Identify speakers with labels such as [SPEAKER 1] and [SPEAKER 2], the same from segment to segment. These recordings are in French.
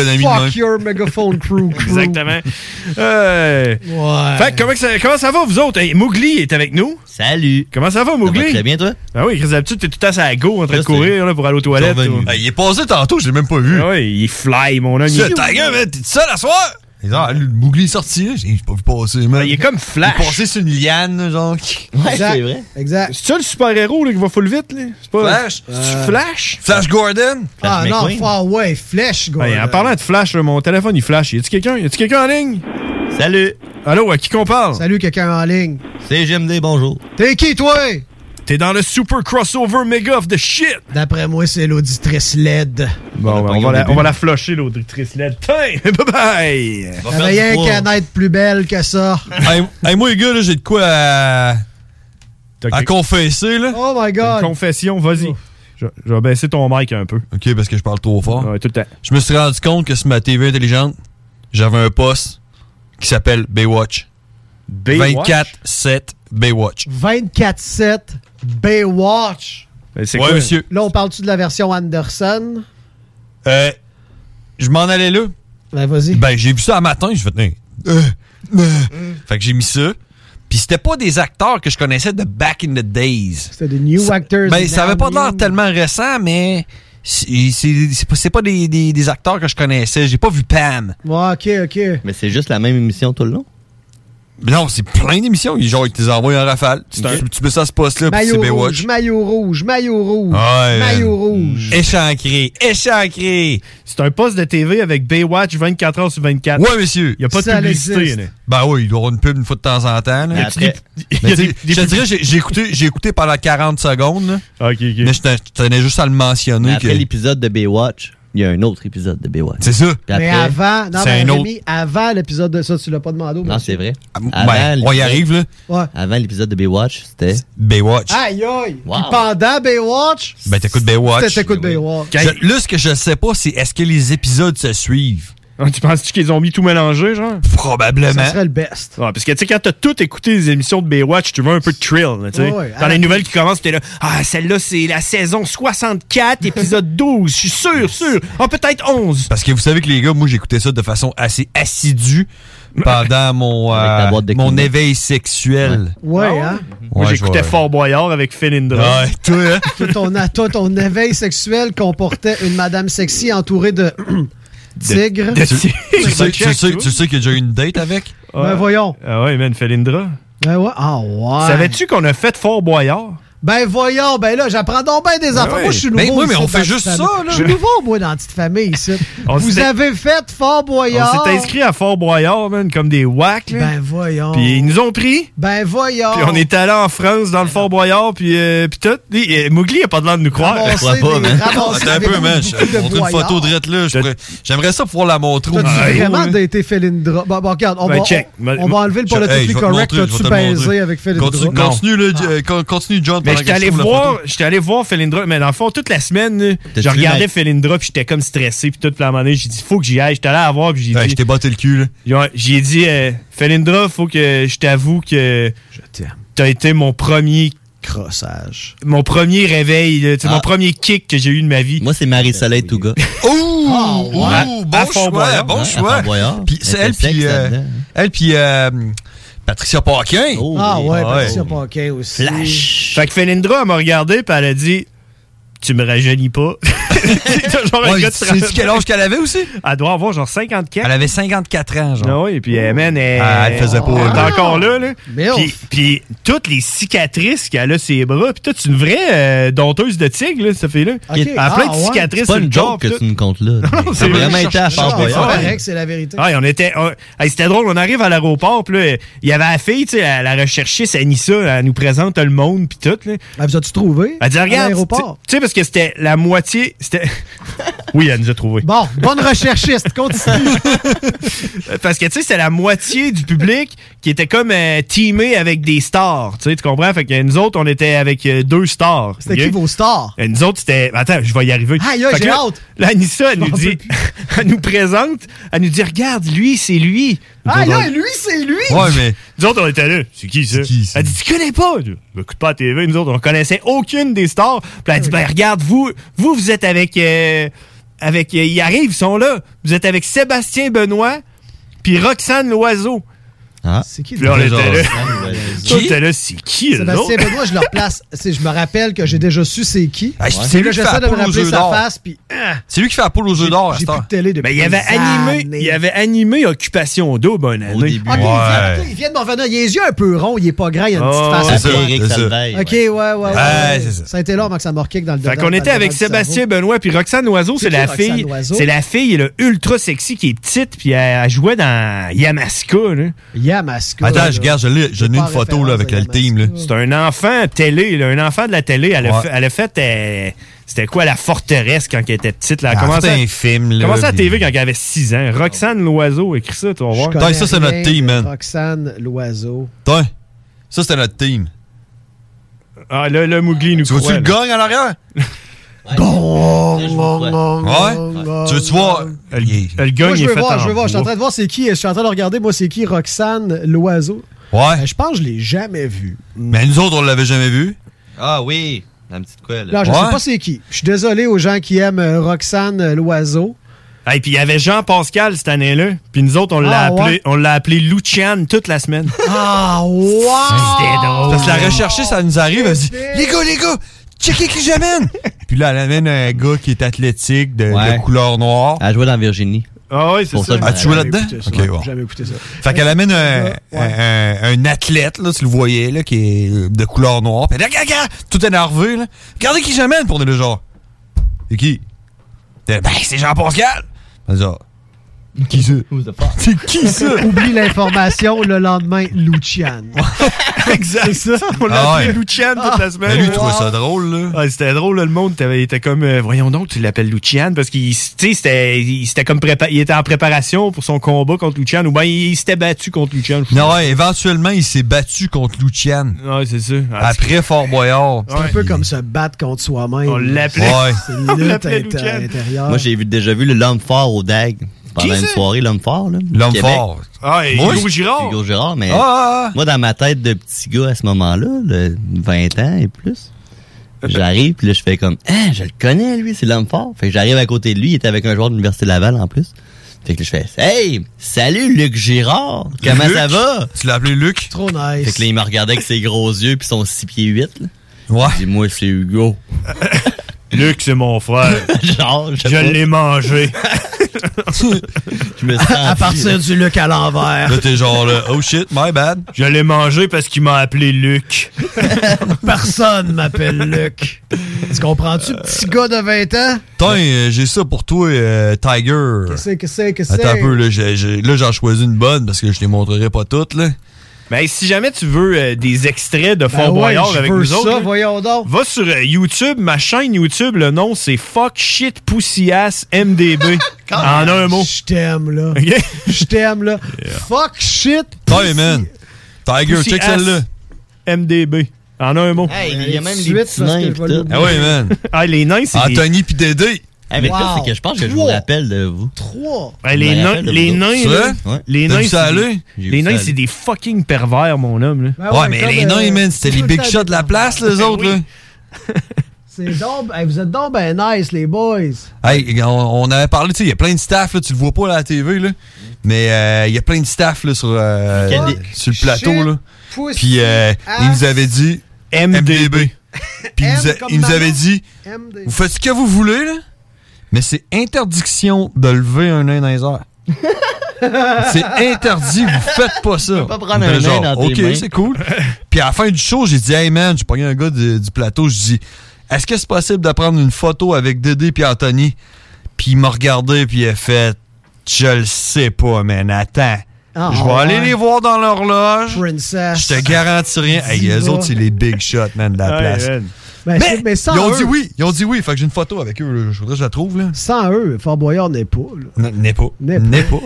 [SPEAKER 1] Un ami de même.
[SPEAKER 2] Fuck your megaphone crew. crew.
[SPEAKER 1] Exactement. Euh,
[SPEAKER 2] Ouais.
[SPEAKER 1] Fait que comment, que ça, comment ça va, vous autres? Hey, Mowgli est avec nous. Salut. Comment ça va, Mowgli? très bien, toi? Ah oui, Chris, d'habitude, t'es tout à sa go en train de courir là, pour aller aux toilettes. ou-
[SPEAKER 3] Ah, il est passé tantôt, je l'ai même pas vu.
[SPEAKER 1] Ah oui, il fly, mon ami.
[SPEAKER 3] C'est ta gueule, man, t'es tout seul à soir? Ils ont- ah, le Mowgli est sorti, là, j'ai j'ai pas vu passer, man.
[SPEAKER 1] Il est comme flash.
[SPEAKER 3] Il est passé sur une liane, genre.
[SPEAKER 2] Exact. Exact.
[SPEAKER 1] C'est ça le super-héros là, qui va full vite? Là? C'est pas...
[SPEAKER 3] Flash?
[SPEAKER 1] Tu flash?
[SPEAKER 3] Flash Gordon?
[SPEAKER 2] Euh, Ah non, far ouais, flèche, gars.
[SPEAKER 1] Hey, Ben, en parlant de flash, là, mon téléphone il flash. Y a-tu quelqu'un? Y a-tu quelqu'un en ligne? Salut. Allô, à qui qu'on parle?
[SPEAKER 2] Salut, quelqu'un en ligne.
[SPEAKER 4] C'est JMD, bonjour.
[SPEAKER 2] T'es qui, toi?
[SPEAKER 1] T'es dans le super crossover mega of the shit!
[SPEAKER 2] D'après moi, c'est l'auditrice LED.
[SPEAKER 1] Bon, ben, on, va la, on va la flusher, l'auditrice LED. Tiens, bye bye!
[SPEAKER 3] Va faire
[SPEAKER 2] T'avais
[SPEAKER 3] du
[SPEAKER 2] rien
[SPEAKER 3] poids.
[SPEAKER 2] qu'à être plus belle que ça.
[SPEAKER 3] hey, hey, moi, les gars, là, j'ai de quoi à,
[SPEAKER 1] T'as
[SPEAKER 3] à confesser, là.
[SPEAKER 2] Oh my
[SPEAKER 1] Une
[SPEAKER 2] god.
[SPEAKER 1] confession, vas-y. Je, je vais baisser ton mic un peu.
[SPEAKER 3] Ok, parce que je parle trop fort.
[SPEAKER 1] Ouais, tout le temps.
[SPEAKER 3] Je me suis rendu compte que sur ma TV intelligente, j'avais un poste qui s'appelle Baywatch.
[SPEAKER 1] Baywatch?
[SPEAKER 3] 24-7 Baywatch.
[SPEAKER 2] 24-7 Baywatch.
[SPEAKER 1] Ben, c'est
[SPEAKER 3] Ouais,
[SPEAKER 1] quoi?
[SPEAKER 3] monsieur.
[SPEAKER 2] Là, on parle-tu de la version Anderson?
[SPEAKER 3] Euh, je m'en allais là.
[SPEAKER 2] Ben, vas-y.
[SPEAKER 3] Ben, j'ai vu ça un matin, je fait Hey, euh, euh. Fait que j'ai mis ça. Puis c'était pas des acteurs que je connaissais de back in the days.
[SPEAKER 2] C'était des new
[SPEAKER 3] Ça-
[SPEAKER 2] actors.
[SPEAKER 3] Ben, ça avait pas de l'air
[SPEAKER 2] Now
[SPEAKER 3] tellement récent, mais c'est c'est- c'est pas, c'est pas des, des- des acteurs que je connaissais. J'ai pas vu Pam.
[SPEAKER 2] new. Ouais, ok, ok.
[SPEAKER 4] Mais c'est juste la même émission tout le long?
[SPEAKER 3] Mais non, c'est plein d'émissions. Ils- Genre, ils te les envoient en rafale. Tu, tu, tu mets ça à ce poste-là, puis c'est
[SPEAKER 2] Maillot
[SPEAKER 3] Baywatch.
[SPEAKER 2] rouge, maillot rouge, maillot rouge.
[SPEAKER 3] Ouais,
[SPEAKER 2] maillot
[SPEAKER 3] man.
[SPEAKER 2] rouge.
[SPEAKER 3] Échancré, échancré.
[SPEAKER 1] C'est un poste de TV avec Baywatch 24 h sur 24.
[SPEAKER 3] Ouais, monsieur.
[SPEAKER 1] Il n'y a pas de
[SPEAKER 2] Ça
[SPEAKER 1] publicité.
[SPEAKER 2] existe.
[SPEAKER 1] là.
[SPEAKER 3] Ben oui, il doit y avoir une pub une fois de temps en temps. là.
[SPEAKER 4] Mais après-
[SPEAKER 1] Il y
[SPEAKER 3] Mais
[SPEAKER 1] a
[SPEAKER 3] tu sais,
[SPEAKER 1] des-
[SPEAKER 3] je te dirais, j'ai j'ai écouté, j'ai écouté pendant 40 secondes, là,
[SPEAKER 1] Ok, ok.
[SPEAKER 3] mais je te- je tenais juste à le mentionner.
[SPEAKER 4] Mais après
[SPEAKER 3] que-
[SPEAKER 4] l'épisode de Baywatch, il y a un autre épisode de Baywatch.
[SPEAKER 3] C'est ça.
[SPEAKER 4] Puis
[SPEAKER 2] Mais
[SPEAKER 4] après-
[SPEAKER 2] avant, non,
[SPEAKER 3] c'est
[SPEAKER 2] mais
[SPEAKER 3] un autre-
[SPEAKER 2] Rémi, avant l'épisode de ça, tu l'as pas demandé. au
[SPEAKER 4] Non,
[SPEAKER 2] monsieur.
[SPEAKER 4] c'est vrai.
[SPEAKER 3] Ben, on y
[SPEAKER 4] l'épisode-
[SPEAKER 3] arrive, là.
[SPEAKER 2] Ouais. Ah,
[SPEAKER 4] Avant l'épisode de Baywatch, c'était...
[SPEAKER 3] Baywatch.
[SPEAKER 2] Aïe, aïe.
[SPEAKER 4] Wow.
[SPEAKER 2] Puis pendant Baywatch,
[SPEAKER 3] Ben, t'écoutes Baywatch.
[SPEAKER 2] t'écoutes Baywatch.
[SPEAKER 3] Je- là, ce que je sais pas, c'est est-ce que les épisodes se suivent?
[SPEAKER 1] Ah, tu penses-tu qu'ils ont mis tout mélangé, genre?
[SPEAKER 2] Ça
[SPEAKER 3] Probablement.
[SPEAKER 2] serait le best.
[SPEAKER 1] Ouais, parce que, tu sais, quand t'as tout écouté les émissions de Baywatch, tu veux un peu de thrill, là, tu sais.
[SPEAKER 2] Ouais, ouais.
[SPEAKER 1] T'as les nouvelles qui commencent, pis t'es là, ah, celle-là, c'est la saison 64, épisode 12, je suis sûr, sûr. Ah, peut-être 11.
[SPEAKER 3] Parce que vous savez que les gars, moi, j'écoutais ça de façon assez assidue pendant mon,
[SPEAKER 4] Avec ta
[SPEAKER 3] euh,
[SPEAKER 4] boîte de
[SPEAKER 3] mon
[SPEAKER 4] Kleenex.
[SPEAKER 3] éveil sexuel.
[SPEAKER 2] Ouais,
[SPEAKER 1] Ah ouais?
[SPEAKER 2] hein?
[SPEAKER 1] Moi,
[SPEAKER 3] Ouais,
[SPEAKER 1] j'écoutais
[SPEAKER 3] je vois.
[SPEAKER 1] Fort Boyard avec Phil Indra.
[SPEAKER 3] Ouais, toi, hein?
[SPEAKER 2] Toi, ton, toi, ton éveil sexuel comportait une madame sexy entourée de tigres.
[SPEAKER 3] tu, tu sais, tu, sais, tu sais que j'ai eu une date avec?
[SPEAKER 2] Ben voyons.
[SPEAKER 1] Ah ouais, man, Phil Indra.
[SPEAKER 2] Ben ouais. Ah ouais.
[SPEAKER 1] Savais-tu qu'on a fait Fort Boyard?
[SPEAKER 2] Ben voyons, ben là, j'apprends donc ben des enfants.
[SPEAKER 1] ouais.
[SPEAKER 2] Moi, je suis nouveau.
[SPEAKER 3] Ben oui, mais
[SPEAKER 2] ici
[SPEAKER 3] on
[SPEAKER 2] dans
[SPEAKER 3] fait
[SPEAKER 2] la petite
[SPEAKER 3] juste
[SPEAKER 2] famille.
[SPEAKER 3] ça, là.
[SPEAKER 2] Je suis nouveau, moi, dans la petite famille ici.
[SPEAKER 1] On
[SPEAKER 2] Vous
[SPEAKER 1] s'est-
[SPEAKER 2] avez fait Fort
[SPEAKER 1] On
[SPEAKER 2] Boyard.
[SPEAKER 1] s'est inscrit à Fort Boyard, man, comme des whacks, là.
[SPEAKER 2] Ben voyons.
[SPEAKER 1] Puis ils nous ont pris.
[SPEAKER 2] Ben voyons.
[SPEAKER 1] Puis on est allé en France,
[SPEAKER 2] Ben
[SPEAKER 1] dans le Fort Boyard, puis euh, puis tout. Lui, euh, Mowgli a pas de l'air de nous croire.
[SPEAKER 2] Ramasser
[SPEAKER 4] crois pas,
[SPEAKER 2] des-
[SPEAKER 4] man.
[SPEAKER 2] ramasser
[SPEAKER 3] Attends un
[SPEAKER 2] avec
[SPEAKER 3] peu, man. Je
[SPEAKER 2] beaucoup
[SPEAKER 3] vais
[SPEAKER 2] de
[SPEAKER 3] montrer une
[SPEAKER 2] Boyard.
[SPEAKER 3] photo de rette, là. Je pourrais- J'aimerais ça pouvoir la montrer au
[SPEAKER 2] T'as-tu
[SPEAKER 1] Ah,
[SPEAKER 2] vraiment
[SPEAKER 1] oui.
[SPEAKER 2] daté Felindra? Bon, bon, regarde, on,
[SPEAKER 1] Ben,
[SPEAKER 2] va,
[SPEAKER 1] check.
[SPEAKER 2] on, on va enlever le
[SPEAKER 3] Je- hey, je
[SPEAKER 2] politically
[SPEAKER 3] vais te
[SPEAKER 2] correct.
[SPEAKER 3] montrer, je vais
[SPEAKER 2] T'as-tu
[SPEAKER 3] te le montrer.
[SPEAKER 2] baisé avec Felindra?
[SPEAKER 3] Continue,
[SPEAKER 2] Non.
[SPEAKER 3] continue, là, euh, con- continue, John.
[SPEAKER 1] Ah. Mais
[SPEAKER 3] pendant
[SPEAKER 1] j'étais
[SPEAKER 3] que je
[SPEAKER 1] allé
[SPEAKER 3] trouve la
[SPEAKER 1] voir,
[SPEAKER 3] photo.
[SPEAKER 1] j'étais allé voir Felindra, mais dans le fond toute la semaine, là,
[SPEAKER 4] T'as-tu
[SPEAKER 1] je
[SPEAKER 4] vu
[SPEAKER 1] regardais
[SPEAKER 4] la-
[SPEAKER 1] Felindra puis j'étais comme stressé puis tout puis à un moment donné, j'ai dit faut que j'y aille, j'étais allé la voir puis j'ai
[SPEAKER 3] Ouais, Je
[SPEAKER 1] dit
[SPEAKER 3] t'ai batté le cul, là.
[SPEAKER 1] j'ai- j'ai dit euh, Felindra, faut que je t'avoue que t'as été mon premier
[SPEAKER 2] Crossage.
[SPEAKER 1] mon premier réveil, là, tu sais,
[SPEAKER 4] Ah.
[SPEAKER 1] mon premier kick que j'ai eu de ma vie.
[SPEAKER 4] Moi, c'est Marie-Soleil Touga.
[SPEAKER 3] Ouh!
[SPEAKER 1] ouais.
[SPEAKER 3] ouh,
[SPEAKER 1] À
[SPEAKER 3] Bon
[SPEAKER 1] Fort
[SPEAKER 3] choix,
[SPEAKER 1] Boyard,
[SPEAKER 3] bon
[SPEAKER 4] hein, à
[SPEAKER 3] choix.
[SPEAKER 4] Fort Boyard.
[SPEAKER 3] Puis c'est
[SPEAKER 4] Elle
[SPEAKER 3] elle,
[SPEAKER 4] était
[SPEAKER 3] puis.
[SPEAKER 4] sexe
[SPEAKER 3] euh,
[SPEAKER 4] là-dedans.
[SPEAKER 3] Elle, puis. euh, Patricia Paquin.
[SPEAKER 4] Oh,
[SPEAKER 2] Ah
[SPEAKER 4] oui.
[SPEAKER 2] ouais,
[SPEAKER 3] Ah
[SPEAKER 2] Patricia
[SPEAKER 3] ouais.
[SPEAKER 2] Paquin aussi.
[SPEAKER 4] Flash.
[SPEAKER 1] Fait que Felindra elle m'a regardé puis elle a dit tu me rajeunis pas. c'est toujours un
[SPEAKER 3] Ouais,
[SPEAKER 1] gars de
[SPEAKER 3] sais-tu
[SPEAKER 1] 30.
[SPEAKER 3] quel âge qu'elle avait aussi?
[SPEAKER 1] Elle doit avoir genre 54.
[SPEAKER 3] Elle avait 54 ans, genre.
[SPEAKER 1] Non, oui, puis euh, man, elle,
[SPEAKER 3] Ah, elle le faisait pas,
[SPEAKER 1] Elle
[SPEAKER 3] là.
[SPEAKER 1] est encore là, là.
[SPEAKER 2] Milf.
[SPEAKER 1] Puis, puis toutes les cicatrices qu'elle a sur ses bras, puis toi, c'est une vraie euh, dompteuse de tigre, là, cette fille-là.
[SPEAKER 2] Ok.
[SPEAKER 1] Elle a plein
[SPEAKER 2] Ah,
[SPEAKER 1] de
[SPEAKER 2] ouais.
[SPEAKER 1] cicatrices
[SPEAKER 4] C'est pas
[SPEAKER 1] sur le
[SPEAKER 4] une
[SPEAKER 1] corps,
[SPEAKER 4] joke
[SPEAKER 1] puis
[SPEAKER 4] que
[SPEAKER 1] tout.
[SPEAKER 4] tu me comptes là.
[SPEAKER 1] Non,
[SPEAKER 4] T'as
[SPEAKER 1] c'est
[SPEAKER 4] vraiment
[SPEAKER 1] vrai,
[SPEAKER 4] été à
[SPEAKER 2] Non,
[SPEAKER 4] Fort
[SPEAKER 2] c'est
[SPEAKER 4] Boyard.
[SPEAKER 2] pas
[SPEAKER 1] ouais.
[SPEAKER 2] correct, c'est la vérité.
[SPEAKER 1] Ah, et on était, on- hey, c'était drôle, on arrive à l'aéroport, puis là, il y avait la fille, tu sais, elle a recherché Anissa, elle nous présente le monde, puis tout, là.
[SPEAKER 2] Ah, vous as-tu trouvé?
[SPEAKER 1] Elle dit,
[SPEAKER 2] À
[SPEAKER 1] regarde, tu
[SPEAKER 2] l'aéroport.
[SPEAKER 1] tu sais, parce que c'était la moitié, c'était... Oui, elle nous a trouvé.
[SPEAKER 2] Bon, bonne recherchiste, continue.
[SPEAKER 1] Euh, Parce que, tu sais, c'était la moitié du public qui était comme euh, teamé avec des stars, tu sais, tu comprends? Fait que nous autres, on était avec euh, deux stars.
[SPEAKER 2] C'était qui
[SPEAKER 1] ok?
[SPEAKER 2] vos stars?
[SPEAKER 1] Et nous autres, c'était. Attends, je vais y arriver.
[SPEAKER 2] Aïe, aïe,
[SPEAKER 1] Fait que
[SPEAKER 2] j'ai
[SPEAKER 1] là-
[SPEAKER 2] hâte.
[SPEAKER 1] Là, Anissa, elle nous
[SPEAKER 2] m'en peux
[SPEAKER 1] dit. Elle nous présente. Elle nous dit Regarde, lui, c'est lui. Nous
[SPEAKER 2] Ah
[SPEAKER 1] autres,
[SPEAKER 2] là, lui, c'est lui!
[SPEAKER 3] Ouais, mais.
[SPEAKER 1] on- Nous autres, on était là. C'est qui ça
[SPEAKER 3] C'est qui, ça?
[SPEAKER 1] Elle dit Tu connais pas Je dis, Ben, Écoute pas la TV. Nous autres, on connaissait aucune des stars. Puis elle dit Ben, regarde, vous, vous, vous êtes avec. euh, avec. euh, ils arrivent, ils sont là. Vous êtes avec Sébastien Benoît. Puis Roxane Loiseau.
[SPEAKER 4] Ah.
[SPEAKER 2] C'est qui
[SPEAKER 1] Puis là, on
[SPEAKER 4] Genre,
[SPEAKER 1] était là.
[SPEAKER 4] Sébastien
[SPEAKER 1] Nous autres, on était là, c'est qui
[SPEAKER 2] Sébastien
[SPEAKER 1] l'autre?
[SPEAKER 2] Benoît, je le replace. C'est- Je me rappelle que j'ai déjà su c'est qui.
[SPEAKER 3] Ah, C'est
[SPEAKER 2] Là,
[SPEAKER 3] lui qui fait
[SPEAKER 2] j'essaie
[SPEAKER 3] la
[SPEAKER 2] de me
[SPEAKER 3] poule aux
[SPEAKER 2] rappeler
[SPEAKER 3] œufs
[SPEAKER 2] sa
[SPEAKER 3] d'or.
[SPEAKER 2] face, puis ah,
[SPEAKER 3] C'est lui qui fait la poule aux œufs d'or, à cette
[SPEAKER 2] j'ai plus de
[SPEAKER 3] heure.
[SPEAKER 2] télé depuis
[SPEAKER 1] Ben, il avait
[SPEAKER 2] des
[SPEAKER 1] animé.
[SPEAKER 2] années.
[SPEAKER 1] Il avait animé Occupation Double une année.
[SPEAKER 4] Au
[SPEAKER 3] Ah,
[SPEAKER 4] début.
[SPEAKER 2] Ok, il, vient,
[SPEAKER 3] Ouais.
[SPEAKER 2] ok, il vient de m'en venir. Il a les yeux un peu ronds, il est pas grand, il a une
[SPEAKER 1] Oh,
[SPEAKER 2] petite face.
[SPEAKER 3] c'est ça.
[SPEAKER 4] Eric
[SPEAKER 3] c'est ça.
[SPEAKER 4] Salveille.
[SPEAKER 2] Ok, ouais, ouais, ouais.
[SPEAKER 3] Ouais,
[SPEAKER 2] ouais.
[SPEAKER 3] c'est ça.
[SPEAKER 2] a été long avant que ça me rekick dans le
[SPEAKER 1] Fait
[SPEAKER 2] dedans,
[SPEAKER 1] qu'on
[SPEAKER 2] dans
[SPEAKER 1] était
[SPEAKER 2] le
[SPEAKER 1] avec
[SPEAKER 2] dedans du
[SPEAKER 1] Sébastien
[SPEAKER 2] cerveau.
[SPEAKER 1] Benoît puis Roxane Noiseau, c'est
[SPEAKER 2] qui,
[SPEAKER 1] la
[SPEAKER 2] Roxane
[SPEAKER 1] fille,
[SPEAKER 2] Oiseau?
[SPEAKER 1] c'est la fille là, ultra sexy qui est petite puis elle, elle jouait dans Yamaska là.
[SPEAKER 2] Yamaska.
[SPEAKER 3] Attends,
[SPEAKER 2] là.
[SPEAKER 3] je regarde, je l'ai- je
[SPEAKER 2] J'ai
[SPEAKER 3] n'ai
[SPEAKER 2] pas
[SPEAKER 3] une photo
[SPEAKER 2] référence
[SPEAKER 3] là, avec
[SPEAKER 2] à
[SPEAKER 3] le team. Là.
[SPEAKER 2] Yamaska.
[SPEAKER 1] C'est un enfant télé, là, un enfant de la télé, elle a,
[SPEAKER 3] Ouais.
[SPEAKER 1] fait- elle a fait euh, c'était quoi la forteresse quand elle était petite là, elle
[SPEAKER 3] Ah,
[SPEAKER 1] commençait
[SPEAKER 3] c'est
[SPEAKER 1] à-
[SPEAKER 3] un film. Là,
[SPEAKER 1] commençait à la
[SPEAKER 3] puis-
[SPEAKER 1] TV quand elle avait 6 ans. Roxane Loiseau, écris ça, tu vas
[SPEAKER 2] Je
[SPEAKER 1] voir.
[SPEAKER 2] connais
[SPEAKER 3] ça, c'est notre
[SPEAKER 2] rien
[SPEAKER 3] team,
[SPEAKER 2] de
[SPEAKER 3] man.
[SPEAKER 2] Roxane Loiseau.
[SPEAKER 3] Attends, Ça, c'était notre team.
[SPEAKER 1] Ah là le Mougli nous
[SPEAKER 3] Tu vois-tu
[SPEAKER 1] croit,
[SPEAKER 3] le
[SPEAKER 1] là.
[SPEAKER 3] gong en arrière? Ouais. Tu veux-tu voir?
[SPEAKER 1] Le
[SPEAKER 3] Ouais.
[SPEAKER 1] gong
[SPEAKER 2] Moi, je
[SPEAKER 1] il est
[SPEAKER 2] veux
[SPEAKER 1] fait
[SPEAKER 2] voir,
[SPEAKER 1] en
[SPEAKER 2] je veux voir. Je suis en
[SPEAKER 1] bois.
[SPEAKER 2] train de voir c'est qui. Je suis en train de regarder, moi, c'est qui Roxane Loiseau. Euh, Je pense que je l'ai jamais vu.
[SPEAKER 3] Mais nous autres, on l'avait jamais vu.
[SPEAKER 4] Ah oui. La petite quoi, là.
[SPEAKER 2] Là, je
[SPEAKER 3] Ouais.
[SPEAKER 2] sais pas c'est qui. Je suis désolé aux gens qui aiment euh, Roxane Loiseau.
[SPEAKER 1] Hey, puis il y avait Jean Pascal cette année-là, puis nous autres on l'a
[SPEAKER 2] Ah, ouais?
[SPEAKER 1] appelé on l'a appelé Luciane toute la semaine.
[SPEAKER 2] Ah, wow!
[SPEAKER 1] C'était drôle.
[SPEAKER 3] Parce que la recherchée, ça nous arrive. Elle dit Les gars, les gars, checkez qui j'amène. Puis là, elle amène un gars qui est athlétique, de, de
[SPEAKER 4] Ouais.
[SPEAKER 3] couleur noire.
[SPEAKER 4] Elle jouait dans Virginie.
[SPEAKER 1] Ah oui, c'est
[SPEAKER 4] Pour
[SPEAKER 1] ça.
[SPEAKER 4] ça, je
[SPEAKER 3] Ah, tu jouais là-dedans
[SPEAKER 2] Écoutez ça,
[SPEAKER 3] Ok,
[SPEAKER 2] j'ai
[SPEAKER 3] bon.
[SPEAKER 2] jamais écouté ça.
[SPEAKER 3] Fait qu'elle amène un,
[SPEAKER 2] Ouais.
[SPEAKER 3] un- un- un athlète, là, tu le voyais, là, qui est de couleur noire. Puis elle dit, regarde, regarde, tout énervé, là. Regardez qui j'amène pour le genre. C'est qui? Elle dit, Ben, c'est Jean-Pascal. Elle dit, Ah, qui ça? C'est qui ça?
[SPEAKER 2] Oublie l'information le lendemain, Lucian.
[SPEAKER 1] Exact. On l'a
[SPEAKER 3] Ah
[SPEAKER 1] appelé
[SPEAKER 3] ouais.
[SPEAKER 1] Luciane toute la semaine.
[SPEAKER 3] Mais Ben, lui, il trouvait ça drôle, là.
[SPEAKER 1] Ah, c'était drôle, là, le monde. t'avais- Il était comme, euh, voyons donc, tu l'appelles Luciane parce qu'il s- tu sais, c'était, il, s'était comme prépa- il était en préparation pour son combat contre Luciane ou bien il, il s'était battu contre Luciane. je sais
[SPEAKER 3] Non, ouais, éventuellement, il s'est battu contre Lucian.
[SPEAKER 1] pas. Ouais, c'est ça. Ah,
[SPEAKER 3] Après Fort Boyard.
[SPEAKER 2] C'est un peu comme se battre contre soi-même.
[SPEAKER 1] On l'appelait.
[SPEAKER 3] Ouais.
[SPEAKER 2] C'est
[SPEAKER 1] on
[SPEAKER 2] une lutte
[SPEAKER 1] l'appelait
[SPEAKER 2] inter-
[SPEAKER 1] Lucian.
[SPEAKER 2] intérieure.
[SPEAKER 4] Moi, j'ai vu- déjà vu le L'Homme fort au DAG pendant une
[SPEAKER 1] ça?
[SPEAKER 4] soirée, L'Homme fort, là. au
[SPEAKER 3] L'homme
[SPEAKER 4] Québec.
[SPEAKER 3] fort.
[SPEAKER 1] Ah, et
[SPEAKER 3] Moi,
[SPEAKER 1] Hugo Girard.
[SPEAKER 4] Hugo Gérard, mais
[SPEAKER 3] Ah!
[SPEAKER 4] moi, dans ma tête de petit gars à ce moment-là, le 20 ans et plus, j'arrive, puis là, je fais comme, hein, je le connais, lui, c'est l'homme fort. Fait que j'arrive à côté de lui, il était avec un joueur de l'Université Laval, en plus. Fait que là, je fais, hey, salut, Luc Girard, comment
[SPEAKER 3] Luc?
[SPEAKER 4] ça va?
[SPEAKER 3] Tu l'as appelé Luc?
[SPEAKER 2] Trop nice.
[SPEAKER 4] Fait que là, il me regardait avec ses gros yeux, puis son 6 pieds 8, là.
[SPEAKER 3] Ouais.
[SPEAKER 4] Je dis, moi, c'est Hugo.
[SPEAKER 1] Luc, c'est mon frère.
[SPEAKER 4] Genre, je,
[SPEAKER 1] Je l'ai mangé.
[SPEAKER 4] je me sens.
[SPEAKER 2] à partir du Luc à l'envers.
[SPEAKER 3] Là, t'es genre, là, oh shit, my bad.
[SPEAKER 1] Je l'ai mangé parce qu'il m'a appelé Luc.
[SPEAKER 2] Personne m'appelle Luc. Tu comprends-tu, petit gars de 20 ans?
[SPEAKER 3] Tiens, euh, j'ai ça pour toi, euh, Tiger.
[SPEAKER 2] Qu'est-ce que c'est, que c'est?
[SPEAKER 3] Attends un peu, là, j'ai- j'ai- là, j'en choisis une bonne parce que je les montrerai pas toutes, là.
[SPEAKER 1] Mais Ben, si jamais tu veux euh, des extraits de
[SPEAKER 2] Ben
[SPEAKER 1] Fort
[SPEAKER 2] ouais,
[SPEAKER 1] Boyard
[SPEAKER 2] je
[SPEAKER 1] avec
[SPEAKER 2] veux
[SPEAKER 1] nous
[SPEAKER 2] ça,
[SPEAKER 1] autres, là,
[SPEAKER 2] voyons donc.
[SPEAKER 1] va sur euh, YouTube, ma chaîne YouTube, le nom c'est Fuck Shit Pussy Ass MDB. en un mot.
[SPEAKER 2] Je t'aime, là.
[SPEAKER 1] Ok?
[SPEAKER 2] Je t'aime, là. Fuck shit.
[SPEAKER 3] Tiens, man. Tiger,
[SPEAKER 1] Pussy
[SPEAKER 3] check
[SPEAKER 1] ass
[SPEAKER 3] celle-là.
[SPEAKER 1] MDB. En un mot.
[SPEAKER 4] Hey, il y a même
[SPEAKER 2] Suite,
[SPEAKER 4] les petits
[SPEAKER 2] parce que
[SPEAKER 4] nains,
[SPEAKER 2] je
[SPEAKER 4] pis
[SPEAKER 2] vais
[SPEAKER 4] tout.
[SPEAKER 2] l'oublier.
[SPEAKER 3] Ah ouais, man.
[SPEAKER 1] Ah, les nains, c'est des-
[SPEAKER 3] Anthony pis Dédé.
[SPEAKER 4] Hey, mais le pire,
[SPEAKER 2] Wow.
[SPEAKER 4] c'est que je pense que je vous
[SPEAKER 2] Wow.
[SPEAKER 4] rappelle de vous.
[SPEAKER 2] 3.
[SPEAKER 1] Ah, les
[SPEAKER 4] Je
[SPEAKER 3] Ben,
[SPEAKER 4] me
[SPEAKER 1] nains,
[SPEAKER 4] rappelle de
[SPEAKER 1] les
[SPEAKER 4] vous
[SPEAKER 1] nains,
[SPEAKER 3] autres.
[SPEAKER 1] là,
[SPEAKER 4] C'est vrai? Ouais.
[SPEAKER 1] les
[SPEAKER 3] T'as
[SPEAKER 1] nains,
[SPEAKER 3] vu ça
[SPEAKER 1] c'est
[SPEAKER 3] aller?
[SPEAKER 1] des,
[SPEAKER 4] J'ai
[SPEAKER 1] les
[SPEAKER 4] vu
[SPEAKER 1] nains,
[SPEAKER 4] ça
[SPEAKER 1] c'est
[SPEAKER 4] aller.
[SPEAKER 1] des fucking pervers, mon homme. Là.
[SPEAKER 3] Ouais, mais les
[SPEAKER 2] euh,
[SPEAKER 3] nains, man, c'était les big shots de la place, les autres, là.
[SPEAKER 2] C'est donc, hey, vous êtes donc ben nice, les boys.
[SPEAKER 3] Hey, on, on avait parlé, tu sais, il y a plein de staff, là, tu le vois pas à la TV, là. Mais euh, il y a plein de staff, là, sur, euh,
[SPEAKER 4] Quel-
[SPEAKER 3] sur le plateau,
[SPEAKER 2] Shit,
[SPEAKER 3] là.
[SPEAKER 2] pussy,
[SPEAKER 3] Puis, euh, il
[SPEAKER 2] ass,
[SPEAKER 3] nous avait dit
[SPEAKER 1] MDB.
[SPEAKER 3] MDB. Puis, il
[SPEAKER 2] Ah, M
[SPEAKER 3] nous a-
[SPEAKER 2] comme
[SPEAKER 3] il nous
[SPEAKER 2] maman.
[SPEAKER 3] avait dit
[SPEAKER 2] MD.
[SPEAKER 3] Vous faites ce que vous voulez, là, mais c'est interdiction de lever un nain dans les airs. c'est interdit, vous faites pas ça.
[SPEAKER 5] pas prendre
[SPEAKER 3] Mais
[SPEAKER 5] un nain
[SPEAKER 3] genre,
[SPEAKER 5] dans tes
[SPEAKER 3] OK,
[SPEAKER 5] mains.
[SPEAKER 3] c'est cool. Puis à la fin du show, j'ai dit, hey man, j'ai pogné un gars de- du plateau, je dis, est-ce que c'est possible de prendre une photo avec Dédé puis Anthony? Puis il m'a regardé, puis il a fait, je le sais pas, man, attends.
[SPEAKER 2] Ah,
[SPEAKER 3] je vais
[SPEAKER 2] ouais.
[SPEAKER 3] aller les voir dans leur loge. Je
[SPEAKER 2] Princess.
[SPEAKER 3] te garantis rien. Hey, eux
[SPEAKER 2] Dis-moi.
[SPEAKER 3] autres, c'est les big shots, man, de la place.
[SPEAKER 2] Ben,
[SPEAKER 3] Mais,
[SPEAKER 2] c'est- mais sans
[SPEAKER 3] ils ont
[SPEAKER 2] eux,
[SPEAKER 3] dit oui, ils ont dit oui. Fait que j'ai une photo avec eux. là. Je voudrais que je la trouve, là.
[SPEAKER 2] Sans eux, Fort Boyard n'est pas. là.
[SPEAKER 3] N- N'est pas.
[SPEAKER 2] N'est
[SPEAKER 3] N'est
[SPEAKER 2] pas.
[SPEAKER 3] pas.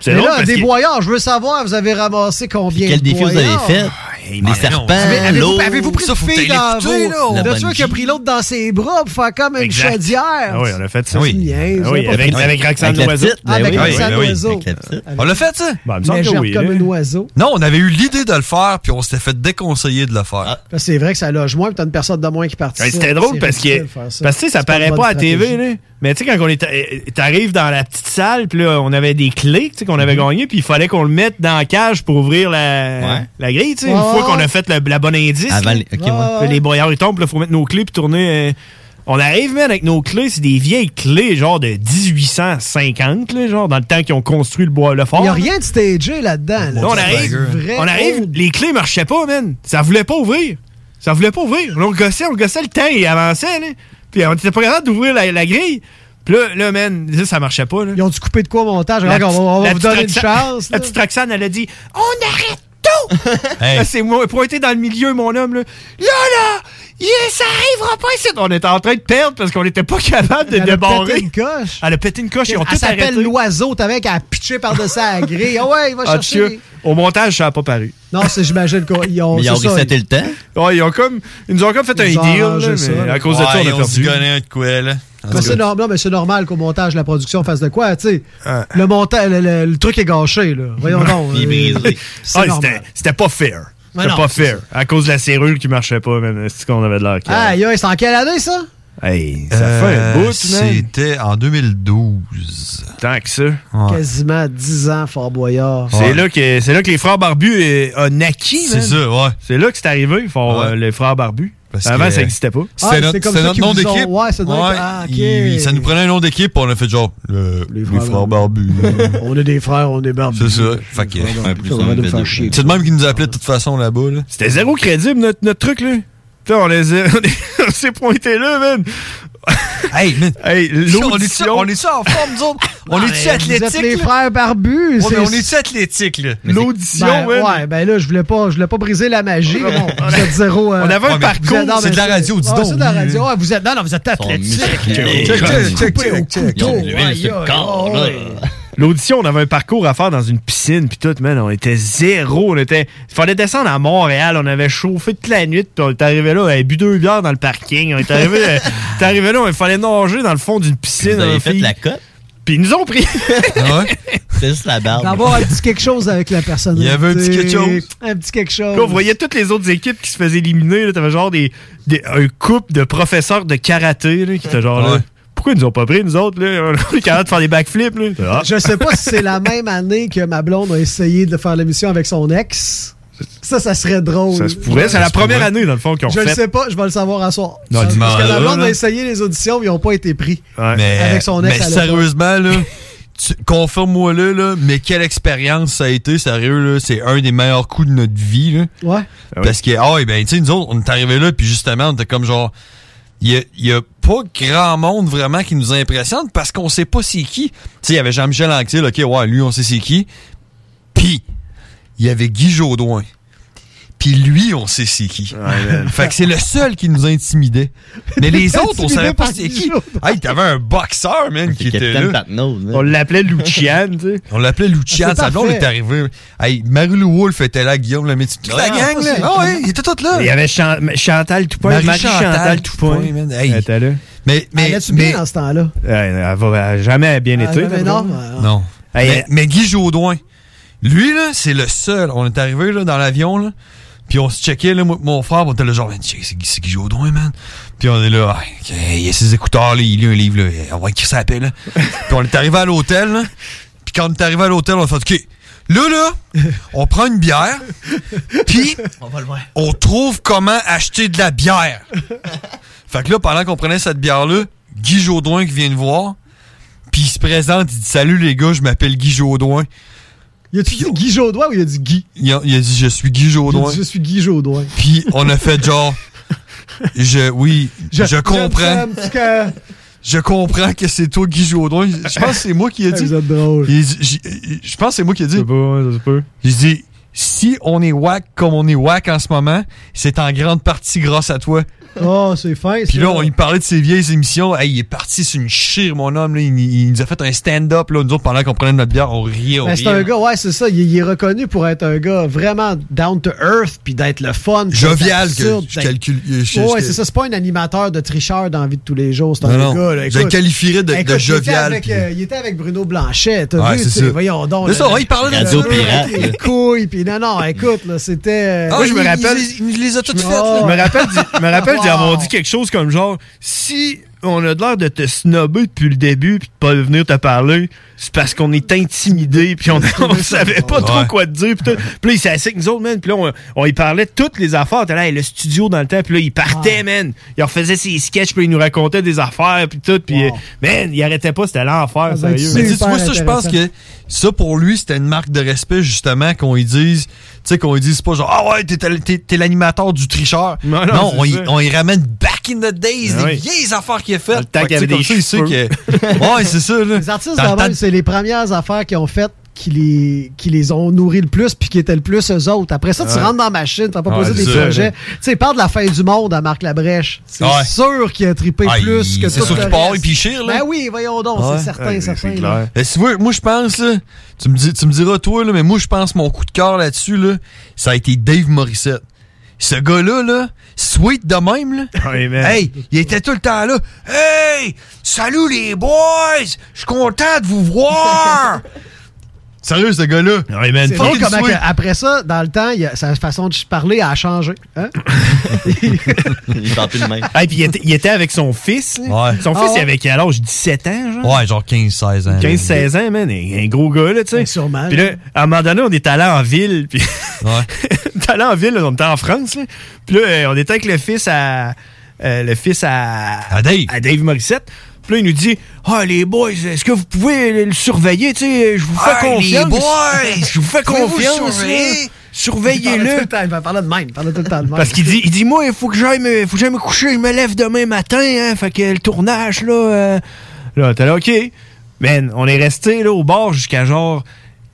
[SPEAKER 1] C'est
[SPEAKER 2] Mais
[SPEAKER 1] drôle
[SPEAKER 2] là,
[SPEAKER 1] parce
[SPEAKER 2] des
[SPEAKER 1] que-
[SPEAKER 2] boyards, je veux savoir, vous avez ramassé combien
[SPEAKER 5] Quel
[SPEAKER 2] de
[SPEAKER 5] défi vous avez
[SPEAKER 2] boyards?
[SPEAKER 5] fait?
[SPEAKER 1] Ah,
[SPEAKER 3] mais
[SPEAKER 5] Les
[SPEAKER 3] non.
[SPEAKER 2] Avez-
[SPEAKER 5] serpents,
[SPEAKER 2] Avez-vous
[SPEAKER 5] l'eau.
[SPEAKER 2] avez-vous pris
[SPEAKER 3] Ça,
[SPEAKER 2] une
[SPEAKER 3] faut
[SPEAKER 2] fille
[SPEAKER 3] t'aller
[SPEAKER 2] dans
[SPEAKER 3] l'écouter, là.
[SPEAKER 2] vos...
[SPEAKER 5] La
[SPEAKER 2] De ceux
[SPEAKER 5] bungee.
[SPEAKER 2] qui a pris l'autre dans ses bras pour faire comme une
[SPEAKER 1] Exact.
[SPEAKER 2] chaudière.
[SPEAKER 1] Ah oui, on a fait ça.
[SPEAKER 3] Ah oui.
[SPEAKER 1] Ah
[SPEAKER 2] Niaise,
[SPEAKER 1] oui,
[SPEAKER 2] j'ai pas
[SPEAKER 1] avec,
[SPEAKER 2] fait
[SPEAKER 1] avec Roxane
[SPEAKER 5] Avec la
[SPEAKER 1] Loiseau.
[SPEAKER 5] petite.
[SPEAKER 2] Ah, avec
[SPEAKER 5] ben oui,
[SPEAKER 2] Roxane
[SPEAKER 5] ben oui.
[SPEAKER 2] Loiseau.
[SPEAKER 5] Avec la petite.
[SPEAKER 3] On l'a fait, ça?
[SPEAKER 1] Bon, Ben, il me semble que
[SPEAKER 2] Légère
[SPEAKER 1] oui,
[SPEAKER 2] comme
[SPEAKER 1] là.
[SPEAKER 2] un oiseau.
[SPEAKER 3] Non, on avait eu l'idée de le faire, puis on s'était fait déconseiller de le faire.
[SPEAKER 5] Ah.
[SPEAKER 2] Là, C'est vrai que ça loge moins, puis t'as une personne de moins qui
[SPEAKER 1] Ouais,
[SPEAKER 2] participe.
[SPEAKER 1] C'était drôle
[SPEAKER 2] C'est
[SPEAKER 1] parce que
[SPEAKER 2] ridicule de faire
[SPEAKER 1] parce que tu sais, ça
[SPEAKER 2] C'est une
[SPEAKER 1] paraît
[SPEAKER 2] bonne
[SPEAKER 1] pas à
[SPEAKER 2] stratégie.
[SPEAKER 1] TV là. Mais tu sais quand on est euh, t'arrives dans la petite salle puis là on avait des clés tu sais qu'on
[SPEAKER 2] Mm-hmm.
[SPEAKER 1] avait gagné puis il fallait qu'on le mette dans la cage pour ouvrir la
[SPEAKER 5] Ouais.
[SPEAKER 1] la grille tu sais
[SPEAKER 2] Ouais,
[SPEAKER 1] une fois
[SPEAKER 2] ouais.
[SPEAKER 1] qu'on a fait le- la bonne indice.
[SPEAKER 5] Avant
[SPEAKER 1] là.
[SPEAKER 5] les- ok, ouais.
[SPEAKER 1] Puis Les boyards ils tombent, il faut mettre nos clés puis tourner. euh, on arrive même avec nos clés, c'est des vieilles clés genre de 1850 là, genre dans le temps qu'ils ont construit le bois le
[SPEAKER 2] Il
[SPEAKER 1] fort.
[SPEAKER 2] n'y a
[SPEAKER 1] là.
[SPEAKER 2] rien de stagé là-dedans. là.
[SPEAKER 1] Là, on
[SPEAKER 3] C'est
[SPEAKER 1] arrive,
[SPEAKER 2] vrai
[SPEAKER 1] on arrive,
[SPEAKER 2] old.
[SPEAKER 1] les clés marchaient pas, man. Ça voulait pas ouvrir. Ça voulait pas ouvrir. Là, on gossait, on gossait, le temps, il avançait, là. Puis on était pas capable d'ouvrir la, la grille. Puis là, là, man, là, ça marchait pas, là.
[SPEAKER 2] Ils ont dû couper de quoi au montage?
[SPEAKER 1] La
[SPEAKER 2] Regarde, on va, on va
[SPEAKER 1] petite-
[SPEAKER 2] vous donner une
[SPEAKER 1] petite Roxane-
[SPEAKER 2] chance.
[SPEAKER 1] La
[SPEAKER 2] là.
[SPEAKER 1] petite Roxane, elle a dit « On arrête tout!
[SPEAKER 3] Hey.
[SPEAKER 1] Là, C'est moi, pointé dans le milieu, mon homme, là. « Là, là, yeah, ça arrivera pas ici! » On était en train de perdre parce qu'on était pas capable de
[SPEAKER 2] Elle a pété
[SPEAKER 1] débarrer.
[SPEAKER 2] une coche.
[SPEAKER 1] Elle a pété une coche, ils ont
[SPEAKER 2] Elle
[SPEAKER 1] tout
[SPEAKER 2] s'appelle
[SPEAKER 1] arrêté.
[SPEAKER 2] l'oiseau, t'avais qu'à pitcher par-dessus la grille. Ah ouais, il va
[SPEAKER 1] Ah,
[SPEAKER 2] chercher.
[SPEAKER 1] Dieu. Au montage, ça a pas paru.
[SPEAKER 2] Non, c'est j'imagine qu'ils ont.
[SPEAKER 5] Mais ils ont
[SPEAKER 2] Oh, c'est ça,
[SPEAKER 5] resetté le temps.
[SPEAKER 1] Ouais, ils, ont comme, ils nous ont comme fait
[SPEAKER 2] Ils
[SPEAKER 1] un
[SPEAKER 2] ont
[SPEAKER 1] deal, là,
[SPEAKER 2] arrangé
[SPEAKER 1] mais
[SPEAKER 2] ça, là.
[SPEAKER 1] à cause de ça, on a
[SPEAKER 3] Ouais, on se
[SPEAKER 1] perdu.
[SPEAKER 3] connaît un de quoi, là. En
[SPEAKER 2] Mais
[SPEAKER 3] tout
[SPEAKER 2] c'est
[SPEAKER 3] cas,
[SPEAKER 2] normal, mais c'est normal qu'au montage, la production fasse de quoi, tu sais. Le, monta- le, le- le truc est gâché, là. Voyons donc.
[SPEAKER 5] Il est
[SPEAKER 2] euh,
[SPEAKER 5] brisé.
[SPEAKER 2] c'est
[SPEAKER 1] Ah,
[SPEAKER 2] normal.
[SPEAKER 1] c'était- c'était pas fair.
[SPEAKER 2] Mais
[SPEAKER 1] C'était
[SPEAKER 2] non,
[SPEAKER 1] pas
[SPEAKER 2] c'est
[SPEAKER 1] fair. À cause de la serrure qui marchait pas, même. C'est qu'on avait de l'air.
[SPEAKER 2] Aïe, aïe, c'est en quelle année, ça?
[SPEAKER 5] Ah.
[SPEAKER 1] Hey, ça fait un
[SPEAKER 3] euh,
[SPEAKER 1] bout, man.
[SPEAKER 3] C'était en 2012.
[SPEAKER 1] Tant que ça.
[SPEAKER 3] Ouais.
[SPEAKER 2] Quasiment 10 ans, Fort Boyard.
[SPEAKER 1] C'est là que c'est là que les frères barbus euh, ont naquis,
[SPEAKER 3] C'est
[SPEAKER 1] man.
[SPEAKER 3] ça, ouais.
[SPEAKER 1] C'est là que c'est arrivé, fort,
[SPEAKER 3] Ouais.
[SPEAKER 1] euh, les frères barbus.
[SPEAKER 3] Parce
[SPEAKER 1] Avant,
[SPEAKER 3] que-
[SPEAKER 1] ça n'existait pas.
[SPEAKER 3] C'était
[SPEAKER 2] Ah, c'est
[SPEAKER 3] notre,
[SPEAKER 2] comme
[SPEAKER 3] c'était
[SPEAKER 2] ça
[SPEAKER 3] notre
[SPEAKER 2] qu'ils
[SPEAKER 3] nom
[SPEAKER 2] vous ont-
[SPEAKER 3] d'équipe.
[SPEAKER 2] ouais, c'est notre- ah, ok.
[SPEAKER 3] il- ça nous prenait un nom d'équipe, puis on a fait genre le- les, frères, barbus.
[SPEAKER 2] On est des frères, on est barbus.
[SPEAKER 3] c'est ça. Fait que-
[SPEAKER 5] Un plus
[SPEAKER 2] Ça
[SPEAKER 5] un,
[SPEAKER 2] va nous
[SPEAKER 5] fait deux.
[SPEAKER 2] faire chier.
[SPEAKER 3] C'est le même qui nous appelait de toute façon là-bas. Là.
[SPEAKER 1] C'était zéro crédible, notre, notre truc, là. Putain, on les a- on s'est pointé là, man.
[SPEAKER 3] Hey, man.
[SPEAKER 1] Hey,
[SPEAKER 3] On est-tu
[SPEAKER 1] l'audition.
[SPEAKER 3] on est-tu en forme, nous autres? On est-tu
[SPEAKER 2] Ah, Vous êtes les
[SPEAKER 3] athlétique? là?
[SPEAKER 2] frères barbus.
[SPEAKER 3] On
[SPEAKER 2] c'est-
[SPEAKER 3] on est-tu athlétique, là?
[SPEAKER 1] L'audition,
[SPEAKER 2] Ben,
[SPEAKER 1] man.
[SPEAKER 2] ouais, ben là, je voulais pas, je voulais pas briser la magie. mais bon, vous êtes zéro. euh,
[SPEAKER 1] On avait un
[SPEAKER 3] Ouais, mais
[SPEAKER 1] parcours.
[SPEAKER 2] vous êtes- non,
[SPEAKER 3] c'est
[SPEAKER 2] mais
[SPEAKER 3] de la radio, dis
[SPEAKER 2] ouais,
[SPEAKER 3] donc.
[SPEAKER 2] C'est de la radio. Ouais, vous êtes, non, non, vous êtes
[SPEAKER 5] Ils sont
[SPEAKER 2] athlétique.
[SPEAKER 5] musclés.
[SPEAKER 3] Check, check, check,
[SPEAKER 2] Coupé au
[SPEAKER 3] check, check.
[SPEAKER 5] Ils ont
[SPEAKER 2] couteau.
[SPEAKER 5] de l'huile sur
[SPEAKER 2] Aïe,
[SPEAKER 5] le corps,
[SPEAKER 2] aïe,
[SPEAKER 5] là.
[SPEAKER 2] aïe.
[SPEAKER 1] L'audition, on avait un parcours à faire dans une piscine, puis tout, man, on était zéro, on était... Il fallait descendre à Montréal, on avait chauffé toute la nuit, puis on est arrivé là, on avait bu deux bières dans le parking, on est arrivé, euh, on est arrivé là, il fallait nager dans le fond d'une piscine,
[SPEAKER 5] Vous avez
[SPEAKER 1] en
[SPEAKER 5] fait
[SPEAKER 1] fille.
[SPEAKER 5] la cote.
[SPEAKER 1] puis ils nous ont pris...
[SPEAKER 3] Ah ouais?
[SPEAKER 5] C'est juste la barbe.
[SPEAKER 2] D'avoir un petit quelque chose avec la personne.
[SPEAKER 3] Il y avait un petit quelque chose.
[SPEAKER 2] Un petit quelque chose.
[SPEAKER 1] Puis on voyait toutes les autres équipes qui se faisaient éliminer, là, t'avais genre des, des- un couple de professeurs de karaté, là, qui étaient genre là,
[SPEAKER 3] Ouais.
[SPEAKER 1] Pourquoi ils nous ont pas pris, nous autres, là? On est capables de faire des backflips, là. Ah,
[SPEAKER 2] Je sais pas si c'est la même année que ma blonde a essayé de faire l'émission avec son ex. Ça, ça serait drôle.
[SPEAKER 1] ça se pourrait, c'est
[SPEAKER 3] Ça
[SPEAKER 1] la
[SPEAKER 3] se
[SPEAKER 1] première
[SPEAKER 3] pourrait.
[SPEAKER 1] année, dans le fond, qu'on
[SPEAKER 2] Je le
[SPEAKER 1] fait.
[SPEAKER 2] sais pas, je vais le savoir à soir.
[SPEAKER 3] Non,
[SPEAKER 2] Parce
[SPEAKER 3] dis-moi,
[SPEAKER 2] que
[SPEAKER 3] là,
[SPEAKER 2] ma blonde
[SPEAKER 3] là.
[SPEAKER 2] a essayé les auditions, mais ils n'ont pas été pris.
[SPEAKER 1] Ouais.
[SPEAKER 3] Mais,
[SPEAKER 2] Avec son ex,
[SPEAKER 3] mais
[SPEAKER 2] elle a
[SPEAKER 3] sérieusement, là, tu- confirme-moi-le, là, mais quelle expérience ça a été, sérieux, là, c'est un des meilleurs coups de notre vie, là.
[SPEAKER 2] Ouais.
[SPEAKER 1] Ah oui.
[SPEAKER 3] Parce que, ah, ouais, ben, tu sais, nous autres, on est arrivés là, puis justement, on était comme genre, il y a, il y a pas grand monde vraiment qui nous impressionne parce qu'on sait pas c'est qui. Tu sais, il y avait Jean-Michel Anctil, ok, ouais, lui, on sait c'est qui. Puis, il y avait Guy Jodoin. Puis lui, on sait c'est qui. fait que c'est le seul qui nous intimidait. Mais les autres, on savait pas c'est qui.
[SPEAKER 2] Intimidé par
[SPEAKER 3] Hey, t'avais un boxeur, man, qui
[SPEAKER 5] C'est
[SPEAKER 3] était
[SPEAKER 5] Capitaine
[SPEAKER 3] là.
[SPEAKER 5] Patnaud, là.
[SPEAKER 1] On l'appelait Lucian, tu sais.
[SPEAKER 3] On l'appelait
[SPEAKER 2] Ah,
[SPEAKER 3] Lucian,
[SPEAKER 2] c'est
[SPEAKER 3] sa blonde
[SPEAKER 2] parfait.
[SPEAKER 3] est arrivée. Hey, Marie-Lou Wolfe était là, Guillaume, le métier. Toute la
[SPEAKER 2] Ah,
[SPEAKER 3] gang, là.
[SPEAKER 2] c'est-
[SPEAKER 3] Ah ouais, ils étaient tous là.
[SPEAKER 1] Il y avait Chan- Chantal Toupin,
[SPEAKER 3] Marie
[SPEAKER 1] Marie-Chantal
[SPEAKER 3] Chantal
[SPEAKER 1] Toupin.
[SPEAKER 3] Toupin, man. Hey.
[SPEAKER 1] Elle était là.
[SPEAKER 3] Mais, mais,
[SPEAKER 2] Ah, Elle a-tu
[SPEAKER 3] mais-
[SPEAKER 2] bien dans ce temps-là?
[SPEAKER 1] Elle, elle va elle a jamais bien
[SPEAKER 2] Ah,
[SPEAKER 1] été.
[SPEAKER 2] mais
[SPEAKER 1] t'as
[SPEAKER 2] non,
[SPEAKER 1] pas
[SPEAKER 2] mais-
[SPEAKER 3] Non.
[SPEAKER 1] Hey,
[SPEAKER 3] mais,
[SPEAKER 1] euh,
[SPEAKER 3] mais Guy Jodoin, lui, là, c'est le seul. On est arrivé là, dans l'avion, là, puis on se checkait, là, moi, mon frère, on était là, genre, Man, check, c'est Guy, c'est Guy Jodoin, man. Puis on est là, Ah, ok, il a ses écouteurs, là, il lit un livre, là, Eh, on va écrire sa paix, là. puis on est arrivé à l'hôtel, là, puis quand on est arrivé à l'hôtel, on a fait, OK, là, là, on prend une bière, puis on trouve comment acheter de la bière. Fait que là, pendant qu'on prenait cette bière-là, Guy Jodoin qui vient nous voir, Puis il se présente, il dit Salut les gars, je m'appelle Guy Jodoin.
[SPEAKER 2] Il a-tu dit Guy Jodoin ou il a dit Guy?
[SPEAKER 3] Il a, il a dit Je suis Guy
[SPEAKER 2] Il a
[SPEAKER 3] Jodoin.
[SPEAKER 2] dit, je suis Guy Jodoin.
[SPEAKER 3] Puis on a fait genre Je, oui, je, comprends.
[SPEAKER 2] j'aime ça, parce que-
[SPEAKER 3] Je comprends que c'est toi Guy Jodoin. Je pense que c'est moi qui ai dit.
[SPEAKER 2] Vous êtes drôle.
[SPEAKER 3] Il dit- j'ai- Je pense que c'est moi qui ai dit.
[SPEAKER 1] C'est pas, ouais, ça se peut.
[SPEAKER 3] Je dis, si on est whack comme on est whack en ce moment, c'est en grande partie grâce à toi.
[SPEAKER 2] Oh, c'est fin.
[SPEAKER 3] Puis là, on lui parlait de ses vieilles émissions. Hey, il est parti sur une chire, mon homme. là. Il, il nous a fait un stand-up. là. Nous autres, pendant qu'on prenait notre bière, on riait. on
[SPEAKER 2] Mais Ben, c'est
[SPEAKER 3] riait.
[SPEAKER 2] un gars, ouais, c'est ça. Il, il est reconnu pour être un gars vraiment down to earth, puis d'être le fun. puis
[SPEAKER 3] Jovial
[SPEAKER 2] d'être
[SPEAKER 3] que
[SPEAKER 2] absurde,
[SPEAKER 3] je
[SPEAKER 2] d'être-
[SPEAKER 3] calcule. je-
[SPEAKER 2] Ouais,
[SPEAKER 3] je-
[SPEAKER 2] c'est ça. C'est pas un animateur de tricheur dans la vie de tous les jours. C'est un
[SPEAKER 3] Non, non.
[SPEAKER 2] gars, là.
[SPEAKER 3] je le
[SPEAKER 2] écoute,
[SPEAKER 3] qualifierais de, de
[SPEAKER 2] écoute, il était
[SPEAKER 3] jovial.
[SPEAKER 2] avec,
[SPEAKER 3] puis-
[SPEAKER 2] euh, il était avec Bruno Blanchet. T'as
[SPEAKER 3] Ouais,
[SPEAKER 2] vu,
[SPEAKER 3] c'est
[SPEAKER 2] tu sais,
[SPEAKER 3] ça.
[SPEAKER 2] voyons donc.
[SPEAKER 3] Mais
[SPEAKER 2] là,
[SPEAKER 3] ça, ouais, il parlait de
[SPEAKER 6] Radio
[SPEAKER 3] ça.
[SPEAKER 6] Pirate.
[SPEAKER 2] les couilles, puis non, non, écoute, là, c'était.
[SPEAKER 3] Ah,
[SPEAKER 1] Moi, je me
[SPEAKER 3] il-
[SPEAKER 1] rappelle-
[SPEAKER 3] Il, il les a toutes
[SPEAKER 2] Je me-
[SPEAKER 3] faites. là.
[SPEAKER 1] Je me rappelle, d'y- je me rappelle d'y
[SPEAKER 2] Wow.
[SPEAKER 1] avoir dit quelque chose comme genre si on a de l'air de te snobber depuis le début puis de pas venir te parler, c'est parce qu'on est intimidé puis on, on savait pas trop
[SPEAKER 3] Ouais.
[SPEAKER 1] quoi te dire puis tout. Puis là, il s'est assis avec nous autres, man, puis là on, on y parlait de toutes les affaires, t'es là Hey, le studio dans le temps, puis là il partait, man. Il refaisait ses sketchs, puis il nous racontait des affaires puis tout, puis
[SPEAKER 2] Wow.
[SPEAKER 1] euh, man, il arrêtait pas, c'était l'enfer,
[SPEAKER 2] Ah, ben,
[SPEAKER 1] sérieux.
[SPEAKER 2] tu-
[SPEAKER 3] Mais tu sais, tu
[SPEAKER 2] Super
[SPEAKER 3] vois, ça, je pense que
[SPEAKER 2] intéressant.
[SPEAKER 3] ça, pour lui, c'était une marque de respect, justement, qu'on lui dise, tu sais, qu'on lui dise pas genre, ah ouais, t'es, t'es- t'es l'animateur du tricheur.
[SPEAKER 1] Non, non, c'est
[SPEAKER 3] on, y,
[SPEAKER 1] ça.
[SPEAKER 3] on y ramène back in the days,
[SPEAKER 1] Ah
[SPEAKER 3] des
[SPEAKER 1] oui.
[SPEAKER 3] vieilles affaires qu'il a faites.
[SPEAKER 1] Dans le temps
[SPEAKER 3] Fait que, tu sais,
[SPEAKER 1] qu'il y avait
[SPEAKER 3] comme ça, il
[SPEAKER 1] des
[SPEAKER 3] sait que- ouais, c'est ça, là.
[SPEAKER 2] Les artistes,
[SPEAKER 3] Dans le
[SPEAKER 2] de
[SPEAKER 3] temps
[SPEAKER 2] même,
[SPEAKER 3] de-
[SPEAKER 2] c'est les premières affaires qu'ils ont faites qui les, qui les ont nourris le plus puis qui étaient le plus eux autres. Après ça, tu rentres dans la machine, t'as pas
[SPEAKER 3] Ouais,
[SPEAKER 2] posé
[SPEAKER 3] c'est
[SPEAKER 2] des
[SPEAKER 3] ça,
[SPEAKER 2] projets. Tu sais, parle de la fin du monde à Marc Labrèche. C'est
[SPEAKER 3] Ouais.
[SPEAKER 2] sûr qu'il a trippé
[SPEAKER 3] Ah,
[SPEAKER 2] plus
[SPEAKER 3] il-
[SPEAKER 2] que
[SPEAKER 3] c'est
[SPEAKER 2] tout
[SPEAKER 3] sûr
[SPEAKER 2] le
[SPEAKER 3] qu'il part,
[SPEAKER 2] reste.
[SPEAKER 3] il pichire, là.
[SPEAKER 2] Ben oui, voyons donc,
[SPEAKER 3] Ah Ouais.
[SPEAKER 2] c'est certain, certain. là.
[SPEAKER 3] Mais si vous, moi, je pense, là, tu me, dis, tu me diras, toi, là, mais moi, je pense, mon coup de cœur là-dessus, là, ça a été Dave Morissette. Ce gars-là, là, sweet de même, là.
[SPEAKER 1] Ouais, man.
[SPEAKER 3] Hey, il était tout le temps là. Hey, salut les boys, je suis content de vous voir. Sérieux, ce gars-là.
[SPEAKER 1] Ah, Ouais, man,
[SPEAKER 2] C'est drôle
[SPEAKER 3] Fucking
[SPEAKER 2] comment
[SPEAKER 3] sweet.
[SPEAKER 2] que après ça, dans le temps, il y a- sa façon de parler a changé. Hein?
[SPEAKER 6] Il parle plus de même.
[SPEAKER 1] Hey, puis il était, il était avec son fils. là.
[SPEAKER 3] Ouais.
[SPEAKER 1] Son fils,
[SPEAKER 2] Ah ouais.
[SPEAKER 1] il avait quel âge? 17 ans, genre?
[SPEAKER 3] Ouais, genre 15-16 ans.
[SPEAKER 1] 15-16 ans, man. Un un gros gars, là, tu sais.
[SPEAKER 2] Ben, sûrement,
[SPEAKER 1] Puis là, à un moment donné, on est allé en ville. Puis
[SPEAKER 3] Ouais.
[SPEAKER 1] allé en ville, là, on était en France, là. Puis là, euh, on était avec le fils à. euh, le fils à.
[SPEAKER 3] À Dave.
[SPEAKER 1] À Dave Morissette. Puis là, il nous dit Ah, les boys, est-ce que vous pouvez le surveiller, tu sais? Je vous fais
[SPEAKER 3] Hey, Ah, les
[SPEAKER 1] confiance.
[SPEAKER 3] boys!
[SPEAKER 1] Je vous fais
[SPEAKER 3] Pouvez-vous
[SPEAKER 1] confiance, là.
[SPEAKER 3] surveiller?
[SPEAKER 2] Il parlait tout
[SPEAKER 1] Surveillez-le.
[SPEAKER 2] le temps, il parlait de même. Il parlait tout le temps de même.
[SPEAKER 1] Parce qu'il dit, il dit, moi, il faut que j'aille me, faut que j'aille me coucher, je me lève demain matin, hein, fait que le tournage, là, euh, là, t'es là, ok. Man, on est resté, là, au bar jusqu'à genre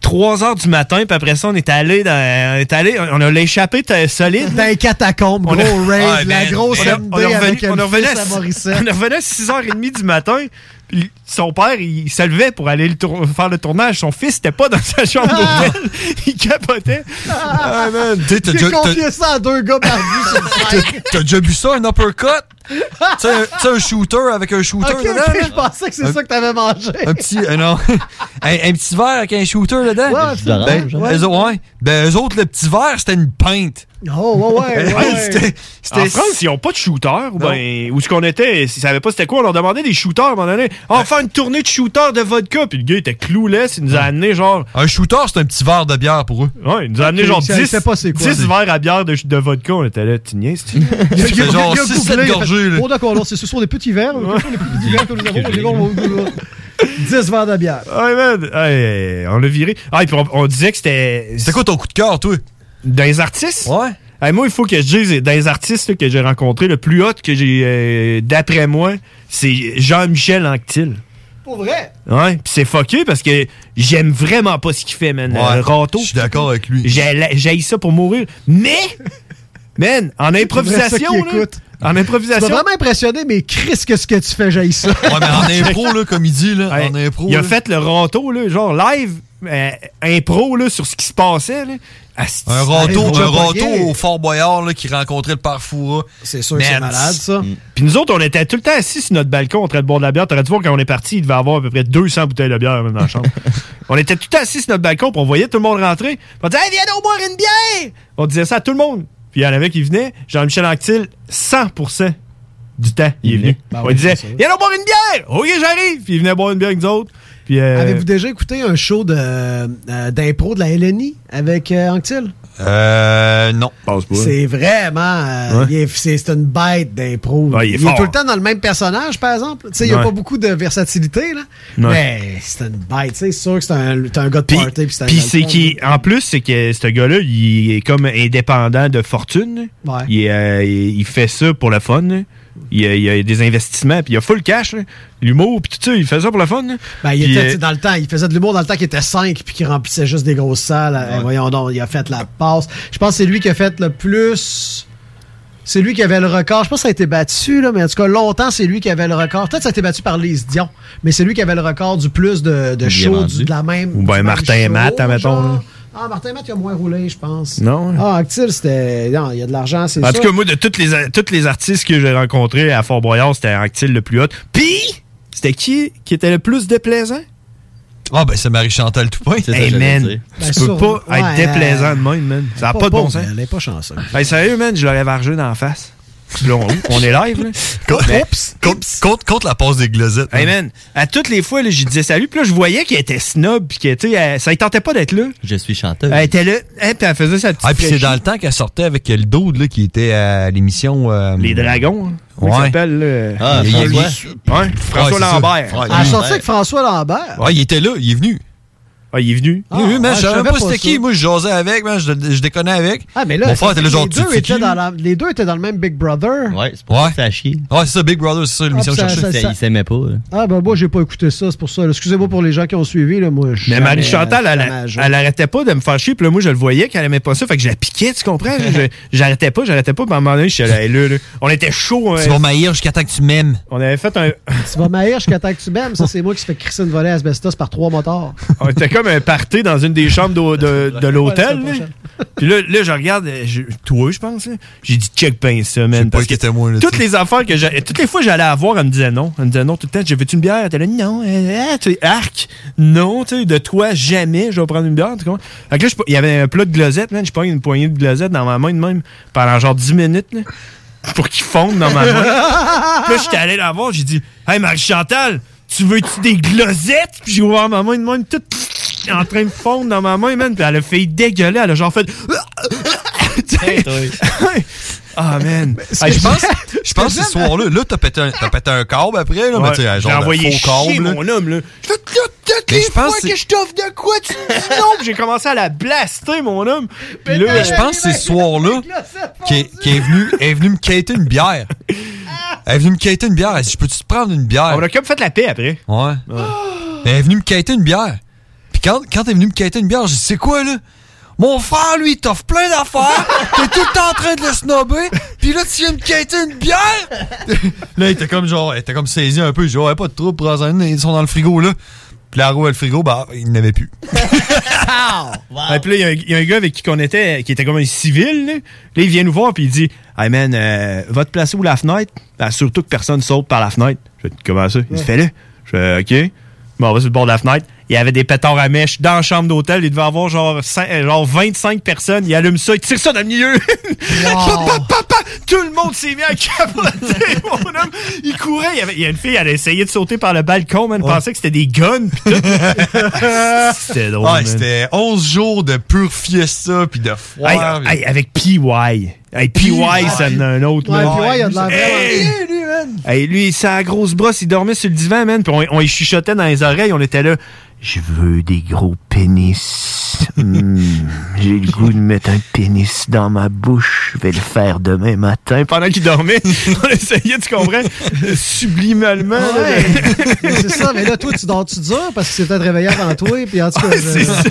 [SPEAKER 1] 3 heures du matin, puis après ça, on est allé dans, on est allé, on a l'échappé t'as- solide.
[SPEAKER 2] dans les catacombes, gros
[SPEAKER 1] On a-
[SPEAKER 2] raid,
[SPEAKER 3] Ouais,
[SPEAKER 2] la
[SPEAKER 3] man.
[SPEAKER 2] grosse
[SPEAKER 3] On a-
[SPEAKER 2] MD
[SPEAKER 1] on est revenu,
[SPEAKER 2] avec
[SPEAKER 1] on est
[SPEAKER 2] un
[SPEAKER 1] revenu
[SPEAKER 2] fils
[SPEAKER 1] à,
[SPEAKER 2] à Morissette.
[SPEAKER 1] on est revenu à 6h30 du matin. puis Son père, il se levait pour aller le tour- faire le tournage. Son fils n'était pas dans sa chambre
[SPEAKER 2] Ah.
[SPEAKER 1] d'hôtel. Il capotait. Ah, man.
[SPEAKER 3] Tu sais, t'as
[SPEAKER 2] J'ai
[SPEAKER 3] déjà- t'as-
[SPEAKER 2] confié ça à deux gars perdus sur le
[SPEAKER 3] t'as- t'as déjà bu ça, un uppercut? tu sais, un- tu sais, un shooter avec un shooter
[SPEAKER 2] Ok,
[SPEAKER 3] dedans?
[SPEAKER 2] ok,
[SPEAKER 3] là?
[SPEAKER 2] je pensais que c'est
[SPEAKER 3] Un-
[SPEAKER 2] ça que t'avais mangé.
[SPEAKER 3] Un petit, euh, non. un, un petit verre avec un shooter dedans?
[SPEAKER 2] Ouais,
[SPEAKER 6] jus
[SPEAKER 2] c'est vrai.
[SPEAKER 6] d'orange,
[SPEAKER 3] Ben,
[SPEAKER 6] hein?
[SPEAKER 3] eux, autres, ouais. ben, eux autres, le petit verre, c'était une pinte.
[SPEAKER 2] Oh, ouais, ouais, ouais.
[SPEAKER 3] C'était- c'était-
[SPEAKER 1] En France, ils n'ont pas de shooter. ou Ben, où ce qu'on était, s'ils savaient pas c'était quoi, on leur demandait des shooters à un moment donné. Ah, On va faire une tournée de shooters de vodka. Puis le gars il était clouless, il nous a amené genre.
[SPEAKER 3] Un shooter, c'est un petit verre de bière pour eux.
[SPEAKER 1] Ouais, il nous a amené
[SPEAKER 2] Ok,
[SPEAKER 1] genre
[SPEAKER 2] je
[SPEAKER 1] 10,
[SPEAKER 2] sais pas c'est quoi,
[SPEAKER 1] 10
[SPEAKER 2] mais-
[SPEAKER 1] verres à bière de, de vodka. On était là, tu niaises, tu-
[SPEAKER 2] Il a- il a-
[SPEAKER 3] C'était genre
[SPEAKER 2] il a
[SPEAKER 3] 6-7
[SPEAKER 2] googlé, il a fait,
[SPEAKER 3] gorgées, là.
[SPEAKER 2] Bon, d'accord, alors c'est- ce sont des petits verres. Ce sont des petits verres que nous avons. Les gars, on va googler. 10 verres de bière.
[SPEAKER 1] Ouais, man. Ouais, on l'a viré. Ah, et puis on, on disait que c'était.
[SPEAKER 3] C'est quoi ton coup de cœur, toi?
[SPEAKER 1] Dans les artistes?
[SPEAKER 3] Ouais.
[SPEAKER 1] Hey, moi, il faut que je dise, dans les artistes là, que j'ai rencontrés, le plus hot que j'ai, euh, d'après moi, c'est Jean-Michel Anctil.
[SPEAKER 2] Pour vrai.
[SPEAKER 1] Ouais, pis c'est fucké parce que j'aime vraiment pas ce qu'il fait, man.
[SPEAKER 3] Ouais,
[SPEAKER 1] le râteau.
[SPEAKER 3] Je suis d'accord avec lui.
[SPEAKER 1] J'ai la- j'haïs ça pour mourir. Mais, man, en improvisation,
[SPEAKER 2] vrai ça qu'il
[SPEAKER 1] là,
[SPEAKER 2] écoute.
[SPEAKER 1] en
[SPEAKER 2] Tu m'as
[SPEAKER 1] improvisation,
[SPEAKER 2] vraiment impressionné, mais Chris, que ce que tu fais, j'ai ça.
[SPEAKER 3] Ouais, mais en impro, là, comme il dit, là,
[SPEAKER 1] Hey,
[SPEAKER 3] en impro.
[SPEAKER 1] il a
[SPEAKER 3] là.
[SPEAKER 1] fait le râteau, là, genre live, euh, impro, là, sur ce qui se passait, là. Asti-
[SPEAKER 3] Un râteau,
[SPEAKER 2] Arrête,
[SPEAKER 3] un
[SPEAKER 2] on va
[SPEAKER 3] râteau
[SPEAKER 2] pogner.
[SPEAKER 3] au Fort Boyard là, qui rencontrait le père Foura.
[SPEAKER 2] C'est sûr que c'est
[SPEAKER 3] Man,
[SPEAKER 2] malade, ça.
[SPEAKER 1] Puis nous autres, on était tout le temps assis sur notre balcon en train de boire de la bière. T'aurais dû voir quand on est parti, il devait avoir à peu près 200 bouteilles de bière même dans la chambre. on était tout le temps assis sur notre balcon, puis on voyait tout le monde rentrer. Puis on disait, hey, viens donc boire une bière! On disait ça à tout le monde. Puis il y en avait qui venaient. Jean-Michel Anctil, 100% du temps, il est
[SPEAKER 6] Il
[SPEAKER 1] venu.
[SPEAKER 6] venait.
[SPEAKER 2] Ben
[SPEAKER 1] on
[SPEAKER 2] oui,
[SPEAKER 1] disait,
[SPEAKER 2] c'est ça.
[SPEAKER 1] viens donc boire une bière! Ok, j'arrive! Puis il venait boire une bière avec nous autres. Puis, euh,
[SPEAKER 2] Avez-vous déjà écouté un show de, euh, d'impro de la LNI avec euh, Anctil?
[SPEAKER 3] Euh, non.
[SPEAKER 7] Pense pas.
[SPEAKER 2] C'est vraiment. euh,
[SPEAKER 7] Ouais.
[SPEAKER 2] il est- c'est c'est une bête d'impro.
[SPEAKER 1] Ouais, il est fort.
[SPEAKER 2] tout le temps dans le même personnage, par exemple. Tu sais, il n'y a
[SPEAKER 1] Ouais.
[SPEAKER 2] pas beaucoup de versatilité,
[SPEAKER 1] Ouais.
[SPEAKER 2] là. Mais c'est une bête. Tu sais, c'est sûr que c'est un, t'es un gars de
[SPEAKER 1] Puis,
[SPEAKER 2] party. Puis c'est un
[SPEAKER 1] puis
[SPEAKER 2] gars de
[SPEAKER 1] c'est
[SPEAKER 2] fun.
[SPEAKER 1] qui en plus c'est que ce gars-là, il est comme indépendant de fortune.
[SPEAKER 2] Ouais.
[SPEAKER 1] Il, est, euh, il il fait ça pour le fun. là. Il y a, il y a des investissements, puis il y a full cash, là. l'humour, puis tout ça, il fait ça pour le fun. là.
[SPEAKER 2] Ben, il
[SPEAKER 1] Puis,
[SPEAKER 2] était, tu
[SPEAKER 1] euh,
[SPEAKER 2] sais, dans le temps, il faisait de l'humour dans le temps qu'il était 5 puis qu'il remplissait juste des grosses salles. Eh, voyons donc, il a fait la passe. Je pense que c'est lui qui a fait le plus. C'est lui qui avait le record. Je pense que ça a été battu, là, mais en tout cas, longtemps, c'est lui qui avait le record. Peut-être que ça a été battu par Lise Dion, mais c'est lui qui avait le record du plus de, de
[SPEAKER 4] Bien
[SPEAKER 2] shows
[SPEAKER 4] vendu.
[SPEAKER 2] du- de la même.
[SPEAKER 1] Ou ben,
[SPEAKER 2] du même
[SPEAKER 1] Martin et
[SPEAKER 2] show,
[SPEAKER 1] Matt, admettons,
[SPEAKER 2] genre.
[SPEAKER 1] là.
[SPEAKER 2] Ah, Martin et Matt, il a moins roulé, je pense.
[SPEAKER 1] Non, hein.
[SPEAKER 2] Ah, Actil, c'était. Non, il y a de l'argent, c'est
[SPEAKER 1] En
[SPEAKER 2] sûr.
[SPEAKER 1] tout cas, moi, de tous les, a- tous les artistes que j'ai rencontrés à Fort-Boyard, c'était Anctil le plus hot. Puis, c'était qui qui était le plus déplaisant?
[SPEAKER 3] Ah, ben, c'est Marie-Chantal Toupin.
[SPEAKER 4] C'est ça,
[SPEAKER 1] Hey,
[SPEAKER 4] j'allais
[SPEAKER 1] man,
[SPEAKER 4] dire.
[SPEAKER 2] Ben,
[SPEAKER 1] tu peux
[SPEAKER 2] sûr,
[SPEAKER 1] pas
[SPEAKER 2] ouais,
[SPEAKER 1] être déplaisant
[SPEAKER 2] euh,
[SPEAKER 1] de même, man. Ça n'a pas, de bon sens.
[SPEAKER 2] Elle est pas chanceuse.
[SPEAKER 3] Ben,
[SPEAKER 1] Hey, sérieux, man, je l'aurais vargé dans la face. Là, on, on est live, là.
[SPEAKER 3] Contre,
[SPEAKER 1] Mais-
[SPEAKER 3] contre, contre- contre la passe des glosettes.
[SPEAKER 1] Hey
[SPEAKER 3] hein.
[SPEAKER 1] man, à toutes les fois, là, j'y disais salut, puis là, je voyais qu'elle était snob, puis que, tu sais, elle- ça ne tentait pas d'être là.
[SPEAKER 4] Je suis chanteuse.
[SPEAKER 1] Elle était là, hein, puis elle faisait sa petite.
[SPEAKER 3] Ah, puis c'est
[SPEAKER 1] fraîchie.
[SPEAKER 3] dans le temps qu'elle sortait avec euh, le dude là, qui était à l'émission. euh,
[SPEAKER 1] Les dragons, hein. Comment il
[SPEAKER 3] Ouais.
[SPEAKER 1] s'appelle, là?
[SPEAKER 4] Ah,
[SPEAKER 3] Il-
[SPEAKER 4] François.
[SPEAKER 1] Hein? François
[SPEAKER 3] Ouais, Ah, c'est ça.
[SPEAKER 1] Lambert.
[SPEAKER 3] Ouais,
[SPEAKER 2] Elle a Ah, sorti avec François Lambert.
[SPEAKER 3] Ouais, il était là, il est venu.
[SPEAKER 1] Ah, il est venu.
[SPEAKER 2] Ah,
[SPEAKER 3] il est venu, man,
[SPEAKER 2] ouais,
[SPEAKER 3] je savais même pas c'était
[SPEAKER 2] ça.
[SPEAKER 3] qui. Moi, je jasais avec, man, je, je déconnais avec.
[SPEAKER 2] Ah, mais là,
[SPEAKER 3] Mon frère était le genre
[SPEAKER 2] les,
[SPEAKER 3] tu-
[SPEAKER 2] deux
[SPEAKER 3] c'est
[SPEAKER 2] étaient
[SPEAKER 3] qui?
[SPEAKER 2] dans la- les deux étaient dans le même Big Brother.
[SPEAKER 4] Ouais, c'est pour ça
[SPEAKER 3] Ouais.
[SPEAKER 4] que ça a chié.
[SPEAKER 3] Ouais, c'est ça, Big Brother, c'est ça l'émission
[SPEAKER 2] Ah,
[SPEAKER 3] que je
[SPEAKER 2] ça-
[SPEAKER 3] cherchais.
[SPEAKER 2] ça-
[SPEAKER 4] Ça, Il s'aimait pas. là.
[SPEAKER 2] Ah, ben moi, j'ai pas écouté ça, c'est pour ça. là. Excusez-moi pour les gens qui ont suivi. Là, moi,
[SPEAKER 1] Mais
[SPEAKER 2] jamais-
[SPEAKER 1] Marie Chantal, elle,
[SPEAKER 2] jamais à jour.
[SPEAKER 1] elle arrêtait pas de me faire chier. Puis là, moi, je le voyais qu'elle aimait pas ça. Fait que je la piquais, tu comprends? Je- J'arrêtais pas, j'arrêtais pas. Puis à un moment donné, je suis allé, Hey, là, là, On était chaud. hein.
[SPEAKER 3] Tu vas maïr jusqu'à temps que tu m'aimes.
[SPEAKER 1] On avait fait un.
[SPEAKER 2] Tu vas m'haïr jusqu'à temps que tu m'aimes. Ça, c'est moi qui se fait crisser une volée à asbestos par trois motards.
[SPEAKER 1] On était comme un party dans une des chambres d'hô- de, de l'hôtel.
[SPEAKER 2] Ouais, c'est
[SPEAKER 1] là. Puis là, là, je regarde, euh, je- toi, je pense. là. J'ai dit check ben ça,
[SPEAKER 3] Je sais
[SPEAKER 1] man.
[SPEAKER 3] pas
[SPEAKER 1] parce
[SPEAKER 3] qui
[SPEAKER 1] que
[SPEAKER 3] était moi. là,
[SPEAKER 1] Toutes
[SPEAKER 3] tu sais.
[SPEAKER 1] les affaires que j'allais. Toutes les fois que j'allais avoir, elle me disait non. Elle me disait non tout le temps. J'ai veux-tu une bière? Elle était là, non. euh, ah, tu sais, arc. Non, tu sais, de toi, jamais. Je vais prendre une bière. Tu comprends? Fait que là, je- il y avait un plat de glosette, man. Je prends une poignée de glosette dans ma main de même pendant genre 10 minutes, là, Pour qu'il fonde dans ma main. Puis là, j'étais allé la voir, j'ai dit Hey Marie-Chantal, tu veux-tu des glosettes? Puis j'ai ouvert ma main de même, toute en train de fondre dans ma main, man. Puis elle a fait dégueuler, elle a genre fait. Tu sais? Ah, man. Hey, je pense.
[SPEAKER 3] Je pense que ce soir-là, là, t'as pété un, t'as pété un câble après, là, mais
[SPEAKER 1] Ouais,
[SPEAKER 3] tu sais,
[SPEAKER 1] j'ai
[SPEAKER 3] genre, un
[SPEAKER 1] envoyé
[SPEAKER 3] faux câble,
[SPEAKER 1] chier
[SPEAKER 3] là.
[SPEAKER 1] mon homme, là. Je fais tout- toutes
[SPEAKER 3] Mais
[SPEAKER 1] les
[SPEAKER 3] je pense
[SPEAKER 1] fois
[SPEAKER 3] que
[SPEAKER 1] que je t'offre de quoi, tu me dis non. Puis j'ai commencé à la blaster, mon homme. Puis là,
[SPEAKER 3] Mais je pense que c'est ce soir-là qu'elle qu'elle est venue, elle est venue me quêter une bière. Elle est venue me quêter une bière. Elle dit, je peux-tu te prendre une bière?
[SPEAKER 1] on a comme fait la paix après.
[SPEAKER 3] Ouais. Elle est venue me quêter une bière. Puis quand, quand elle est venue me quêter une bière, j'ai dit, c'est quoi, là? Mon frère, lui, il t'offre plein d'affaires. T'es tout le temps en train de le snobber. Puis là, tu viens me quêter une bière? là, il était comme genre, il était comme saisi un peu. J'ai dit, ouais, pas de trouble, Rosanne. Ils sont dans le frigo, là. Puis la roue, le frigo, bah, il n'avait plus.
[SPEAKER 1] Ah, puis là, il y a un- il y, a un gars avec qui on était, qui était comme un civil. Là, Là, il vient nous voir, puis il dit Hey man, euh, va te placer où la fenêtre Ben, Surtout que personne saute par la fenêtre. Je fais Comment ça Il se fait là. Je fais OK. Bon, on va sur le bord de la fenêtre. Il y avait des pétards à mèche dans la chambre d'hôtel. Il devait avoir genre, cin- euh, genre 25 personnes. Il allume ça, il tire ça dans le milieu. Papa, papa, tout le monde s'est mis à capoter, mon homme. Il courait. Il y, avait, il y a une fille, elle a essayé de sauter par le balcon, man. Elle pensait que c'était des guns. pis tout. c'était drôle.
[SPEAKER 3] Ouais,
[SPEAKER 1] man.
[SPEAKER 3] c'était 11 jours de pure fiesta puis de
[SPEAKER 1] Hey,
[SPEAKER 3] foire.
[SPEAKER 1] hey, avec PY. Hey, PY, ça en a un autre.
[SPEAKER 2] Ouais,
[SPEAKER 1] man.
[SPEAKER 2] puis ouais, il y a de l'air
[SPEAKER 1] Hey!
[SPEAKER 2] vraiment.
[SPEAKER 1] Hey, lui, sa grosse brosse, il dormait sur le divan, man. Puis on, on y chuchotait dans les oreilles. On était là. Je veux des gros pénis. Hmm, J'ai le goût de mettre un pénis dans ma bouche. Je vais le faire demain matin. Pendant qu'il dormait, on essayait, tu comprends? Sublimalement. là,
[SPEAKER 2] Ouais. Mais c'est ça, mais là, toi, tu dors-tu dur parce que c'est peut-être réveillé avant toi. Puis en tout cas,
[SPEAKER 1] de-
[SPEAKER 2] je-
[SPEAKER 1] C'est ça.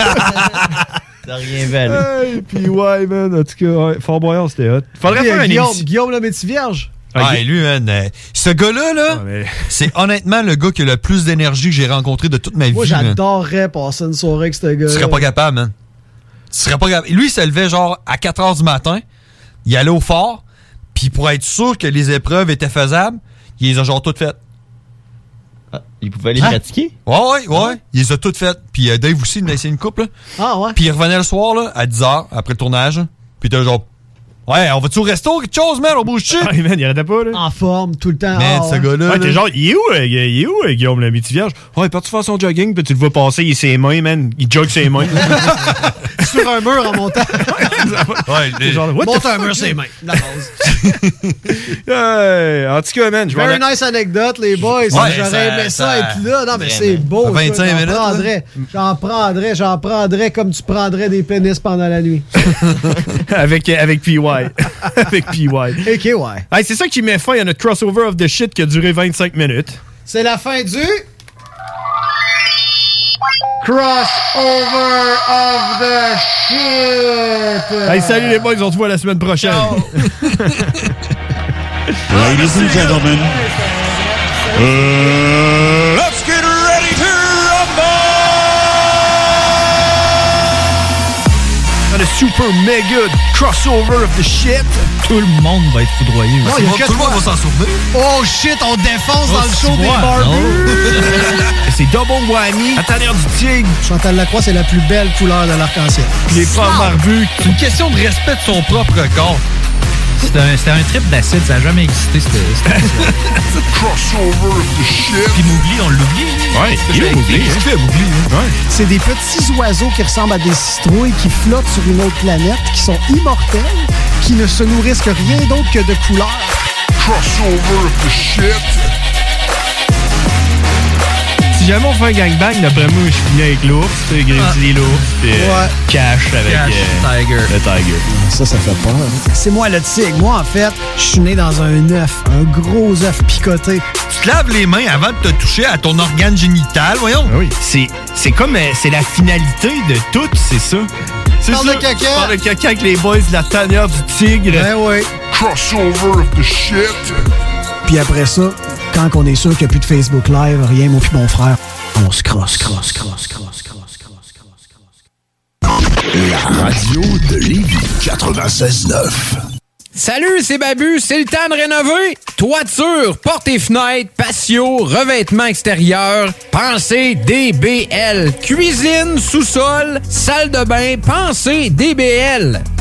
[SPEAKER 4] T'as rien valu.
[SPEAKER 1] Hey, PY, man. En tout cas, ouais, Fort Boyard, c'était hot. Faudrait
[SPEAKER 2] Puis,
[SPEAKER 1] faire
[SPEAKER 2] euh,
[SPEAKER 1] un
[SPEAKER 2] Guillaume,
[SPEAKER 1] émission.
[SPEAKER 2] Guillaume, là, mais tu vierge.
[SPEAKER 3] Ah, et lui, man, euh, ce gars-là, là,
[SPEAKER 1] Ah, mais-
[SPEAKER 3] c'est honnêtement le gars qui a le plus d'énergie que j'ai rencontré de toute ma vie.
[SPEAKER 2] Moi, euh,
[SPEAKER 3] man.
[SPEAKER 2] j'adorerais passer une soirée avec ce gars.
[SPEAKER 3] Tu serais pas capable, man. Tu serais pas capable. Lui, il se levait genre à 4 h du matin. Il allait au fort. Puis pour être sûr que les épreuves étaient faisables, il les a genre toutes faites.
[SPEAKER 4] Ah, Il pouvait les
[SPEAKER 3] Hein?
[SPEAKER 4] pratiquer.
[SPEAKER 3] Ouais, ouais, ouais. Il les a toutes faites. Puis euh, Dave aussi, il en a essayé une couple. là.
[SPEAKER 2] Ah ouais.
[SPEAKER 3] Puis il revenait le soir, là, à 10 h après le tournage. Puis t'as genre. Ouais, on va-tu au resto, quelque chose, man? On bouge-tu?
[SPEAKER 1] Hey, man, Ah, il arrêtait pas, là.
[SPEAKER 2] En forme, tout le temps.
[SPEAKER 3] Man,
[SPEAKER 2] Ah,
[SPEAKER 3] ce
[SPEAKER 2] ouais.
[SPEAKER 3] gars-là.
[SPEAKER 1] Ouais,
[SPEAKER 3] là.
[SPEAKER 1] t'es genre, il est où, euh, il est où euh, Guillaume, le midi vierge? Ouais, il est parti faire son jogging, puis tu le vois passer, il ses mains, man. Il jogue ses mains.
[SPEAKER 2] Sur un mur en montant.
[SPEAKER 3] Ouais,
[SPEAKER 1] T'es genre, what the
[SPEAKER 2] Monte un
[SPEAKER 1] fuck,
[SPEAKER 2] mur,
[SPEAKER 1] là?
[SPEAKER 2] c'est même. La base.
[SPEAKER 1] Hey, en tout cas, man, je vais
[SPEAKER 2] Very
[SPEAKER 1] aller-
[SPEAKER 2] nice anecdote, les boys.
[SPEAKER 3] Ouais, ça-
[SPEAKER 2] J'aurais aimé ça,
[SPEAKER 3] ça-
[SPEAKER 2] être là. Non, mais c'est beau.
[SPEAKER 3] Ça fait
[SPEAKER 2] écoute,
[SPEAKER 3] 25
[SPEAKER 2] j'en
[SPEAKER 3] minutes, là.
[SPEAKER 2] prendrais. J'en prendrais, j'en prendrais comme tu prendrais des pénis pendant la nuit.
[SPEAKER 1] avec, avec PY. avec PY.
[SPEAKER 2] Ok, ouais.
[SPEAKER 1] Hey, c'est ça qui met fin à notre crossover of the shit qui a duré 25 minutes.
[SPEAKER 2] C'est la fin du. Crossover of the shit!
[SPEAKER 1] Hey, salut les boys, on se voit la semaine prochaine.
[SPEAKER 8] Ladies and gentlemen, uh, let's get ready to
[SPEAKER 1] Le super mega crossover of the shit.
[SPEAKER 5] Tout le monde va être foudroyé.
[SPEAKER 2] Non,
[SPEAKER 3] Tout
[SPEAKER 2] il y
[SPEAKER 3] le
[SPEAKER 2] a
[SPEAKER 3] monde-
[SPEAKER 2] que
[SPEAKER 3] tout le monde
[SPEAKER 2] toi.
[SPEAKER 3] va s'en souvenir.
[SPEAKER 2] Oh shit, on défonce dans le show des barbus!
[SPEAKER 1] C'est double whammy. À travers du tigre,
[SPEAKER 2] Chantal Lacroix, c'est la plus belle couleur de l'arc-en-ciel.
[SPEAKER 1] les femmes barbues.
[SPEAKER 5] C'est une question de respect de son propre corps. C'était un, c'était un trip d'acide, ça n'a jamais existé. C'était, c'était... Puis m'oublie, on l'oublie.
[SPEAKER 1] Ouais, il est oublié.
[SPEAKER 3] fait oublier, hein?
[SPEAKER 2] C'est des petits oiseaux qui ressemblent à des citrouilles qui flottent sur une autre planète, qui sont immortels, qui ne se nourrissent que rien d'autre que de couleurs.
[SPEAKER 1] Si jamais on fait un gangbang, d'après moi, je finis avec l'ours, tu sais, Grizzly l'ours, puis euh,
[SPEAKER 2] Ah. Ouais.
[SPEAKER 1] Cash avec
[SPEAKER 5] Cash,
[SPEAKER 1] euh,
[SPEAKER 5] Tiger.
[SPEAKER 1] le Tiger.
[SPEAKER 2] Ça, ça fait peur. hein. C'est moi le tigre. Moi, en fait, je suis né dans un œuf, un gros œuf picoté.
[SPEAKER 3] Tu te laves les mains avant de te toucher à ton organe génital, voyons.
[SPEAKER 1] Ah oui. C'est, c'est comme euh, c'est la finalité de tout, c'est ça. C'est
[SPEAKER 2] Parle
[SPEAKER 1] ça.
[SPEAKER 2] de caca.
[SPEAKER 1] Parle de caca avec les boys de la tanière du tigre.
[SPEAKER 2] Ben oui. Puis après ça, quand on est sûr qu'il n'y a plus de Facebook Live, rien, mon puis mon frère, on se crosse, crosse, crosse, crosse, crosse, crosse, crosse, crosse.
[SPEAKER 8] Radio de Lévis 96.9.
[SPEAKER 9] Salut, c'est Babu, c'est le temps de rénover. Toiture, portes et fenêtres, patio, revêtement extérieur, pensez DBL. Cuisine, sous-sol, salle de bain, pensez DBL.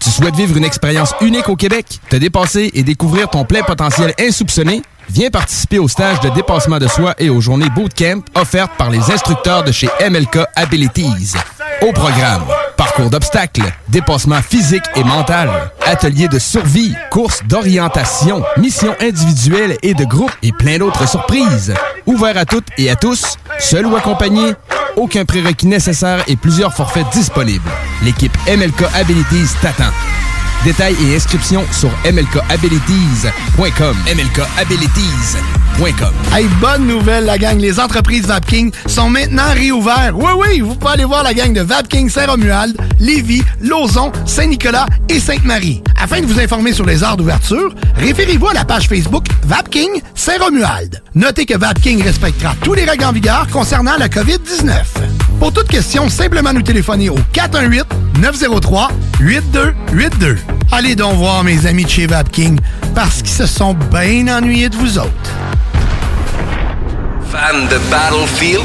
[SPEAKER 10] Tu souhaites vivre une expérience unique au Québec, te dépasser et découvrir ton plein potentiel insoupçonné? Viens participer au stage de dépassement de soi et aux journées bootcamp offertes par les instructeurs de chez MLK Abilities. Au programme, parcours d'obstacles, dépassement physique et mental, ateliers de survie, courses d'orientation, missions individuelles et de groupe et plein d'autres surprises. Ouvert à toutes et à tous, seul ou accompagné, aucun prérequis nécessaire et plusieurs forfaits disponibles. L'équipe MLK Abilities t'attend. Détails et inscriptions sur mlkabilities.com. mlkabilities.com.
[SPEAKER 8] Hey, bonne nouvelle, la gang. Les entreprises Vapking sont maintenant réouvertes. Oui, oui, vous pouvez aller voir la gang de Vapking Saint-Romuald, Lévis, Lauson, Saint-Nicolas et Sainte-Marie. Afin de vous informer sur les heures d'ouverture, référez-vous à la page Facebook Vapking Saint-Romuald. Notez que Vapking respectera tous les règles en vigueur concernant la COVID-19. Pour toute question, simplement nous téléphoner au 418-903-8282. Allez donc voir mes amis de chez Vapking parce qu'ils se sont bien ennuyés de vous autres.
[SPEAKER 9] Fan de Battlefield?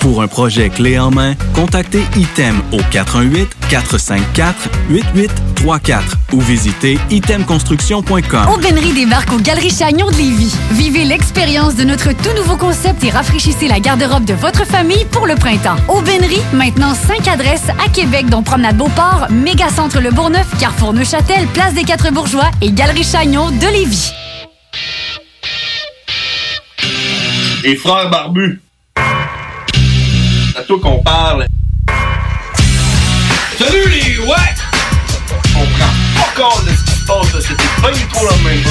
[SPEAKER 11] Pour un projet clé en main, contactez ITEM au 418-454-8834 ou visitez itemconstruction.com.
[SPEAKER 12] Aubenry débarque aux Galeries Chagnon de Lévis. Vivez l'expérience de notre tout nouveau concept et rafraîchissez la garde-robe de votre famille pour le printemps. Aubenry, maintenant 5 adresses à Québec, dont Promenade Beauport, Mégacentre Le Bourgneuf, Carrefour Neuchâtel, Place des Quatre Bourgeois et Galerie Chagnon de Lévis.
[SPEAKER 13] Les frères barbus. À toi qu'on parle. Salut les ouais! On prend pas compte de ce qui se passe, là. c'était pas du tout la même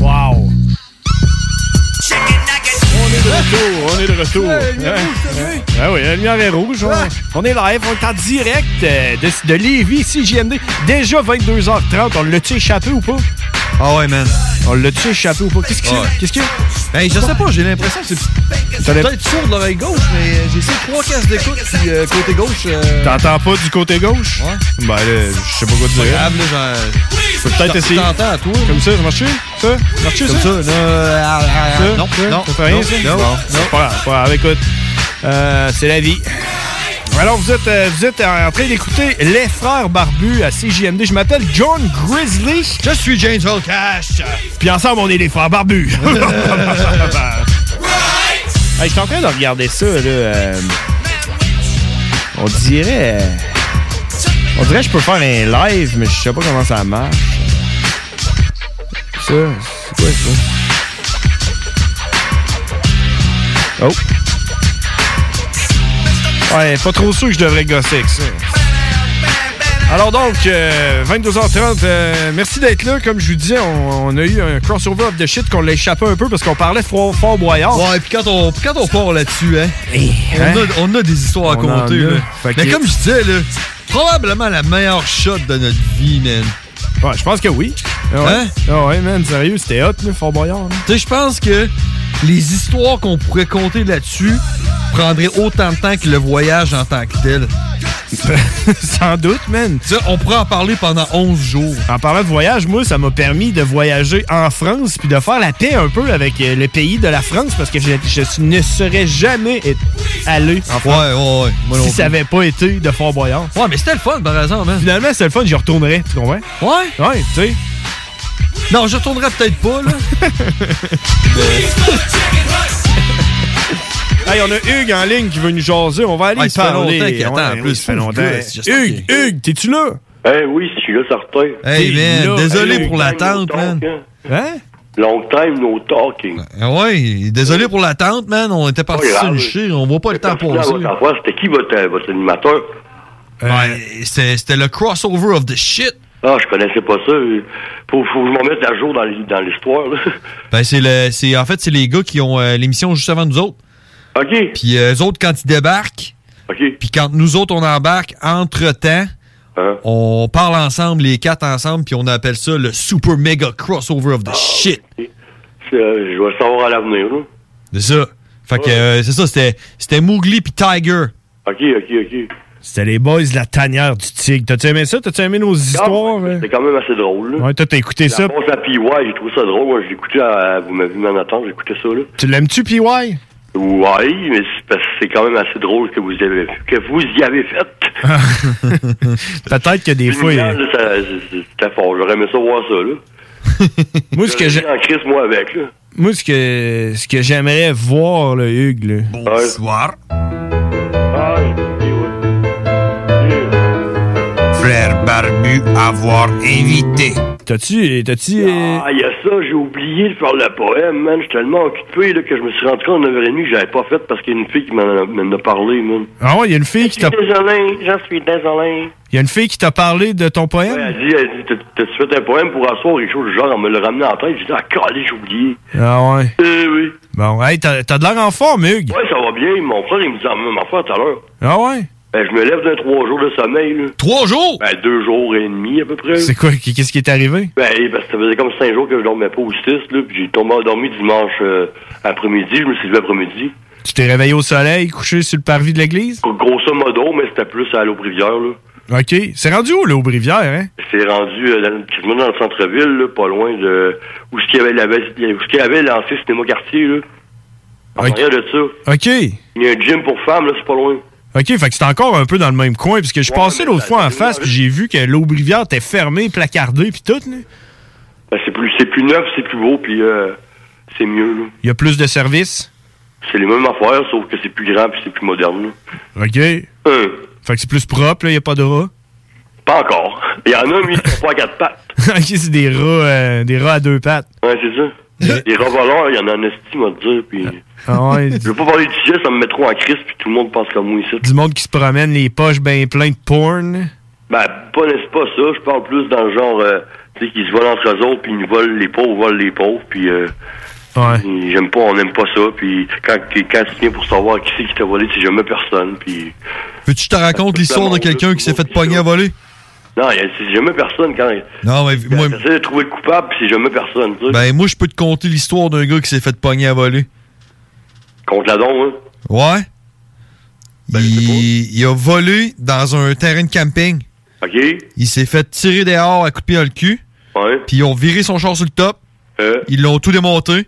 [SPEAKER 1] Wow! On est de retour, on est de retour. Hein? Ah oui, la lumière est rouge. On, on est live, on est en direct euh, de, de Lévis, CJMD. Déjà 22h30, on l'a-tu échappé ou pas? Ah ouais, man. On l'a-tu échappé ou pas? Qu'est-ce qu'il y a? Qu'est-ce qu'il y a?
[SPEAKER 3] Ben, je sais pas, j'ai l'impression que c'est
[SPEAKER 1] T'as l'im-
[SPEAKER 3] peut-être sourd de l'oreille gauche, mais euh, j'ai essayé trois cases d'écoute, puis euh, côté gauche. euh,
[SPEAKER 1] T'entends pas du côté gauche? Ouais. Ben là, je sais pas quoi te
[SPEAKER 3] pas
[SPEAKER 1] dire.
[SPEAKER 3] grave, là,
[SPEAKER 1] Je peux peut-être
[SPEAKER 3] T'en-
[SPEAKER 1] essayer.
[SPEAKER 3] t'entends, toi, là.
[SPEAKER 1] Comme ça, ça marche-tu? Ça? Marche-tu,
[SPEAKER 3] Comme
[SPEAKER 1] ça?
[SPEAKER 3] ça, là, euh, ah, ah, ah,
[SPEAKER 1] Ça?
[SPEAKER 3] non,
[SPEAKER 1] Ça?
[SPEAKER 3] non,
[SPEAKER 1] Ça fait rien,
[SPEAKER 3] non,
[SPEAKER 1] ça?
[SPEAKER 3] non, non.
[SPEAKER 1] C'est Pas grave, c'est pas grave. Écoute, euh, c'est la vie. Alors, vous êtes, euh, vous êtes en train d'écouter Les Frères Barbus à CJMD. Je m'appelle John Grizzly. Je suis James Cash. Puis ensemble, on est les Frères Barbus. Hey, je suis en train de regarder ça, là. euh, on dirait... euh, On dirait que je peux faire un live, mais je sais pas comment ça marche. Ça, c'est quoi ça? Oh! Ouais, pas trop sûr que je devrais gosser avec ça. Alors donc, euh, 22h30, euh, merci d'être là. Comme je vous disais, on, on a eu un crossover of the shit qu'on l'a échappé un peu parce qu'on parlait fort, fort boyard.
[SPEAKER 3] Ouais, puis quand on, puis quand on part là-dessus, hein, on,
[SPEAKER 1] hein?
[SPEAKER 3] a, on a des histoires à
[SPEAKER 1] On en
[SPEAKER 3] compter.
[SPEAKER 1] a.
[SPEAKER 3] Là.
[SPEAKER 1] Fait
[SPEAKER 3] Mais
[SPEAKER 1] que-
[SPEAKER 3] comme je disais, là, probablement la meilleure shot de notre vie, man.
[SPEAKER 1] Ouais, je pense que oui. Ah ouais?
[SPEAKER 3] Hein?
[SPEAKER 1] Ah ouais, man, sérieux, c'était hot, là, Fort Boyard. hein. là.
[SPEAKER 3] Tu sais, je pense que les histoires qu'on pourrait compter là-dessus prendraient autant de temps que le voyage en tant que tel.
[SPEAKER 1] Sans doute, man.
[SPEAKER 3] on pourrait en parler pendant 11 jours.
[SPEAKER 1] En parlant de voyage, moi, ça m'a permis de voyager en France puis de faire la paix un peu avec euh, le pays de la France parce que je, je ne serais jamais é- allé en France.
[SPEAKER 3] Ouais, ouais, ouais. Moi non
[SPEAKER 1] si
[SPEAKER 3] plus.
[SPEAKER 1] ça n'avait pas été de Fort Boyard.
[SPEAKER 3] Ouais, mais c'était le fun, par exemple. hein. man.
[SPEAKER 1] Finalement, c'était le fun, j'y retournerais, tu comprends?
[SPEAKER 3] Ouais?
[SPEAKER 1] Ouais, tu sais.
[SPEAKER 3] Non, je retournerais peut-être pas, là.
[SPEAKER 1] Hey, on a Hugues en ligne qui veut nous jaser. On va aller
[SPEAKER 3] Ouais,
[SPEAKER 1] y
[SPEAKER 3] ça fait
[SPEAKER 1] parler.
[SPEAKER 3] longtemps qu'il attend, en
[SPEAKER 1] oui,
[SPEAKER 3] plus.
[SPEAKER 1] ça fait
[SPEAKER 3] Pauvre
[SPEAKER 1] longtemps.
[SPEAKER 3] gars, c'est juste
[SPEAKER 1] Hugues, Hugues, t'es-tu là?
[SPEAKER 6] Eh oui, je suis là, certain.
[SPEAKER 3] Hey,
[SPEAKER 6] T'es
[SPEAKER 3] man,
[SPEAKER 6] là,
[SPEAKER 3] désolé
[SPEAKER 6] hey,
[SPEAKER 3] pour
[SPEAKER 6] long time
[SPEAKER 3] l'attente,
[SPEAKER 6] no
[SPEAKER 3] man.
[SPEAKER 6] talk,
[SPEAKER 1] Hein?
[SPEAKER 6] Long time, no talking.
[SPEAKER 3] Ah Ouais, désolé pour l'attente, man. On était parti
[SPEAKER 6] Pas
[SPEAKER 3] sur
[SPEAKER 6] grave.
[SPEAKER 3] le chien, on voit pas le temps
[SPEAKER 6] Là,
[SPEAKER 3] passer.
[SPEAKER 6] votre affaire, C'était qui votre, euh, votre animateur?
[SPEAKER 3] Ouais, Euh, c'était c'était le crossover of the shit.
[SPEAKER 6] Ah, je connaissais pas ça. Faut, faut que je m'en mette à jour dans l'hi- dans l'histoire. là.
[SPEAKER 3] Ben, c'est le, c'est, en fait, c'est les gars qui ont euh, l'émission juste avant nous autres.
[SPEAKER 6] OK.
[SPEAKER 3] Puis euh, eux autres, quand ils débarquent, puis quand nous autres, on embarque, entre-temps, on parle ensemble, les quatre ensemble, puis on appelle ça le super mega crossover of the shit.
[SPEAKER 6] C'est, euh, je vais le savoir à l'avenir. là.
[SPEAKER 3] C'est ça. Fait que, euh, c'est ça, c'était, c'était Mowgli puis Tiger.
[SPEAKER 6] OK, OK, OK.
[SPEAKER 1] C'était les boys de la tanière du tigre. T'as-tu aimé ça? T'as-tu aimé nos histoires? hein?
[SPEAKER 6] C'est quand même assez drôle. Là.
[SPEAKER 1] Ouais, toi, t'as écouté
[SPEAKER 6] La
[SPEAKER 1] ça.
[SPEAKER 6] passe à PY, j'ai trouvé ça drôle. Moi, je l'écoutais à... Vous m'avez mis en attente, j'écoutais ça, là.
[SPEAKER 1] Tu l'aimes-tu, PY?
[SPEAKER 6] Ouais, mais c'est parce que c'est quand même assez drôle que vous, avez... que vous y avez fait.
[SPEAKER 1] Peut-être que des fois. il-
[SPEAKER 6] Là, ça- c'est- C'était fort. J'aurais aimé ça voir ça, là.
[SPEAKER 1] Moi, ce que j'ai.
[SPEAKER 6] en crise, moi, avec, là.
[SPEAKER 1] Moi, ce que, ce que j'aimerais voir, le Hugues, là.
[SPEAKER 3] Bonsoir.
[SPEAKER 14] Frère Barbu avoir invité.
[SPEAKER 1] T'as-tu. T'as-tu. euh,
[SPEAKER 6] Ah, il y a ça, j'ai oublié de faire le poème, man. Je suis tellement occupé là, que je me suis rendu compte à 9h30 que j'avais pas fait parce qu'il y a une fille qui m'en a, m'en a parlé, man.
[SPEAKER 1] Ah ouais, il y a une fille qui t'a.
[SPEAKER 6] Désolé, j'en suis désolé.
[SPEAKER 1] Il y a une fille qui t'a parlé de ton poème?
[SPEAKER 6] Elle dit, elle dit T'as- t'as-tu fait un poème pour asseoir quelque chose du genre, on me le ramenait en tête. J'ai dit, ah, calé, j'ai oublié.
[SPEAKER 1] Ah ouais.
[SPEAKER 6] Eh oui.
[SPEAKER 1] Bon, hey, t'as t'as de l'air en forme, Hugues.
[SPEAKER 6] Ouais, ça va bien. Mon frère, il me dit la même affaire tout à l'heure.
[SPEAKER 1] Ah ouais?
[SPEAKER 6] Ben, je me lève d'un trois jours de sommeil, là.
[SPEAKER 3] Trois jours?
[SPEAKER 6] Ben, deux jours et demi, à peu près.
[SPEAKER 1] C'est quoi? Qu'est-ce qui est arrivé?
[SPEAKER 6] Ben, parce que ça faisait comme cinq jours que je dormais pas au six, là, puis j'ai tombé endormi dimanche euh, après-midi, je me suis levé après-midi.
[SPEAKER 1] Tu t'es réveillé au soleil, couché sur le parvis de l'église?
[SPEAKER 6] Grosso modo, mais c'était plus à l'Aubrivière, là.
[SPEAKER 1] OK. C'est rendu où, là, au Brivière, hein?
[SPEAKER 6] C'est rendu euh, dans, quasiment dans le centre-ville, là, pas loin de où ce qu'il y avait, la, où ce qu'il y avait l'ancien cinéma quartier, là. En arrière de ça.
[SPEAKER 1] OK.
[SPEAKER 6] Il y a un gym pour femmes, là, c'est pas loin.
[SPEAKER 1] OK, fait que c'est encore un peu dans le même coin, puisque je suis passais l'autre fois en face, puis j'ai vu que l'Aubrivière était fermée, placardée, puis tout, là.
[SPEAKER 6] Ben, c'est plus, c'est plus neuf, c'est plus beau, puis euh, c'est mieux, là.
[SPEAKER 1] Il y a plus de services.
[SPEAKER 6] C'est les mêmes affaires, sauf que c'est plus grand puis c'est plus moderne, là.
[SPEAKER 1] OK. Fait
[SPEAKER 6] Hein,
[SPEAKER 1] que c'est plus propre, là, il n'y a pas de rats.
[SPEAKER 6] pas encore. Il y en a, mais ils sont pas à quatre pattes.
[SPEAKER 1] OK, c'est des rats, euh, des rats à deux pattes.
[SPEAKER 6] Ouais, c'est ça. Les revoleurs, il y en a en estime, on va te dire, puis...
[SPEAKER 1] Ah ouais,
[SPEAKER 6] Je veux pas parler de sujet, ça me met trop en crise, puis tout le monde pense comme moi ici.
[SPEAKER 1] du monde qui se promène les poches bien pleines de porn.
[SPEAKER 6] Ben, pas, n'est-ce pas ça, je parle plus dans le genre, euh, tu sais, qu'ils se volent entre eux autres, puis ils nous volent, les pauvres volent les pauvres, puis... euh, puis J'aime pas, on n'aime pas ça, puis quand, t'es- quand tu viens pour savoir qui c'est qui t'a volé, c'est jamais personne, puis...
[SPEAKER 3] Veux-tu que je te raconte l'histoire de quelqu'un qui s'est fait pogner à voler?
[SPEAKER 6] Non, y a- c'est jamais personne quand...
[SPEAKER 3] Non, mais moi,
[SPEAKER 6] J'essaie de trouver le coupable, puis c'est jamais personne, tu sais.
[SPEAKER 3] ben, moi, je peux te conter l'histoire d'un gars qui s'est fait pogner à voler.
[SPEAKER 6] Contre la don, hein.
[SPEAKER 3] Ouais.
[SPEAKER 6] Ben,
[SPEAKER 3] il, il a volé dans un terrain de camping.
[SPEAKER 6] OK.
[SPEAKER 3] Il s'est fait tirer dehors à coups de pied dans le cul.
[SPEAKER 6] Ouais.
[SPEAKER 3] Puis ils ont viré son char sur le top.
[SPEAKER 6] Euh.
[SPEAKER 3] Ils l'ont tout démonté.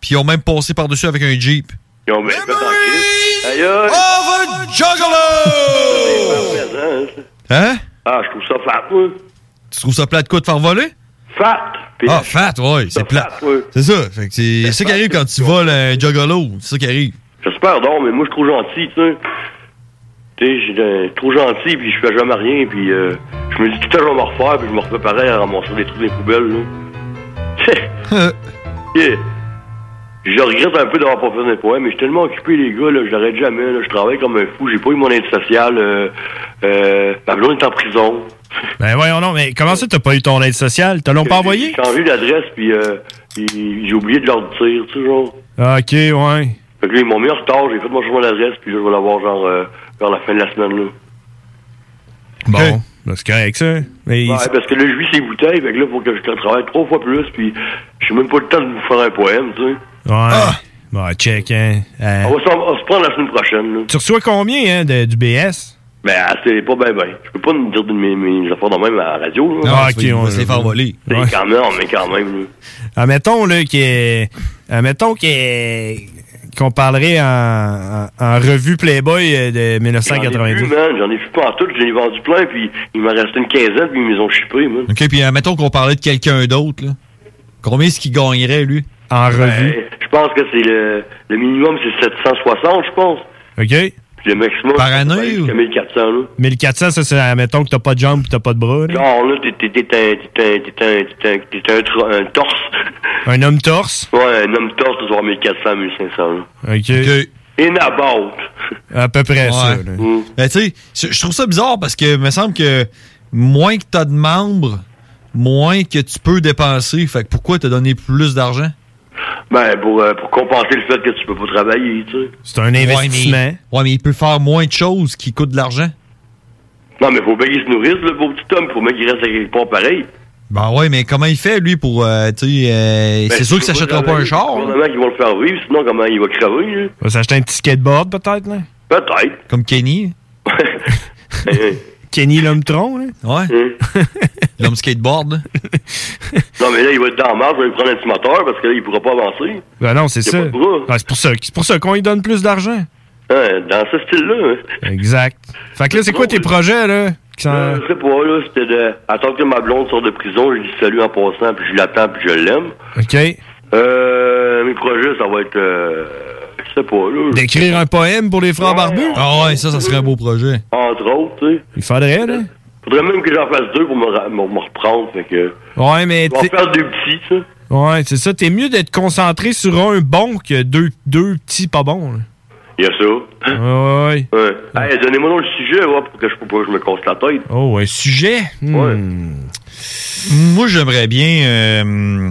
[SPEAKER 3] Puis ils ont même passé par-dessus avec un Jeep.
[SPEAKER 6] Ils ont bien fait en crise. Aïe, aïe.
[SPEAKER 3] Of a juggalo!
[SPEAKER 6] C'est malaisant, hein, ça.
[SPEAKER 3] Hein?
[SPEAKER 6] Ah, je trouve ça fat, moi.
[SPEAKER 3] Tu trouves ça plat de quoi de faire voler?
[SPEAKER 6] Fat!
[SPEAKER 3] Ah, fat, ouais, c'est plat. C'est ça. Fait que c'est c'est ça qui arrive quand tu voles un juggalo. C'est ça qui arrive.
[SPEAKER 6] J'espère donc, mais moi, je suis trop gentil, tu sais. Tu sais, je suis euh, trop gentil, puis je fais jamais rien, puis euh, je me dis tout à l'heure, je vais me refaire, puis je me refais pareil à ramasser des trucs des poubelles, là. Yeah. Je regrette un peu d'avoir pas fait des poèmes, mais je suis tellement occupé, les gars, là, je l'arrête jamais, là, je travaille comme un fou, j'ai pas eu mon aide sociale, euh, euh, ma blonde est en prison.
[SPEAKER 1] Ben voyons non, mais comment ça t'as pas eu ton aide sociale? Te l'ont pas envoyé?
[SPEAKER 6] J'ai changé d'adresse, puis euh, puis j'ai oublié de leur dire, tu sais, genre.
[SPEAKER 1] Ah, OK, ouais.
[SPEAKER 6] Fait que là, ils m'ont mis en retard, j'ai fait mon changement d'adresse, puis là, je vais l'avoir, genre, euh, vers la fin de la semaine, là.
[SPEAKER 1] Bon. Ben, c'est correct, ça. Mais
[SPEAKER 6] Ouais, parce que là, je vis ses bouteilles, fait que là, faut que je travaille trois fois plus, puis j'ai même pas le temps de vous faire un poème, tu sais.
[SPEAKER 1] Ouais. Bon, check, hein. Euh,
[SPEAKER 6] On, va s'en- on se prend la semaine prochaine, là.
[SPEAKER 1] Tu reçois combien, hein, de- du BS?
[SPEAKER 6] Ben, ah, c'est pas ben ben. Je peux pas me dire de mes, mes affaires de même à la radio, là.
[SPEAKER 1] Ah, ok, on va se les faire voler.
[SPEAKER 6] C'est
[SPEAKER 1] Ouais.
[SPEAKER 6] quand même, mais quand même, là.
[SPEAKER 1] Admettons, là, que. Admettons que. Qu'on parlerait en, en- en revue Playboy euh, de
[SPEAKER 6] J'en ai
[SPEAKER 1] 1990.
[SPEAKER 6] plus, man, j'en ai plus pas en tout, j'en ai vendu plein, puis il m'en restait une quinzaine, puis ils me les ont chippés, man.
[SPEAKER 3] OK, puis euh, mettons qu'on parlait de quelqu'un d'autre, là. Combien est-ce qu'il gagnerait, lui?
[SPEAKER 1] En
[SPEAKER 6] Ben, je pense que c'est le, le minimum, c'est 760, je pense.
[SPEAKER 1] OK?
[SPEAKER 6] Puis le maximum, ben, Par année, c'est 1400, là.
[SPEAKER 1] 1400, ça, c'est admettons que t'as pas de jambes pis t'as pas de bras, là.
[SPEAKER 6] Genre, là, t'es t'es- t'es un, t'es un, t'es un, t'es un, t'es un, tro- un torse.
[SPEAKER 1] Un homme torse.
[SPEAKER 6] Ouais, un homme torse, tu dois avoir 1400, 1500, là.
[SPEAKER 1] OK.
[SPEAKER 6] In about.
[SPEAKER 1] À peu près ça, là.
[SPEAKER 3] Ben, tu sais, je- je trouve ça bizarre parce que me semble que moins que t'as de membres, moins que tu peux dépenser. Fait que pourquoi te donner plus d'argent?
[SPEAKER 6] Ben, pour, euh, pour compenser le fait que tu peux pas travailler, tu sais.
[SPEAKER 1] C'est un
[SPEAKER 3] Ouais, mais, ouais, mais il peut faire moins de choses qui coûtent de l'argent.
[SPEAKER 6] Non, mais faut bien qu'il se nourrisse, le beau petit homme, faut bien qu'il reste à quelque part pareil.
[SPEAKER 3] Ben ouais, mais comment il fait, lui, pour, euh, tu sais, euh,
[SPEAKER 6] Ben,
[SPEAKER 3] c'est
[SPEAKER 6] si
[SPEAKER 3] sûr
[SPEAKER 6] tu
[SPEAKER 3] qu'il
[SPEAKER 6] peux
[SPEAKER 3] s'achètera pas un
[SPEAKER 6] travailler,
[SPEAKER 3] char. hein.
[SPEAKER 6] c'est probablement qu'ils vont le faire vivre, sinon comment il va crever, là.
[SPEAKER 1] On va s'acheter un petit skateboard, peut-être, là.
[SPEAKER 6] Peut-être.
[SPEAKER 3] Comme Kenny.
[SPEAKER 1] Kenny l'homme tronc, là.
[SPEAKER 3] Ouais. l'homme skateboard, là.
[SPEAKER 6] Hein? Non, mais là, il va être dans la marge, il va lui prendre un petit moteur, parce que là, il pourra pas avancer.
[SPEAKER 1] Ben non, c'est
[SPEAKER 6] Y a
[SPEAKER 1] ça.
[SPEAKER 6] pas de bras.
[SPEAKER 1] Ouais, c'est pour ça. C'est pour ça qu'on lui donne plus d'argent.
[SPEAKER 6] Hein, dans ce style-là, hein.
[SPEAKER 1] Exact. Fait que là, c'est quoi tes projets, là? qui sont-
[SPEAKER 6] Euh, Je sais pas, là, c'était de... Attends que ma blonde sorte de prison, je lui dis salut en passant, puis je l'attends, puis je l'aime.
[SPEAKER 1] OK.
[SPEAKER 6] Euh, mes projets, ça va être... Euh, je sais pas, là.
[SPEAKER 1] D'écrire un poème pour les frères barbus?
[SPEAKER 3] Ah ouais, ça, ça serait un beau projet.
[SPEAKER 6] Entre autres, tu sais.
[SPEAKER 1] Il faudrait, là.
[SPEAKER 6] Faudrait même que j'en fasse deux pour me, ra- me, me reprendre, fait que...
[SPEAKER 1] Ouais, mais.
[SPEAKER 6] On va
[SPEAKER 1] t'es-
[SPEAKER 6] faire deux petits, ça.
[SPEAKER 1] Ouais, c'est ça. T'es mieux d'être concentré sur un bon que deux, deux petits pas bons, là.
[SPEAKER 6] Il y a ça.
[SPEAKER 1] Ouais,
[SPEAKER 6] ouais. Hey, donnez-moi donc le sujet, ouais, pour que je, pour que je me casse la tête.
[SPEAKER 1] Oh, un sujet?
[SPEAKER 6] Ouais.
[SPEAKER 1] Hmm.
[SPEAKER 3] Moi, j'aimerais bien euh,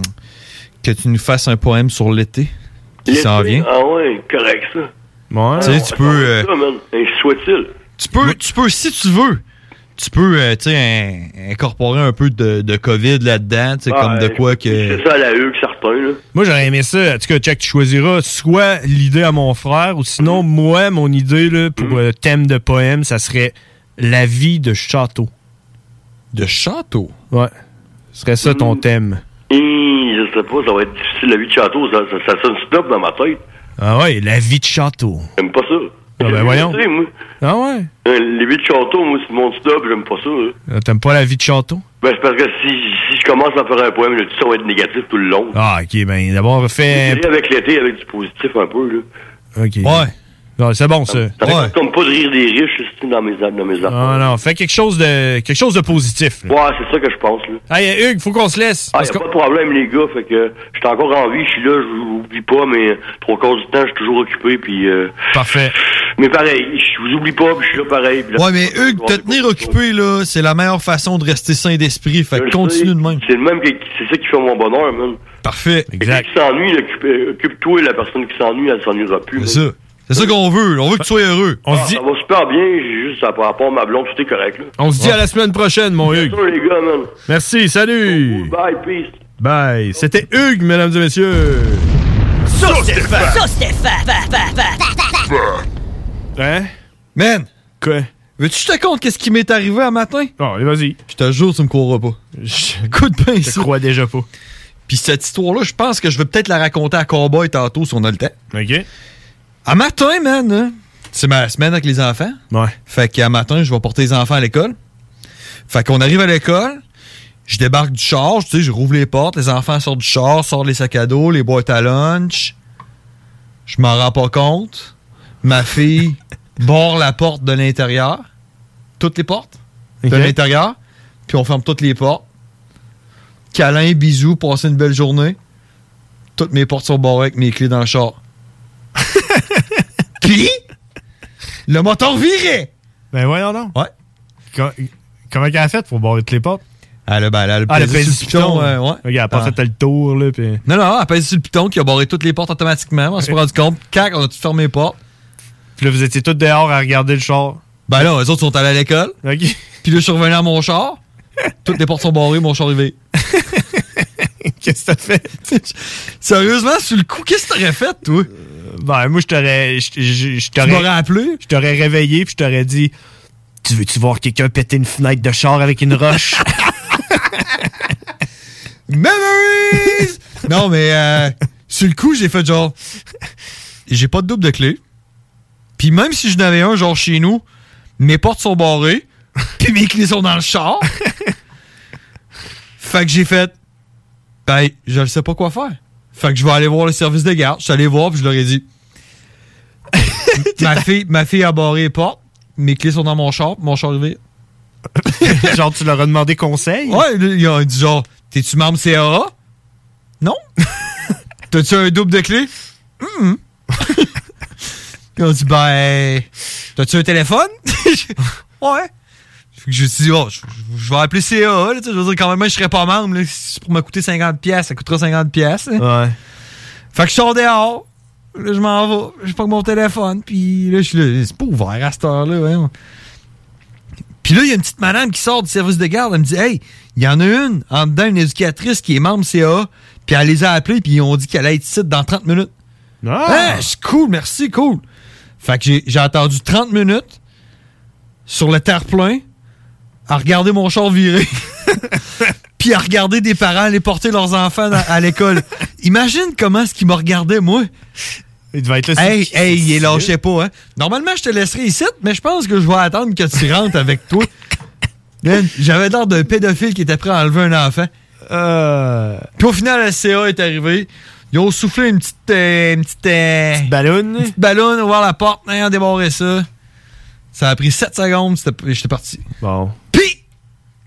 [SPEAKER 3] que tu nous fasses un poème sur l'été qui s'en
[SPEAKER 6] L'été,
[SPEAKER 3] vient.
[SPEAKER 6] Ah ouais, correct, ça.
[SPEAKER 1] Ouais.
[SPEAKER 3] Tu sais, tu peux, euh,
[SPEAKER 6] Ça, man. Hey, je souhaite-il.
[SPEAKER 3] Tu peux, tu peux, si tu veux, tu peux, euh, tu sais, in- incorporer un peu de, de COVID là-dedans, tu sais, comme de quoi que.
[SPEAKER 6] Ah, C'est ça la Hugues, certain, là.
[SPEAKER 1] Moi, j'aurais aimé ça. En tout cas, Chuck, tu choisiras soit l'idée à mon frère, ou sinon, moi, mon idée là,
[SPEAKER 6] Mm.
[SPEAKER 1] pour euh, thème de poème, ça serait La vie de château.
[SPEAKER 3] De château?
[SPEAKER 1] Ouais. Ce serait ça
[SPEAKER 6] Mm.
[SPEAKER 1] ton thème.
[SPEAKER 6] Hum, je sais pas, ça va être difficile, la vie de château, ça, ça, ça sonne snob dans ma tête.
[SPEAKER 1] Ah ouais, La vie de château.
[SPEAKER 6] J'aime pas ça.
[SPEAKER 1] Ah ben voyons.
[SPEAKER 6] Tu sais, moi,
[SPEAKER 1] Ah ouais?
[SPEAKER 6] euh, les vies de château, moi, c'est mon snob, j'aime pas ça. là.
[SPEAKER 1] Ah, T'aimes pas la vie de château?
[SPEAKER 6] Ben, c'est parce que si, si je commence à faire un poème, là, tout ça va être négatif tout le long.
[SPEAKER 1] Ah, ok, ben d'abord, fais.
[SPEAKER 6] Rire avec l'été, avec du positif un peu, là.
[SPEAKER 1] Ok. Ouais. Non, c'est bon, ça. Ah,
[SPEAKER 6] Ça fait comme pas de rire des riches, c'est dans mes dans mes affaires.
[SPEAKER 1] Non, non, fais quelque chose de, quelque chose de positif. là.
[SPEAKER 6] Ouais, c'est ça que je pense, là.
[SPEAKER 1] Hey, Hugues, faut qu'on se laisse.
[SPEAKER 6] Ah, y a pas de problème, les gars. Fait que je suis encore en vie, je suis là, je vous oublie pas, mais trois quarts du temps, je suis toujours occupé, puis. euh,
[SPEAKER 1] Parfait.
[SPEAKER 6] Mais pareil, je vous oublie pas, puis je suis là pareil. puis là-
[SPEAKER 3] Ouais, mais Hugues, te tenir occupé, là, c'est la meilleure façon de rester sain d'esprit. Fait
[SPEAKER 6] Je
[SPEAKER 3] que
[SPEAKER 6] le
[SPEAKER 3] continue
[SPEAKER 6] sais,
[SPEAKER 3] de même.
[SPEAKER 6] C'est le même que c'est ça qui fait mon bonheur, man.
[SPEAKER 3] Parfait.
[SPEAKER 6] Exact. Qui s'ennuie, là, occupe- euh, occupe-toi, la personne qui s'ennuie, elle s'ennuiera plus.
[SPEAKER 3] C'est ça. C'est ça qu'on veut. On veut que tu sois heureux.
[SPEAKER 6] On se dit. Ça va super bien, j'ai juste ça par rapport à ma blonde, tout est correct, là.
[SPEAKER 1] On se dit à la semaine prochaine, mon Hugues.
[SPEAKER 6] Ça, les gars, man.
[SPEAKER 1] Merci, salut.
[SPEAKER 6] Bye, peace.
[SPEAKER 1] Bye. C'était Hugues, mesdames et messieurs.
[SPEAKER 13] Sauce
[SPEAKER 1] Stéphane.
[SPEAKER 13] Sauce Stéphane.
[SPEAKER 1] Hein?
[SPEAKER 3] Man!
[SPEAKER 1] Quoi?
[SPEAKER 3] Veux-tu que je te compte qu'est-ce qui m'est arrivé un matin?
[SPEAKER 1] Non, allez, vas-y.
[SPEAKER 3] Je te jure, tu me croiras pas. Coup de pain, Je te
[SPEAKER 1] crois déjà pas.
[SPEAKER 3] Puis cette histoire-là, je pense que je vais peut-être la raconter à Cowboy tantôt si on a le temps.
[SPEAKER 1] OK.
[SPEAKER 3] À matin, man, hein, c'est ma semaine avec les enfants.
[SPEAKER 1] Ouais.
[SPEAKER 3] Fait qu'à matin, je vais porter les enfants à l'école. Fait qu'on arrive à l'école, je débarque du char, tu sais, je rouvre les portes, les enfants sortent du char, sortent les sacs à dos, les boîtes à lunch. Je m'en rends pas compte. Ma fille barre la porte de l'intérieur. Toutes les portes de
[SPEAKER 1] Ok.
[SPEAKER 3] l'intérieur. Puis on ferme toutes les portes. Câlin, bisous, passez une belle journée. Toutes mes portes sont barrées avec mes clés dans le char. Puis, le moteur virait.
[SPEAKER 1] Ben voyons donc.
[SPEAKER 3] Ouais.
[SPEAKER 1] comment elle a fait pour barrer toutes les portes?
[SPEAKER 3] Elle a, ben, elle a le
[SPEAKER 1] Ah, le
[SPEAKER 3] pesé
[SPEAKER 1] pesé
[SPEAKER 3] sur le piton, ouais, ouais.
[SPEAKER 1] Regarde, elle a pas
[SPEAKER 3] Ah.
[SPEAKER 1] fait le tour, là, puis...
[SPEAKER 3] Non, non, elle a pesé sur le piton qui a barré toutes les portes automatiquement. On s'est pas rendu compte. Cac, on a tout fermé les portes.
[SPEAKER 1] Puis là, vous étiez tous dehors à regarder le char.
[SPEAKER 3] Ben là, eux autres sont allés à l'école. Puis là, je suis revenu à mon char. Toutes les portes sont barrées, mon char est levé.
[SPEAKER 1] qu'est-ce que t'as fait?
[SPEAKER 3] Sérieusement, sur le coup, qu'est-ce que t'aurais fait, toi?
[SPEAKER 1] Ben, moi, je t'aurais... je- je- je t'aurais-
[SPEAKER 3] m'aurais appelé?
[SPEAKER 1] Je t'aurais réveillé, puis je t'aurais dit... Tu veux-tu voir quelqu'un péter une fenêtre de char avec une roche?
[SPEAKER 3] Memories! non, mais euh, sur le coup, j'ai fait genre. J'ai pas de double de clé. Puis même si je n'avais un, genre chez nous, mes portes sont barrées. Puis mes clés sont dans le char. fait que j'ai fait. Ben, je ne sais pas quoi faire. Fait que je vais aller voir le service de garde. Je suis allé voir, puis je leur ai dit. ma, fille, ma fille a barré les portes. Mes clés sont dans mon char. Mon char est vide.
[SPEAKER 1] genre, tu leur as demandé conseil?
[SPEAKER 3] Ouais, il a dit genre, t'es-tu membre CAA? Non. T'as-tu un double de clé?
[SPEAKER 1] Hmm.
[SPEAKER 3] Hum, hum. Ils ont dit, ben, t'as-tu un téléphone? ouais. Fait que je me suis dit, oh, je, je- je vais appeler CAA, là, tu sais, je veux dire, quand même, je serais pas membre, là, si c'est pour me coûter 50 pièces, ça coûtera 50 pièces.
[SPEAKER 1] Ouais.
[SPEAKER 3] Fait que je sors dehors, là, je m'en vais, je prends mon téléphone, puis là, je suis là, c'est pas ouvert à cette heure-là, hein. voyons. Puis là, il y a une petite madame qui sort du service de garde. Elle me dit Hey, il y en a une en dedans, une éducatrice qui est membre CA. Puis elle les a appelés, puis ils ont dit qu'elle allait être ici dans 30 minutes.
[SPEAKER 1] Ah!
[SPEAKER 3] Hein, c'est cool, merci, cool. Fait que j'ai- j'ai attendu 30 minutes sur le terre-plein à regarder mon char virer. puis à regarder des parents aller porter leurs enfants dans- à l'école. Imagine comment est-ce qu'ils me regardaient, moi.
[SPEAKER 1] Il devait être là.
[SPEAKER 3] Hey,
[SPEAKER 1] c'est-
[SPEAKER 3] hey, il lâchait pas, hein. Normalement, je te laisserai ici, mais je pense que je vais attendre que tu rentres avec toi. Man, J'avais l'air d'un pédophile qui était prêt à enlever un enfant.
[SPEAKER 1] Euh.
[SPEAKER 3] Puis au final, la CA est arrivée. Ils ont soufflé une petite. euh, une petite. euh,
[SPEAKER 1] Une petite
[SPEAKER 3] ballonne, ouvert la porte, hein, débarré ça. Ça a pris 7 secondes, c'était- j'étais parti.
[SPEAKER 1] Bon.
[SPEAKER 3] Puis,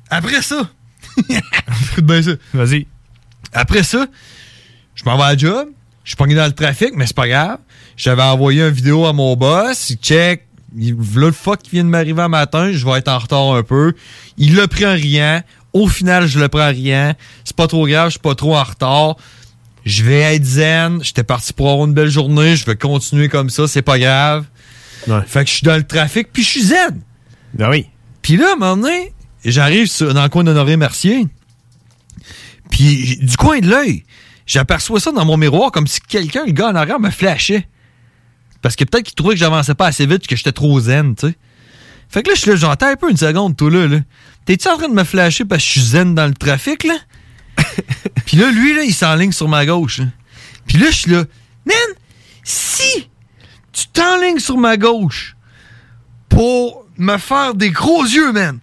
[SPEAKER 3] après ça, écoute bien ça.
[SPEAKER 1] Vas-y.
[SPEAKER 3] Après ça, je m'en vais à la job, je suis pogné dans le trafic, mais c'est pas grave. J'avais envoyé une vidéo à mon boss, il check, il v'là le fuck qui vient de m'arriver un matin, je vais être en retard un peu. Il l'a pris en riant. Au final, je le prends en riant. C'est pas trop grave, je suis pas trop en retard. Je vais être zen. J'étais parti pour avoir une belle journée. Je vais continuer comme ça, c'est pas grave. Fait que je suis dans le trafic, puis je suis zen. Ben oui. Puis là, à un moment donné, j'arrive sur- dans le coin d'Honoré Mercier. Puis j- du coin de l'œil, j'aperçois ça dans mon miroir comme si quelqu'un, le gars en arrière, me flashait. Parce que peut-être qu'il trouvait que j'avançais pas assez vite, que j'étais trop zen, tu sais. Fait que là, je suis là, j'entends un peu une seconde, tout là, là. T'es-tu en train de me flasher parce que je suis zen dans le trafic, là? Puis là, lui, là, il s'enligne sur ma gauche. là. Puis là, je suis là, Nan, si tu t'enlignes sur ma gauche pour me faire des gros yeux, man,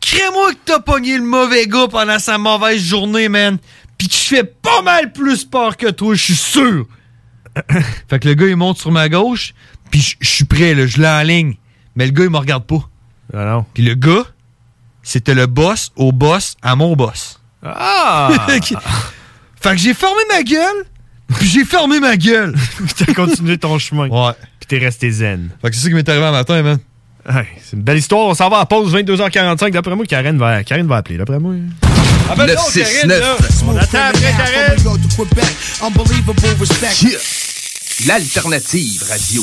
[SPEAKER 3] crée-moi que t'as pogné le mauvais gars pendant sa mauvaise journée, man, puis que je fais pas mal plus peur que toi, je suis sûr. fait que le gars, il monte sur ma gauche, puis je- je suis prêt, là, je l'enligne. Mais le gars, il me regarde pas.
[SPEAKER 1] Ah
[SPEAKER 3] Puis le gars, c'était le boss au boss à mon boss.
[SPEAKER 1] Ah!
[SPEAKER 3] Ok. Fait que j'ai formé ma gueule, puis j'ai fermé ma gueule.
[SPEAKER 1] T'as continué ton chemin.
[SPEAKER 3] Ouais.
[SPEAKER 1] Puis t'es resté zen.
[SPEAKER 3] Fait que c'est ça qui m'est arrivé un matin, man.
[SPEAKER 1] c'est une belle histoire. On s'en va à pause 22h45. D'après moi, Karen va, Karen va appeler. D'après moi. Ah, ben
[SPEAKER 15] Appelle-le, Karen, là.
[SPEAKER 1] On attend après Karen.
[SPEAKER 10] L'alternative radio.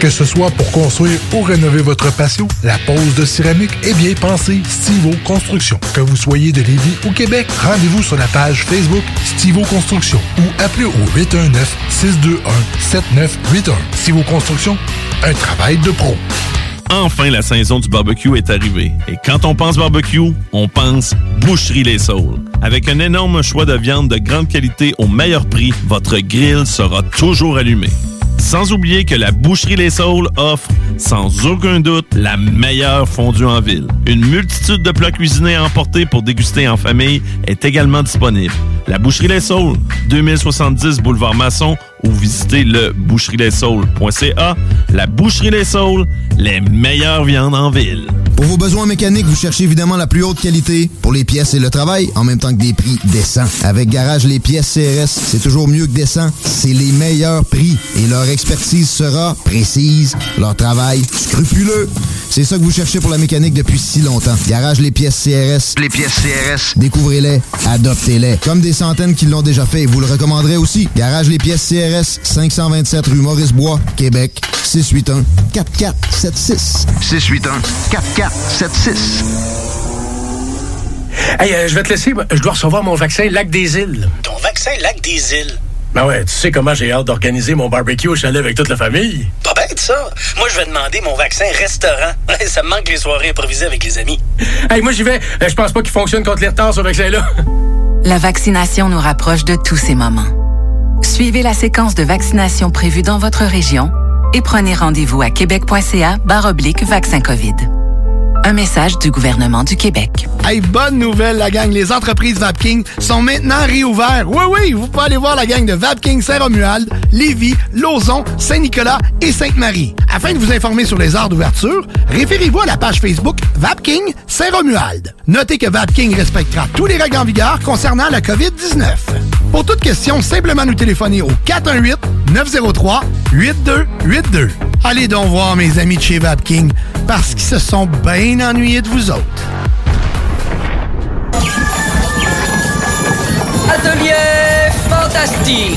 [SPEAKER 16] Que ce soit pour construire ou rénover votre patio, la pose de céramique est bien pensée Stivo Construction. Que vous soyez de Lévis ou Québec, rendez-vous sur la page Facebook Stivo Construction ou appelez au 819 621 7981. Stivo Construction, un travail de pro.
[SPEAKER 17] Enfin, la saison du barbecue est arrivée. Et quand on pense barbecue, on pense Boucherie Les Saules. Avec un énorme choix de viande de grande qualité au meilleur prix, votre grill sera toujours allumé. Sans oublier que la Boucherie Les Saules offre, sans aucun doute, la meilleure fondue en ville. Une multitude de plats cuisinés à emporter pour déguster en famille est également disponible. La Boucherie Les Saules, 2070 Boulevard Masson, ou visitez le boucherieslessaules.ca. La Boucherie Les Saules, les meilleures viandes en ville.
[SPEAKER 18] Pour vos besoins mécaniques, vous cherchez évidemment la plus haute qualité pour les pièces et le travail, en même temps que des prix décents. Avec Garage Les Pièces CRS, c'est toujours mieux que décent. C'est les meilleurs prix et leur expertise sera précise, leur travail scrupuleux. C'est ça que vous cherchez pour la mécanique depuis si longtemps. Garage Les Pièces CRS. Les pièces CRS. Découvrez-les, adoptez-les. Comme des centaines qui l'ont déjà fait, vous le recommanderez aussi. Garage Les Pièces CRS, 527 rue Maurice-Bois, Québec, 681 4476.
[SPEAKER 10] 681-4476.
[SPEAKER 19] Hey, euh, je vais te laisser. Je dois recevoir mon vaccin Lac des Îles.
[SPEAKER 20] Ton vaccin Lac des Îles.
[SPEAKER 19] Ben ouais, tu sais comment j'ai hâte d'organiser mon barbecue au chalet avec toute la famille.
[SPEAKER 20] Pas bête, ça. Moi, je vais demander mon vaccin restaurant. ça me manque les soirées improvisées avec les amis.
[SPEAKER 19] Hey, moi j'y vais. Euh, Je pense pas qu'il fonctionne contre les retards, ce vaccin-là.
[SPEAKER 13] La vaccination nous rapproche de tous ces moments. Suivez la séquence de vaccination prévue dans votre région et prenez rendez-vous à québec.ca barre oblique vaccin COVID. Un message du gouvernement du Québec.
[SPEAKER 8] Hey, bonne nouvelle, la gang. Les entreprises Vapking sont maintenant réouvertes. Oui, oui, vous pouvez aller voir la gang de Vapking Saint-Romuald, Lévis, Lauson, Saint-Nicolas et Sainte-Marie. Afin de vous informer sur les heures d'ouverture, référez-vous à la page Facebook Vapking Saint-Romuald. Notez que Vapking respectera tous les règles en vigueur concernant la COVID-19. Pour toute question, simplement nous téléphoner au 418-903-8282. Allez donc voir mes amis de chez Vapking parce qu'ils se sont bien ennuyés de vous autres.
[SPEAKER 21] Atelier fantastique.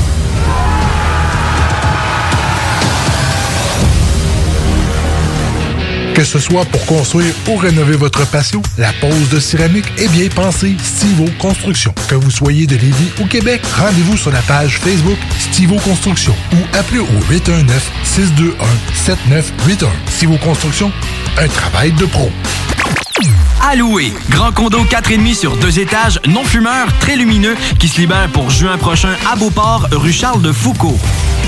[SPEAKER 16] Que ce soit pour construire ou rénover votre patio, la pose de céramique est bien pensée Stivo Construction. Que vous soyez de Lévis ou Québec, rendez-vous sur la page Facebook Stivo Construction ou appelez au 819 621 7981. Stivo Construction, un travail de pro.
[SPEAKER 5] Alloué, grand condo 4,5 sur deux étages, non fumeur, très lumineux, qui se libère pour juin prochain à Beauport, rue Charles de Foucault.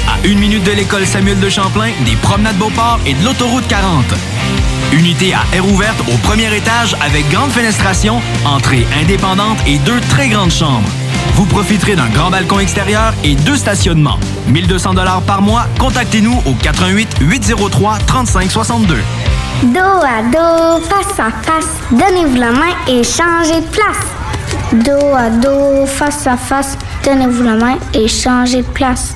[SPEAKER 5] À une minute de l'école Samuel de Champlain, des promenades Beauport et de l'autoroute 40. Unité à air ouverte au premier étage avec grande fenestration, entrée indépendante et deux très grandes chambres. Vous profiterez d'un grand balcon extérieur et deux stationnements. 1200 dollars par mois, contactez-nous au 88 803 3562.
[SPEAKER 22] Dos à dos, face à face, donnez-vous la main et changez de place.
[SPEAKER 23] Dos à dos, face à face, tenez-vous la main et changez de place.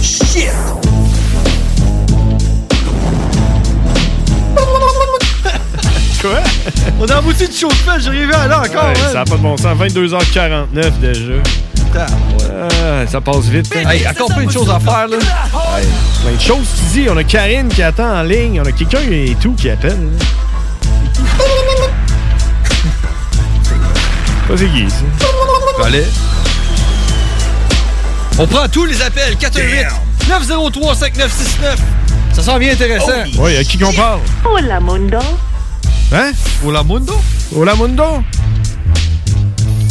[SPEAKER 13] Shit!
[SPEAKER 1] Quoi?
[SPEAKER 3] On est en boutique de chauffeur, j'y arrivais là encore.
[SPEAKER 1] Ouais,
[SPEAKER 3] hein.
[SPEAKER 1] ça n'a pas de bon sens. 22h49 déjà. Ah, ça passe vite. hein.
[SPEAKER 3] Hey, encore plein de choses à faire, là.
[SPEAKER 1] Ouais, plein de choses qui dit. On a Karine qui attend en ligne. On a quelqu'un et tout qui appelle. là. Pas c'est qui, ça?
[SPEAKER 3] Allez. On prend tous les appels. 418 903 5969. Ça sent bien intéressant.
[SPEAKER 1] Ouais, à qui qu'on parle?
[SPEAKER 23] Hola, mundo.
[SPEAKER 1] Hein?
[SPEAKER 3] Hola Ah, Mundo?
[SPEAKER 1] Hola Mundo?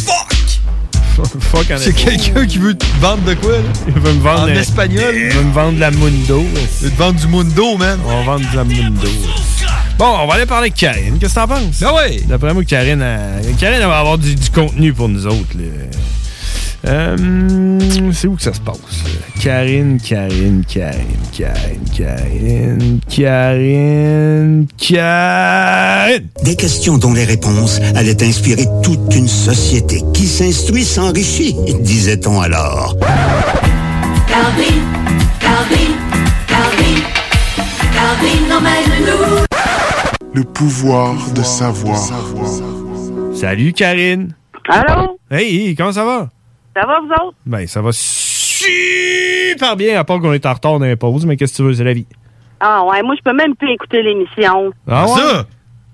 [SPEAKER 1] Fuck! Fuck en
[SPEAKER 3] C'est
[SPEAKER 1] effet.
[SPEAKER 3] quelqu'un qui veut te vendre de quoi, là?
[SPEAKER 1] Il veut me vendre.
[SPEAKER 3] En
[SPEAKER 1] un-
[SPEAKER 3] espagnol.
[SPEAKER 1] Il veut me vendre la Mundo. Il veut
[SPEAKER 3] te vendre du Mundo, man.
[SPEAKER 1] On va vendre de la Mundo. Bon, on va aller parler de Karine. Qu'est-ce que t'en penses?
[SPEAKER 3] Ah ouais!
[SPEAKER 1] D'après moi, Karine, elle- Karine elle va avoir du, du contenu pour nous autres. là. Euh, c'est où que ça se passe? là? Karine, Karine, Karine, Karine, Karine, Karine, Karine.
[SPEAKER 24] Des questions dont les réponses allaient inspirer toute une société qui s'instruit s'enrichit, disait-on alors.
[SPEAKER 13] Calvin, Calvin, Calvin, Calvin emmène-nous.
[SPEAKER 25] Le pouvoir de savoir.
[SPEAKER 1] Salut Karine.
[SPEAKER 23] Allô?
[SPEAKER 1] Hey, hey, comment ça va?
[SPEAKER 23] Ça va, vous autres?
[SPEAKER 1] Ben, ça va super bien, à part qu'on est en retard dans les pauses, mais qu'est-ce que tu veux, c'est la vie.
[SPEAKER 23] Ah ouais, moi je peux même plus écouter l'émission.
[SPEAKER 1] Ah ouais?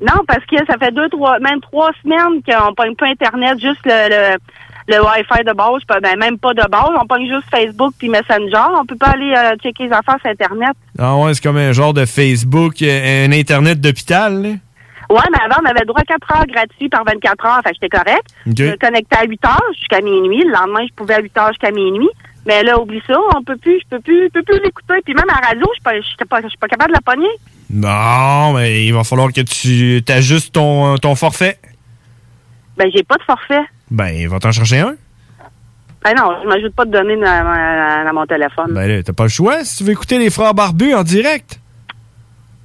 [SPEAKER 23] Non, parce que ça fait deux, trois, même trois semaines qu'on pogne pas Internet, juste le, le, le Wi-Fi de base, pas- ben, même pas de base, on pogne juste Facebook puis Messenger. On peut pas aller euh, checker les affaires sur Internet.
[SPEAKER 1] Ah ouais, c'est comme un genre de Facebook, euh, un Internet d'hôpital, là.
[SPEAKER 23] Ouais, mais avant, on avait le droit à 4 heures gratuits par 24 heures, fait que j'étais correct.
[SPEAKER 1] Ok.
[SPEAKER 23] Je me connectais à 8 heures jusqu'à minuit. Le lendemain, je pouvais à 8 heures jusqu'à minuit. Mais là, oublie ça, on peut plus, je peux plus, je peux plus l'écouter. Puis même à la radio, je suis pas, je suis pas, je suis pas capable de la pogner.
[SPEAKER 1] Non, mais ben, il va falloir que tu t'ajustes ton, euh, ton forfait.
[SPEAKER 23] Ben, j'ai pas de forfait.
[SPEAKER 1] Ben, il va t'en chercher un.
[SPEAKER 23] Ben non, je m'ajoute pas de données dans, dans- dans mon téléphone.
[SPEAKER 1] Ben là, t'as pas le choix si tu veux écouter les frères barbus en direct.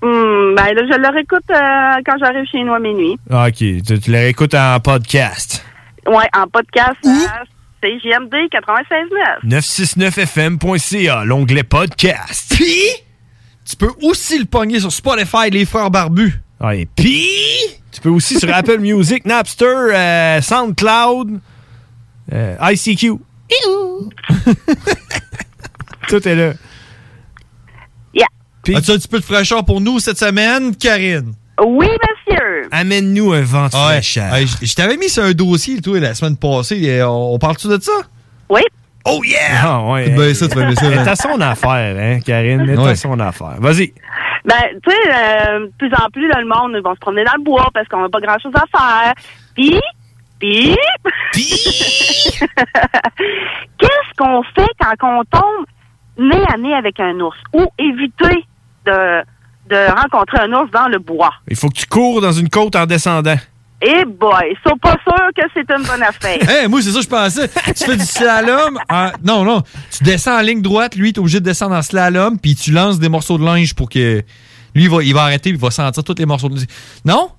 [SPEAKER 23] Hmm, ben là, je le réécoute euh, quand j'arrive chez nous à minuit.
[SPEAKER 1] Ah, ok, tu, tu les écoutes en podcast.
[SPEAKER 23] Ouais, en podcast, euh, à CGMD 96.9.
[SPEAKER 1] 969fm.ca, l'onglet podcast.
[SPEAKER 3] Puis, tu peux aussi le pogner sur Spotify, les frères barbus.
[SPEAKER 1] Ah, et puis, tu peux aussi sur Apple Music, Napster, euh, SoundCloud, euh, ICQ. Tout est là.
[SPEAKER 23] Yeah.
[SPEAKER 3] As-tu un petit peu de fraîcheur pour nous cette semaine, Karine?
[SPEAKER 23] Oui, monsieur.
[SPEAKER 1] Amène-nous un vent de fraîcheur.
[SPEAKER 3] je t'avais mis sur un dossier, toi, la semaine passée. et on, on parle-tu de ça?
[SPEAKER 23] Oui.
[SPEAKER 3] Oh yeah!
[SPEAKER 1] Ah, ouais.
[SPEAKER 3] C'est bien ça, tu vas aimer ça,
[SPEAKER 1] Elle
[SPEAKER 3] hein.
[SPEAKER 1] est à son affaire, hein, Karine. Elle est à
[SPEAKER 3] Ouais.
[SPEAKER 1] son affaire. Vas-y.
[SPEAKER 23] Ben, tu sais, euh, de plus en plus, là, le monde, ils vont se promener dans le bois parce qu'on n'a pas grand-chose à faire. Puis, puis... Qu'est-ce qu'on fait quand on tombe nez à nez avec un ours? Ou éviter de, de rencontrer un ours dans le bois?
[SPEAKER 1] Il faut que tu cours dans une côte en descendant.
[SPEAKER 23] Eh boy, ils sont pas sûrs que c'est une bonne affaire.
[SPEAKER 3] Hey, moi, c'est ça que je pensais. Tu fais du slalom. en- Non, non. Tu descends en ligne droite. Lui, t'es obligé de descendre en slalom. Puis tu lances des morceaux de linge pour que. Lui, il va, il va arrêter. puis Il va sentir tous les morceaux de. Non?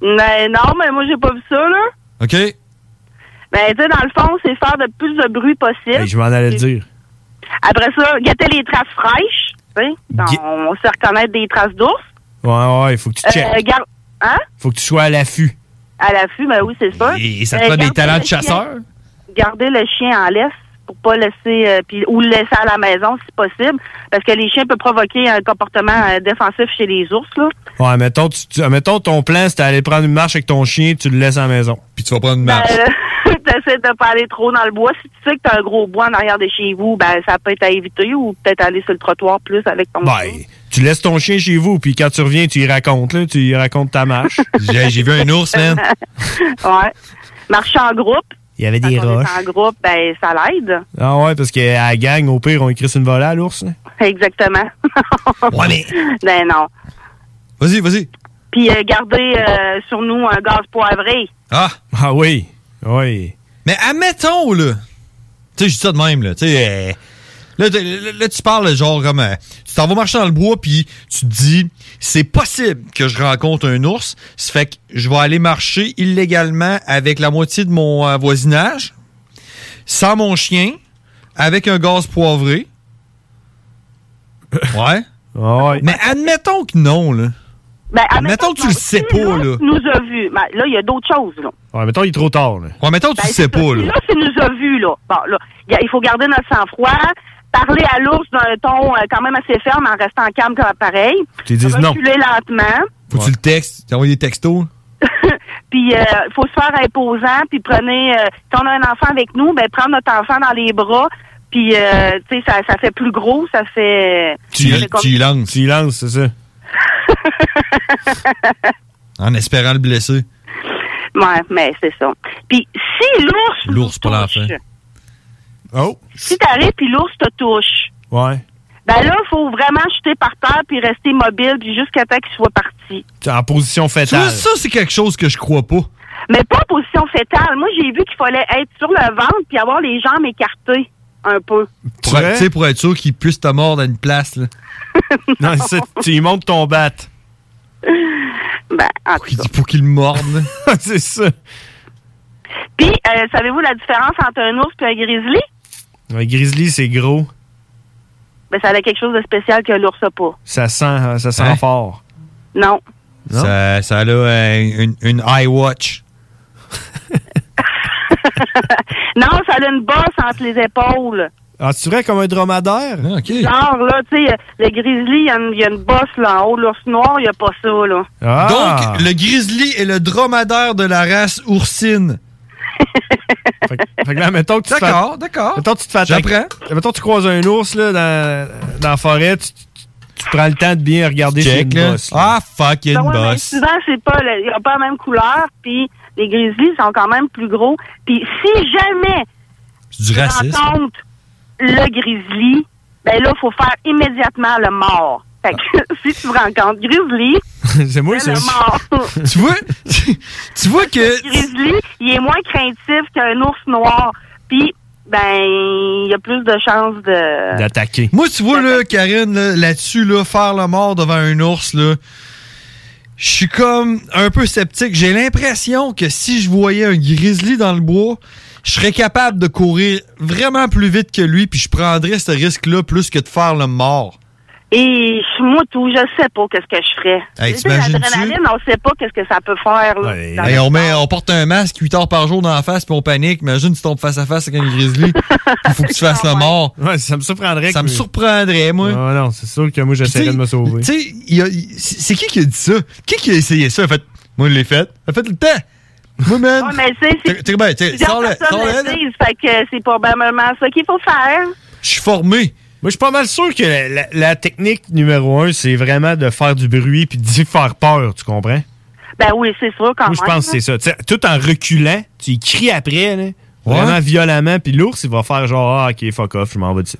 [SPEAKER 23] Mais non, mais moi, j'ai pas vu ça, là.
[SPEAKER 3] OK.
[SPEAKER 23] Ben, tu sais, dans le fond, c'est faire le plus de bruit possible.
[SPEAKER 1] Hey, je m'en allais le dire.
[SPEAKER 23] Après ça, gâter les traces fraîches. Tu sais,
[SPEAKER 1] Gui-
[SPEAKER 23] on, on sait reconnaître des traces d'ours.
[SPEAKER 1] Ouais, ouais, il faut que tu checkes.
[SPEAKER 23] Euh, gar- Hein?
[SPEAKER 1] Faut que tu sois à l'affût.
[SPEAKER 23] À l'affût, ben oui, c'est ça.
[SPEAKER 1] Et ça te
[SPEAKER 23] Euh,
[SPEAKER 1] prend des
[SPEAKER 23] garder
[SPEAKER 1] talents
[SPEAKER 23] le
[SPEAKER 1] de
[SPEAKER 23] chien-
[SPEAKER 1] chasseur?
[SPEAKER 23] Garder le chien en laisse pour pas laisser euh, puis ou le laisser à la maison si possible parce que les chiens peuvent provoquer un comportement euh, défensif chez les ours là.
[SPEAKER 1] Ouais, mettons, tu, tu- mettons ton plan, c'est d'aller prendre une marche avec ton chien, tu le laisses à la maison.
[SPEAKER 3] Puis tu vas prendre une
[SPEAKER 23] Euh, t'essaies de pas aller trop dans le bois. Si tu sais que t'as un gros bois en arrière de chez vous, ben ça peut être à éviter ou peut-être aller sur le trottoir plus avec
[SPEAKER 3] Bah,
[SPEAKER 23] ton chien.
[SPEAKER 1] Ben, tu laisses ton chien chez vous, puis quand tu reviens, tu y racontes, là, tu y racontes ta marche.
[SPEAKER 3] J'ai j'ai vu un ours, man.
[SPEAKER 23] ouais. Marcher en groupe.
[SPEAKER 1] Il y avait des
[SPEAKER 23] Quand on Ah, est
[SPEAKER 1] roches.
[SPEAKER 23] en groupe, ben ça l'aide.
[SPEAKER 1] Ah ouais, parce qu'à la gang, au pire, on écrit sur une volée à l'ours. hein. là.
[SPEAKER 23] Exactement.
[SPEAKER 1] Ouais, mais-
[SPEAKER 23] Ben non.
[SPEAKER 3] Vas-y, vas-y.
[SPEAKER 23] Puis euh, garder euh, sur nous un gaz poivré.
[SPEAKER 3] Ah! Ah oui! Oui. Mais admettons, là. Tu sais, je dis ça de même, là. Tu sais, euh, là, t- là, là, tu parles, genre, comme. euh, tu t'en vas marcher dans le bois, puis tu te dis, c'est possible que je rencontre un ours. Ça fait que je vais aller marcher illégalement avec la moitié de mon euh, voisinage, sans mon chien, avec un gaz poivré. Ah Ouais. Mais admettons que non, là.
[SPEAKER 23] Ben,
[SPEAKER 3] admettons que tu le sais pas, là.
[SPEAKER 23] nous a vus. Ben, là, il y a d'autres choses, là.
[SPEAKER 3] Ouais, mettons, il est trop tard, là. Ouais, mettons, tu
[SPEAKER 23] Ben,
[SPEAKER 3] le sais
[SPEAKER 23] c'est ça.
[SPEAKER 3] pas, là.
[SPEAKER 23] Là, c'est nous a vus, là. Bon, là, y a- il faut garder notre sang-froid, parler à l'ours d'un ton euh, quand même assez ferme en restant calme comme pareil.
[SPEAKER 3] Tu dis non.
[SPEAKER 23] Reculer lentement.
[SPEAKER 3] Faut que tu le textes, t'as envoyé des textos.
[SPEAKER 23] Puis, euh, faut se faire imposant. Puis, prenez... euh, si on a un enfant avec nous, ben prendre notre enfant dans les bras. Puis, euh, tu sais, ça, ça fait plus gros, ça fait... ça fait comme-
[SPEAKER 3] y lances. Tu y lances, c'est ça. en espérant le blesser.
[SPEAKER 23] Ouais, mais c'est ça. Puis, si l'ours...
[SPEAKER 3] L'ours pour l'enfant. Oh.
[SPEAKER 23] Si t'arrives, puis l'ours te touche...
[SPEAKER 1] Ouais.
[SPEAKER 23] Ben là, faut vraiment jeter par terre puis rester mobile puis jusqu'à temps qu'il soit parti.
[SPEAKER 1] Tu es en position
[SPEAKER 3] Tu vois,
[SPEAKER 1] fétale.
[SPEAKER 3] ça, c'est quelque chose que je crois pas.
[SPEAKER 23] Mais pas en position fétale. Moi, j'ai vu qu'il fallait être sur le ventre puis avoir les jambes écartées un peu.
[SPEAKER 3] Pour, être- tu sais, pour être sûr qu'il puisse te mordre à une place, là. non,
[SPEAKER 23] ça,
[SPEAKER 3] tu y montes ton bat.
[SPEAKER 23] Ben, en tout cas.
[SPEAKER 3] Pour qu'il le morde, là. c'est ça.
[SPEAKER 23] Puis, euh, savez-vous la différence entre un ours et un grizzly?
[SPEAKER 1] Un grizzly, c'est gros.
[SPEAKER 23] Ben, ça a quelque chose de spécial que l'ours a pas.
[SPEAKER 1] Ça sent, euh, ça sent
[SPEAKER 3] Hein?
[SPEAKER 1] fort.
[SPEAKER 23] Non.
[SPEAKER 3] Ça, ça a euh, une, une iWatch.
[SPEAKER 23] Non, ça a une bosse entre les épaules.
[SPEAKER 1] Ah, tu vrai comme un dromadaire?
[SPEAKER 3] Ah,
[SPEAKER 1] OK.
[SPEAKER 23] Genre, là, tu sais, le grizzly, il y a une- il y, a une bosse là en haut. L'ours noir, il n'y a pas ça, là.
[SPEAKER 3] Ah. Donc, le grizzly est le dromadaire de la race oursine.
[SPEAKER 1] Fait que là, mettons que tu te fais-
[SPEAKER 3] D'accord, d'accord.
[SPEAKER 1] Mettons que tu te fais attaquer- Mettons que tu croises un ours là, dans, dans la forêt, tu, tu- tu prends le temps de bien regarder
[SPEAKER 3] Check,
[SPEAKER 1] s'il y a une
[SPEAKER 3] là.
[SPEAKER 1] bosse. Ah,
[SPEAKER 3] fuck,
[SPEAKER 23] Ben ouais, mais souvent, c'est pas, le- ils n'ont pas la même couleur, puis les grizzlies sont quand même plus gros. Puis si jamais
[SPEAKER 3] C'est du racisme.
[SPEAKER 23] rencontre le grizzly, ben là, il faut faire immédiatement le mort. Fait que si tu rencontres grizzly,
[SPEAKER 1] c'est moi,
[SPEAKER 23] fais
[SPEAKER 1] ça.
[SPEAKER 23] le mort.
[SPEAKER 3] tu vois? tu vois que...
[SPEAKER 23] Le grizzly, il est moins craintif qu'un ours noir. Puis, ben, il y a plus de chances de...
[SPEAKER 1] D'attaquer.
[SPEAKER 3] Moi, tu vois, là, Karine, là, là-dessus, là, faire le mort devant un ours, là, je suis comme un peu sceptique. J'ai l'impression que si je voyais un grizzly dans le bois, je serais capable de courir vraiment plus vite que lui, puis je prendrais ce risque-là plus que de faire le mort.
[SPEAKER 23] Et moi, tout, je sais pas qu'est-ce que je ferais.
[SPEAKER 3] Hey,
[SPEAKER 23] Tu sais,
[SPEAKER 3] t'imagines-tu?
[SPEAKER 23] L'adrénaline, on sait pas qu'est-ce que ça peut faire. là, dans
[SPEAKER 3] Hey, on, met, on porte un masque 8 heures par jour dans la face, puis on panique. Imagine, tu tombes face à face avec un grizzly. Il faut que tu fasses
[SPEAKER 23] Ah
[SPEAKER 3] le mort.
[SPEAKER 1] ça me surprendrait.
[SPEAKER 3] Ça
[SPEAKER 1] que-
[SPEAKER 3] me surprendrait, moi.
[SPEAKER 1] Ah non, c'est sûr que moi, j'essaierais de me sauver.
[SPEAKER 3] Tu sais, il y a- il- c'est c'est qui qui a dit ça? Qui qui a essayé ça? En fait, moi, je l'ai fait. En fait, le temps. Moi, man.
[SPEAKER 23] Ouais, mais tu
[SPEAKER 3] T'es- t'es bien, t'es-
[SPEAKER 23] Plusieurs
[SPEAKER 3] sors-le,
[SPEAKER 23] personnes
[SPEAKER 3] sors-le,
[SPEAKER 23] le
[SPEAKER 3] là.
[SPEAKER 23] disent, fait que c'est probablement ça qu'il faut faire.
[SPEAKER 3] Je suis formé.
[SPEAKER 1] Moi, je suis pas mal sûr que la, la- la technique numéro un, c'est vraiment de faire du bruit puis d'y faire peur, tu comprends?
[SPEAKER 23] Ben oui, c'est sûr quand
[SPEAKER 1] Moi, je
[SPEAKER 23] même.
[SPEAKER 1] pense que c'est ça. Tu sais, tout en reculant, tu y cries après, là,
[SPEAKER 23] Ouais.
[SPEAKER 1] vraiment violemment, puis l'ours, il va faire genre, ah, ok, fuck off, je m'en vais d'ici.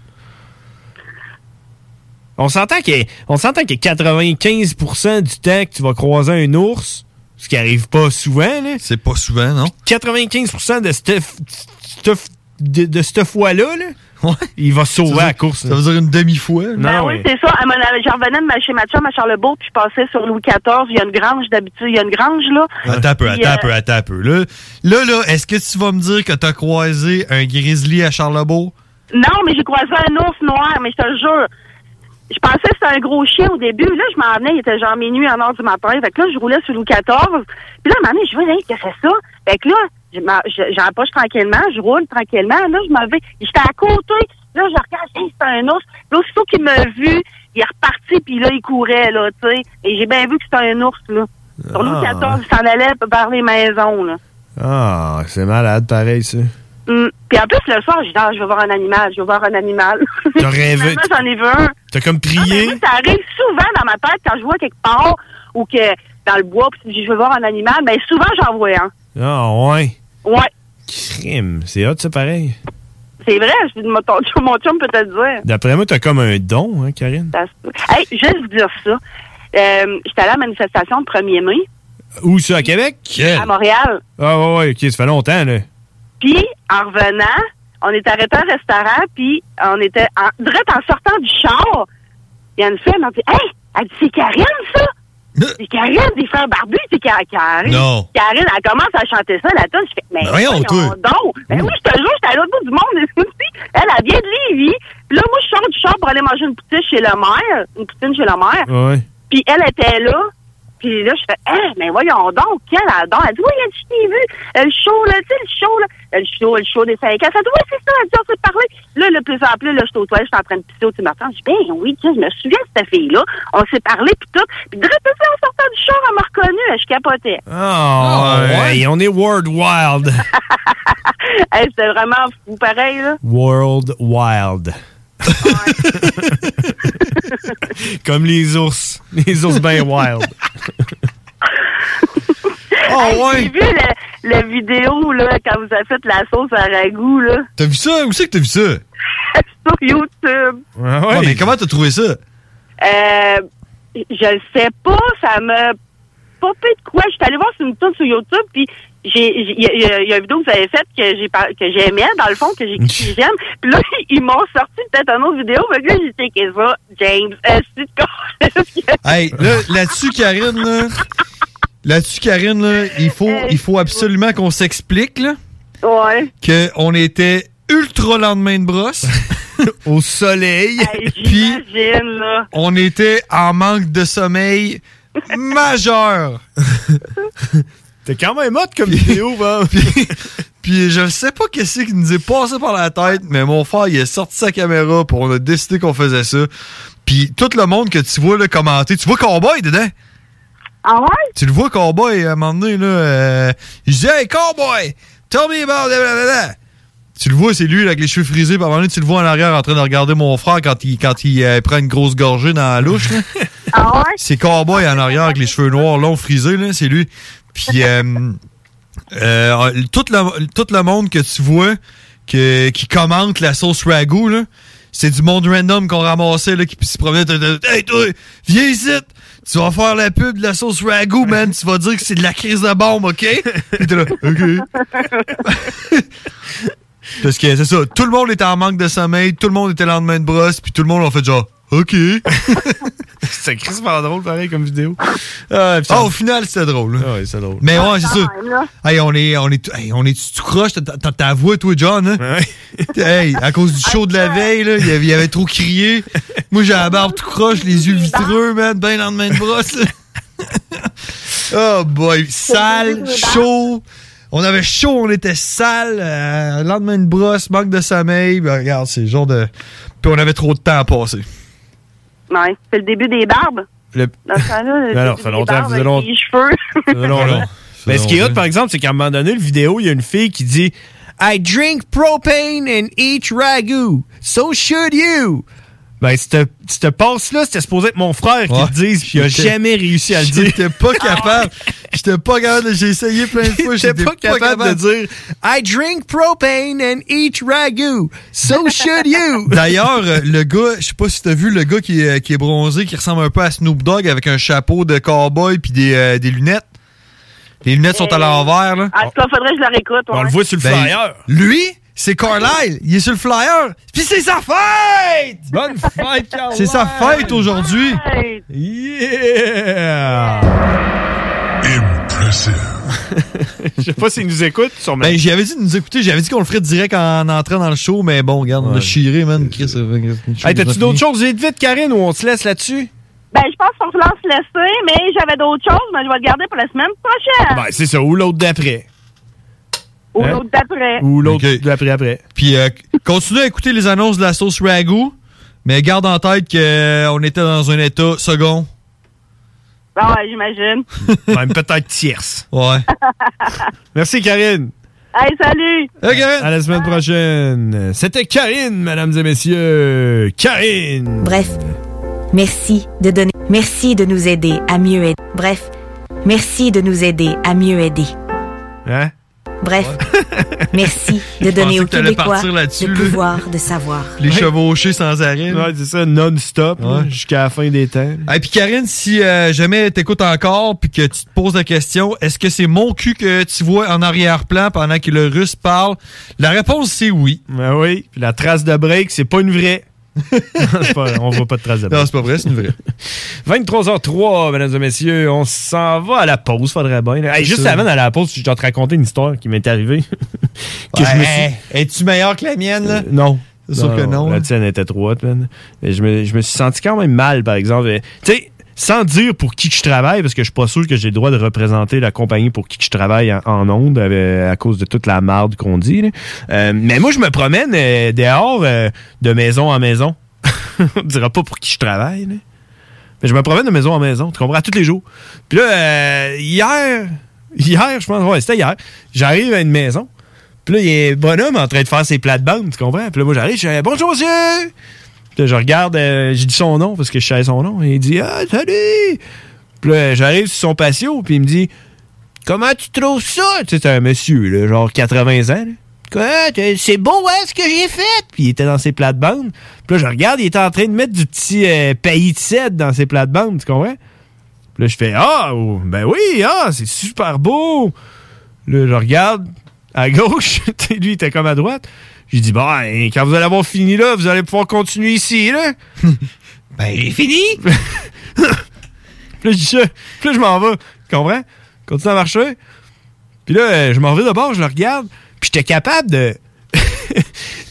[SPEAKER 1] On s'entend que, on s'entend que 95% du temps que tu vas croiser un ours, ce qui arrive pas souvent, là.
[SPEAKER 3] C'est pas souvent, non?
[SPEAKER 1] 95% de cette, cette- de, de cette fois-là, là, il va sauver
[SPEAKER 3] Ça veut-
[SPEAKER 1] la course.
[SPEAKER 3] Ça veut dire une demi-fois. là.
[SPEAKER 23] Ben oui, c'est ça. À mon- à- J'en revenais de ma- chez ma chum à Charlebourg, puis je passais sur Louis XIV. Il y a une grange d'habitude. Il y a une grange, là.
[SPEAKER 3] Attends un peu,
[SPEAKER 23] Puis,
[SPEAKER 3] attends un
[SPEAKER 23] euh,
[SPEAKER 3] peu, attends un peu. Là, là, là, est-ce que tu vas me dire que t'as croisé un grizzly à Charlebourg?
[SPEAKER 23] Non, mais j'ai croisé un ours noir, mais je te le jure. Je pensais que c'était un gros chien au début. Là, je m'en venais, il était genre minuit, en heure du matin. Fait que là, je roulais sur Louis XIV. Puis là, à un moment donné, je vois, hey, qu'est-ce que c'est ça? Fait que là, je m'en- je- j'empoche tranquillement, je roule tranquillement. Là, je m'en vais. J'étais à côté. Là, je regarde, hey, c'est un ours. Là, aussitôt qu'il m'a vu, il est reparti, puis là, il courait, là, tu sais. Et j'ai bien vu que c'était un ours, là. Sur Louis
[SPEAKER 1] Ah.
[SPEAKER 23] XIV, il s'en allait vers les maisons, là.
[SPEAKER 1] Ah, c'est malade, pareil, ça.
[SPEAKER 23] Hum. Puis en plus, le soir, je dis, ah, je vais voir un animal, je vais voir un animal.
[SPEAKER 1] T'as rêvé.
[SPEAKER 23] Finalement, j'en ai vu un. Ah, ben
[SPEAKER 1] T'as comme prié.
[SPEAKER 23] Oui, ça arrive souvent dans ma tête quand je vois quelque part ou que dans le bois, puis je veux voir un animal, mais souvent j'en vois un.
[SPEAKER 1] Ah, ouais.
[SPEAKER 23] Ouais,
[SPEAKER 1] Crime. C'est hot, ça, pareil.
[SPEAKER 23] c'est vrai, je, mon, ton- mon chum peut te le dire.
[SPEAKER 1] D'après moi, t'as comme un don, hein, Karine?
[SPEAKER 23] Ça se peut. Hey, juste vous dire ça. Euh, J'étais allée à la manifestation le 1er mai
[SPEAKER 1] Où ça, à Québec?
[SPEAKER 23] à Montréal.
[SPEAKER 1] Ah, ouais, ouais, ok, ça fait longtemps, là.
[SPEAKER 23] Puis, en revenant, on est arrêté à un restaurant, puis on était en, direct en sortant du char. Il y a une fille, elle m'a dit Hey, elle dit, c'est Karine, ça C'est Karine, des frères barbus, c'est Ka- Karine.
[SPEAKER 3] Hein? Non.
[SPEAKER 23] Karine, elle commence à chanter ça, la tune. Je fais Mais
[SPEAKER 3] Ben voyons, toi.
[SPEAKER 23] donc. Ben oui, je te jure, j'étais à l'autre bout du monde. Et aussi, elle, elle vient de Lévis. Puis là, moi, je sors du char pour aller manger une poutine chez le maire. Une poutine chez le maire.
[SPEAKER 1] Ouais.
[SPEAKER 23] Puis elle était là. Puis là, je fais, eh, mais voyons donc, quelle adore. Elle dit, oui, elle dit, je t'ai vu. Elle show, là, tu sais, euh, le show, là. Elle show, le show des 5 ans. Elle fait, oui, c'est ça, elle dit, on peut te parler. Là, le plus en plus, là, je suis au toilette, je suis en train de pisser au Tim Martin. Je dis, ben oui, tiens, je me souviens de cette fille-là. On s'est parlé, puis tout. Puis direct, tu sais, en sortant du char, elle m'a reconnue. Je capotais.
[SPEAKER 1] Ah, ouais. on est World Wild.
[SPEAKER 23] Hey, c'était vraiment fou, pareil, là.
[SPEAKER 1] World Wild. Comme les ours. Les ours bien wild.
[SPEAKER 23] Hey, J'ai vu la, la vidéo, là, quand vous avez fait la sauce à ragoût, là,
[SPEAKER 3] T'as vu ça? Où c'est que t'as vu ça?
[SPEAKER 23] sur YouTube.
[SPEAKER 1] Ah ouais.
[SPEAKER 3] mais comment t'as trouvé ça?
[SPEAKER 23] Euh, je le sais pas, ça me popé de quoi. Je suis allée voir sur une tune sur YouTube, puis j'ai j'ai- il y, a- il y a- il y a une vidéo que vous avez faite que j'ai par- que j'aimais dans le fond que j'ai que j'aime. Puis là ils m'ont sorti peut-être une autre vidéo, mais là j'ai checké ça, James. Euh, c'est de con.
[SPEAKER 3] Hey, là, là-dessus, Karine, là. Là-dessus, Karine, là, il faut, il faut absolument qu'on s'explique, là.
[SPEAKER 23] Ouais.
[SPEAKER 3] Qu'on était ultra lendemain de brosse.
[SPEAKER 1] Au soleil.
[SPEAKER 3] Puis,
[SPEAKER 23] J'imagine, là.
[SPEAKER 3] on était en manque de sommeil majeur.
[SPEAKER 1] T'es quand même hot comme vidéo, va.
[SPEAKER 3] puis, puis je sais pas qu'est-ce qui nous est passé par la tête, mais mon frère, il a sorti sa caméra, puis on a décidé qu'on faisait ça. Puis tout le monde que tu vois le commenter, tu vois Cowboy dedans.
[SPEAKER 23] Ah ouais?
[SPEAKER 3] Tu le vois Cowboy à un moment donné, là. euh, il dit Hey Cowboy, tell me about blablabla. Tu le vois, c'est lui là, avec les cheveux frisés. Puis à un moment donné, tu le vois en arrière en train de regarder mon frère quand il, quand il euh, prend une grosse gorgée dans la louche. là.
[SPEAKER 23] Ah,
[SPEAKER 3] C'est Cowboy en arrière avec les cheveux noirs longs frisés, là, c'est lui. Puis euh, euh, tout, le, tout le monde que tu vois que- qui commente la sauce ragoût, là, c'est du monde random qu'on ramassait là, qui se promenait. t'as- t'as- Hey toi, viens ici! Tu vas faire la pub de la sauce ragoût, man. Tu vas dire que c'est de la crise de bombe, OK? Puis t'es là, OK. Parce que c'est ça, tout le monde était en manque de sommeil, tout le monde était lendemain de brosse, puis tout le monde a fait genre, OK.
[SPEAKER 1] C'est crissement drôle, pareil, comme vidéo. Ah,
[SPEAKER 3] Ah, au final, c'était drôle.
[SPEAKER 1] ouais, c'est drôle.
[SPEAKER 3] Mais ouais,
[SPEAKER 23] Ah,
[SPEAKER 3] c'est sûr. Hey, on est, on est, hey, on est, tu croches, t'as- t'as ta voix, toi, John, hein? Hey, à cause du show de la veille, là, il y avait, il y avait trop crié. Moi, j'ai la barbe tout croche, les yeux vitreux, man, ben lendemain de brosse, là. Oh boy, sale, chaud. On avait chaud, on était sale. euh, lendemain de brosse, manque de sommeil. Ben, regarde, c'est le genre de. Puis on avait trop de temps à passer.
[SPEAKER 23] Ouais. C'est le début des barbes.
[SPEAKER 1] Le-
[SPEAKER 23] Dans ce temps-là, le
[SPEAKER 1] Mais alors,
[SPEAKER 23] début
[SPEAKER 1] ça fait
[SPEAKER 23] des
[SPEAKER 1] longtemps,
[SPEAKER 23] barbes
[SPEAKER 1] ça fait
[SPEAKER 23] avec
[SPEAKER 1] longtemps.
[SPEAKER 23] les cheveux.
[SPEAKER 1] Non, non. Mais ce qui est hot,
[SPEAKER 3] longtemps.
[SPEAKER 1] par exemple, c'est qu'à un moment donné, le vidéo, il y a une fille qui dit I drink propane and eat ragu. So should you. Ben, cette, cette passe-là, Ah, c'était supposé être mon frère qui
[SPEAKER 3] Ouais.
[SPEAKER 1] le dise, puis il a
[SPEAKER 3] J'étais-
[SPEAKER 1] jamais réussi à le dire.
[SPEAKER 3] J'étais pas capable. J'étais pas capable. de- J'ai essayé plein de fois.
[SPEAKER 1] J'étais
[SPEAKER 3] J'étais
[SPEAKER 1] pas capable de dire I drink propane and eat ragu. So should you.
[SPEAKER 3] D'ailleurs, euh, le gars, je sais pas si t'as vu le gars qui, est- qui est bronzé, qui ressemble un peu à Snoop Dogg avec un chapeau de cowboy puis des, euh, des lunettes. Les lunettes
[SPEAKER 23] Euh,
[SPEAKER 3] sont à l'envers, là.
[SPEAKER 23] En tout cas, faudrait que je la réécoute. ouais.
[SPEAKER 3] Ben, Lui, c'est Carlyle. Il est sur le flyer. Puis c'est sa fête!
[SPEAKER 1] Bonne fête, Carlyle!
[SPEAKER 3] C'est sa fête aujourd'hui.
[SPEAKER 1] Yeah! Je sais pas s'il nous écoute, sûrement.
[SPEAKER 3] Ben, j'avais dit de nous écouter. J'avais dit qu'on le ferait direct en entrant dans le show, mais bon, regarde, on a
[SPEAKER 1] Ouais.
[SPEAKER 3] chiré, man. Chris, euh,
[SPEAKER 1] Hey, t'as-tu d'autres choses vite, vite, Karine, ou on se laisse là-dessus?
[SPEAKER 23] Ben, je pense qu'on se lance laisser, mais j'avais d'autres choses, mais je vais le garder pour la semaine prochaine.
[SPEAKER 1] Ben, c'est ça, ou l'autre d'après.
[SPEAKER 23] Ou
[SPEAKER 1] hein?
[SPEAKER 23] l'autre d'après.
[SPEAKER 1] Ou l'autre d'après après.
[SPEAKER 3] Puis euh, continue à écouter les annonces de la sauce euh, ragoût, mais garde en tête qu'on était dans un état second.
[SPEAKER 23] Ah ouais, j'imagine.
[SPEAKER 1] Même peut-être tierce. Ouais. Merci, Karine.
[SPEAKER 23] Hey, salut!
[SPEAKER 1] À la semaine prochaine. C'était Karine, mesdames et messieurs. Karine.
[SPEAKER 26] Bref, merci de donner. Merci de nous aider à mieux aider. Bref, merci de nous aider à mieux aider.
[SPEAKER 1] Hein?
[SPEAKER 26] Bref, merci
[SPEAKER 1] Je
[SPEAKER 26] de
[SPEAKER 1] pensais
[SPEAKER 26] donner aux
[SPEAKER 1] que t'allais
[SPEAKER 26] Québécois
[SPEAKER 1] partir là-dessus,
[SPEAKER 26] le
[SPEAKER 1] là.
[SPEAKER 26] pouvoir de savoir.
[SPEAKER 3] Les chevauchés sans arrêt.
[SPEAKER 1] Ouais, c'est ça, non-stop, là, jusqu'à la fin des temps.
[SPEAKER 3] Et puis Karine, si euh, jamais t'écoutes encore puis que tu te poses la question, est-ce que c'est mon cul que tu vois en arrière-plan pendant que le russe parle? La réponse, c'est oui.
[SPEAKER 1] Ben oui. Puis la trace de break, c'est pas une vraie. Non, c'est pas- on voit pas de trace de break.
[SPEAKER 3] Non, c'est pas vrai, c'est une vraie.
[SPEAKER 1] 23h03, mesdames et messieurs, on s'en va à la pause, faudrait bien. là. Hey,
[SPEAKER 3] C'est
[SPEAKER 1] juste
[SPEAKER 3] ça.
[SPEAKER 1] avant d'aller à la pause, je dois te raconter une histoire qui m'est arrivée. que je me suis-
[SPEAKER 3] Ouais, Es-tu meilleur que la mienne, là?
[SPEAKER 1] Euh, non.
[SPEAKER 3] C'est sûr que non,
[SPEAKER 1] La
[SPEAKER 3] hein.
[SPEAKER 1] tienne était trop haute, man. Et je, me, je me suis senti quand même mal, par exemple. Euh, Tu sais, sans dire pour qui que je travaille, parce que je suis pas sûr que j'ai le droit de représenter la compagnie pour qui que je travaille en, en ondes euh, à cause de toute la marde qu'on dit. là. Euh, mais moi, je me promène euh, dehors euh, de maison en maison. On dira pas pour qui je travaille. là. Mais je me promène de maison en maison, tu comprends, tous les jours. Puis là, euh, hier, hier, je pense, ouais, c'était hier, j'arrive à une maison. Puis là, il y a un bonhomme en train de faire ses plates-bandes, tu comprends? Puis là, moi, j'arrive, je dis Bonjour, monsieur! Puis là, je regarde, euh, j'ai dit son nom parce que je savais son nom. Et il dit Ah, salut! Puis là, j'arrive sur son patio, puis il me dit Comment tu trouves ça? Tu sais, c'est un monsieur, là, genre 80 ans. là. Quoi? T'es- C'est beau, hein, ce que j'ai fait? Puis il était dans ses plates-bandes. Puis là, je regarde, il était en train de mettre du petit euh, paillis de cèdre dans ses plates-bandes, tu comprends? Puis là, je fais Ah, oh, ben oui, ah, c'est super beau. Là, je regarde à gauche, tu sais, lui, il était comme à droite. J'ai dit Bon, hein, quand vous allez avoir fini là, vous allez pouvoir continuer ici, là. ben, j'ai fini. Puis là, je dis ça. Puis là, je m'en vais. Tu comprends? Continue à marcher. Puis là, euh, je m'en vais de bord, je le regarde. Puis j'étais capable de. tu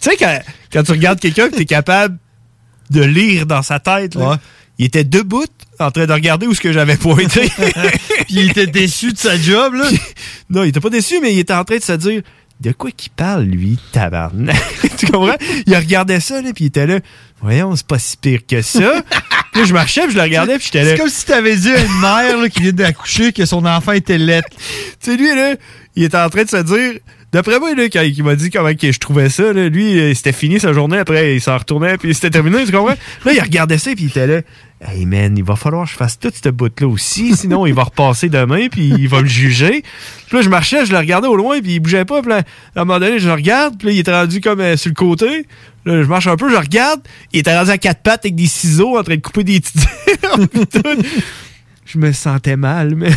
[SPEAKER 1] sais, quand, quand tu regardes quelqu'un, tu es capable de lire dans sa tête. là. Il était debout en train de regarder où ce que j'avais pointé. Puis il était déçu de sa job, là. Non, il était pas déçu, mais il était en train de se dire De quoi qu'il parle, lui, tabarnak Tu comprends Il regardait ça, là, puis il était là Voyons, c'est pas si pire que ça. puis là, je marchais, puis je le regardais, puis j'étais là.
[SPEAKER 3] C'est comme si t'avais dit à une mère là, qui vient d'accoucher que son enfant était laite.
[SPEAKER 1] tu sais, lui, là, il était en train de se dire. D'après moi, là, quand il m'a dit comment que je trouvais ça, là, lui, euh, c'était fini sa journée. Après, il s'en retournait, puis c'était terminé, tu comprends? Là, il regardait ça, puis il était là. Hey man, il va falloir que je fasse toute cette bout-là aussi, sinon il va repasser demain, puis il va me juger. Puis là, je marchais, je le regardais au loin, puis il bougeait pas. Puis là, à un moment donné, je le regarde, puis là, il était rendu comme euh, sur le côté. Là, je marche un peu, je regarde. Il était rendu à quatre pattes avec des ciseaux en train de couper des petites herbes, puis tout. Je me sentais mal, mais.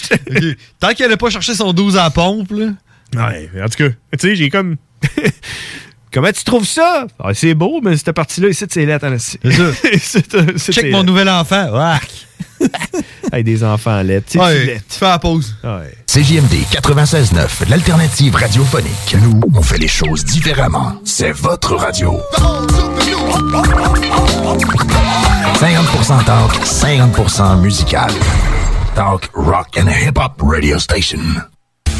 [SPEAKER 3] Tant qu'elle n'a pas cherché son 12 à la pompe, là.
[SPEAKER 1] Ouais, en tout cas, tu sais, j'ai comme. Comment tu trouves ça? Ah, c'est beau, mais cette partie-là, ici, c'est lettre. C'est ça.
[SPEAKER 3] Check mon nouvel enfant.
[SPEAKER 1] Hey, des enfants lettres. Tu sais, tu l'es.
[SPEAKER 3] tu fais la pause.
[SPEAKER 2] CJMD 96.9, l'alternative radiophonique. Nous, on fait les choses différemment. C'est votre radio. 50% talk, 50% musical. Talk, rock and hip-hop radio station.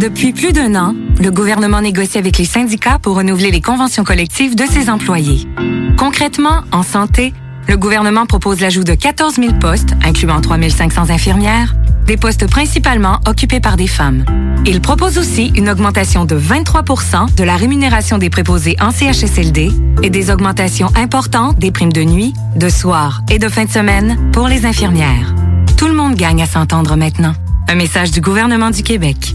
[SPEAKER 27] Depuis plus d'un an, le gouvernement négocie avec les syndicats pour renouveler les conventions collectives de ses employés. Concrètement, en santé, le gouvernement propose l'ajout de 14 000 postes, incluant 3 500 infirmières, des postes principalement occupés par des femmes. Il propose aussi une augmentation de 23 de la rémunération des préposés en CHSLD et des augmentations importantes des primes de nuit, de soir et de fin de semaine pour les infirmières. Tout le monde gagne à s'entendre maintenant. Un message du gouvernement du Québec.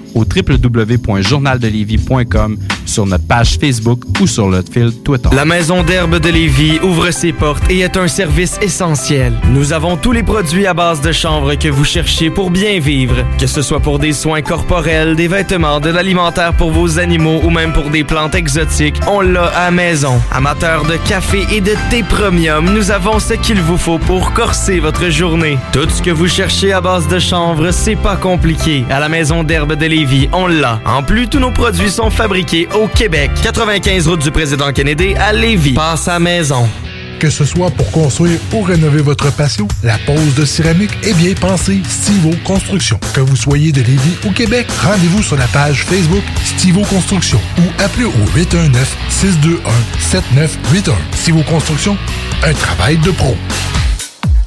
[SPEAKER 28] au www.journaldelévis.com sur notre page Facebook ou sur notre fil Twitter.
[SPEAKER 29] La Maison d'herbe de Lévis ouvre ses portes et est un service essentiel. Nous avons tous les produits à base de chanvre que vous cherchez pour bien vivre, que ce soit pour des soins corporels, des vêtements, de l'alimentaire pour vos animaux ou même pour des plantes exotiques, on l'a à maison. Amateurs de café et de thé premium, nous avons ce qu'il vous faut pour corser votre journée. Tout ce que vous cherchez à base de chanvre, c'est pas compliqué. À la Maison d'herbe de Lévis, on l'a. En plus, tous nos produits sont fabriqués au Québec. 95 route du président Kennedy à Lévis. Passe à maison.
[SPEAKER 16] Que ce soit pour construire ou rénover votre patio, la pose de céramique est bien pensée Stivo Construction. Que vous soyez de Lévis ou Québec, rendez-vous sur la page Facebook Stivo Construction ou appelez au 819-621-7981. Stivo Construction, un travail de pro.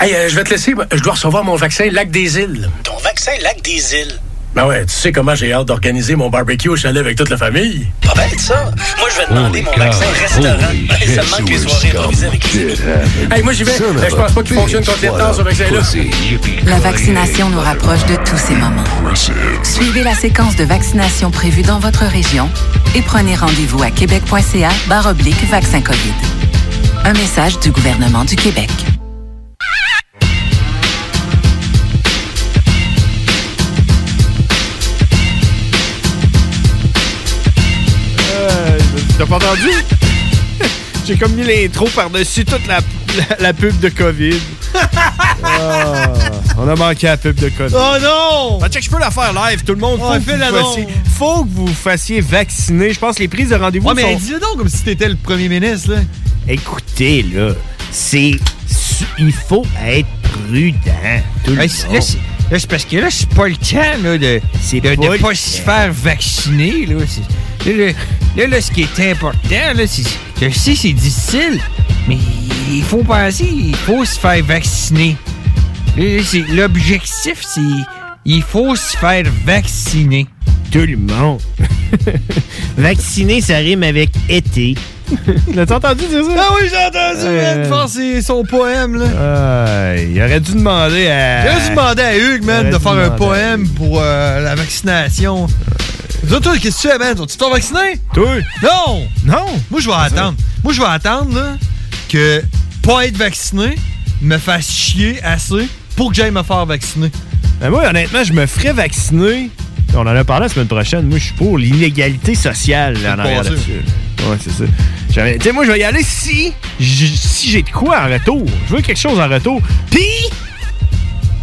[SPEAKER 19] Hey, euh, je vais te laisser. Je dois recevoir mon vaccin Lac des Îles.
[SPEAKER 30] Ton vaccin Lac des Îles.
[SPEAKER 19] Ben ouais, tu sais comment j'ai hâte d'organiser mon barbecue au chalet avec toute la famille.
[SPEAKER 30] Pas bête, ça. Moi, je vais demander mon vaccin restaurant. Ben, ça me manque les soirées improvisées avec les
[SPEAKER 19] Hey, moi j'y vais. Euh, Je pense pas qu'il fonctionne complètement ce vaccin-là.
[SPEAKER 27] La vaccination nous rapproche de tous ces moments. Suivez la séquence de vaccination prévue dans votre région et prenez rendez-vous à québec.ca barre oblique vaccin COVID. Un message du gouvernement du Québec.
[SPEAKER 1] Euh, T'as pas entendu? J'ai comme mis l'intro par-dessus toute la, la- la pub de COVID. Ah, on a manqué la pub de COVID.
[SPEAKER 3] Oh non!
[SPEAKER 1] Ah, check, je peux la faire live, tout le monde. faut,
[SPEAKER 3] Ouais,
[SPEAKER 1] que
[SPEAKER 3] fais-la
[SPEAKER 1] vous
[SPEAKER 3] donc.
[SPEAKER 1] fassiez, faut que vous vous fassiez vacciner. Je pense que les prises de rendez-vous
[SPEAKER 3] Ouais, mais
[SPEAKER 1] sont...
[SPEAKER 3] dis-le donc comme si t'étais le premier ministre, là.
[SPEAKER 10] Écoutez, là, c'est. su- Il faut être prudent. Tout le
[SPEAKER 3] Hey, c'est-
[SPEAKER 10] monde.
[SPEAKER 3] là, c'est- là, c'est parce que là, c'est pas le temps là, de ne de, de
[SPEAKER 10] pas le
[SPEAKER 3] pas se faire vacciner. Là, C'est- là, là, là, là, ce qui est important, là, c'est, je sais, c'est difficile, mais il faut penser, il faut se faire vacciner. Là, là, c'est- l'objectif, c'est il faut se faire vacciner.
[SPEAKER 10] Tout le monde. Vacciner, ça rime avec été.
[SPEAKER 1] L'as-tu entendu dire ça?
[SPEAKER 3] Ah oui, j'ai entendu,
[SPEAKER 1] Euh.
[SPEAKER 3] man. Je pense que c'est son poème, là.
[SPEAKER 1] Ah, il aurait dû demander à.
[SPEAKER 3] J'ai dû demander à Hugues, man,
[SPEAKER 1] J'aurais
[SPEAKER 3] de
[SPEAKER 1] dû
[SPEAKER 3] faire un
[SPEAKER 1] demander à
[SPEAKER 3] poème pour euh, la vaccination. Dis-toi, toi, qu'est-ce que tu fais, man? Tu t'es vacciné?
[SPEAKER 1] Toi?
[SPEAKER 3] Non! Non! Moi, je vais attendre. Moi, je vais attendre, là, que pas être vacciné me fasse chier assez pour que j'aille me faire vacciner.
[SPEAKER 1] Ben moi, honnêtement, je me ferais vacciner. On en a parlé la semaine prochaine. Moi, je suis pour l'inégalité sociale là, en
[SPEAKER 3] pas
[SPEAKER 1] arrière
[SPEAKER 3] sûr.
[SPEAKER 1] là-dessus. Ouais, c'est ça. J'avais- Tu sais, moi, je vais y aller si, j- si j'ai de quoi en retour. Je veux quelque chose en retour. Puis,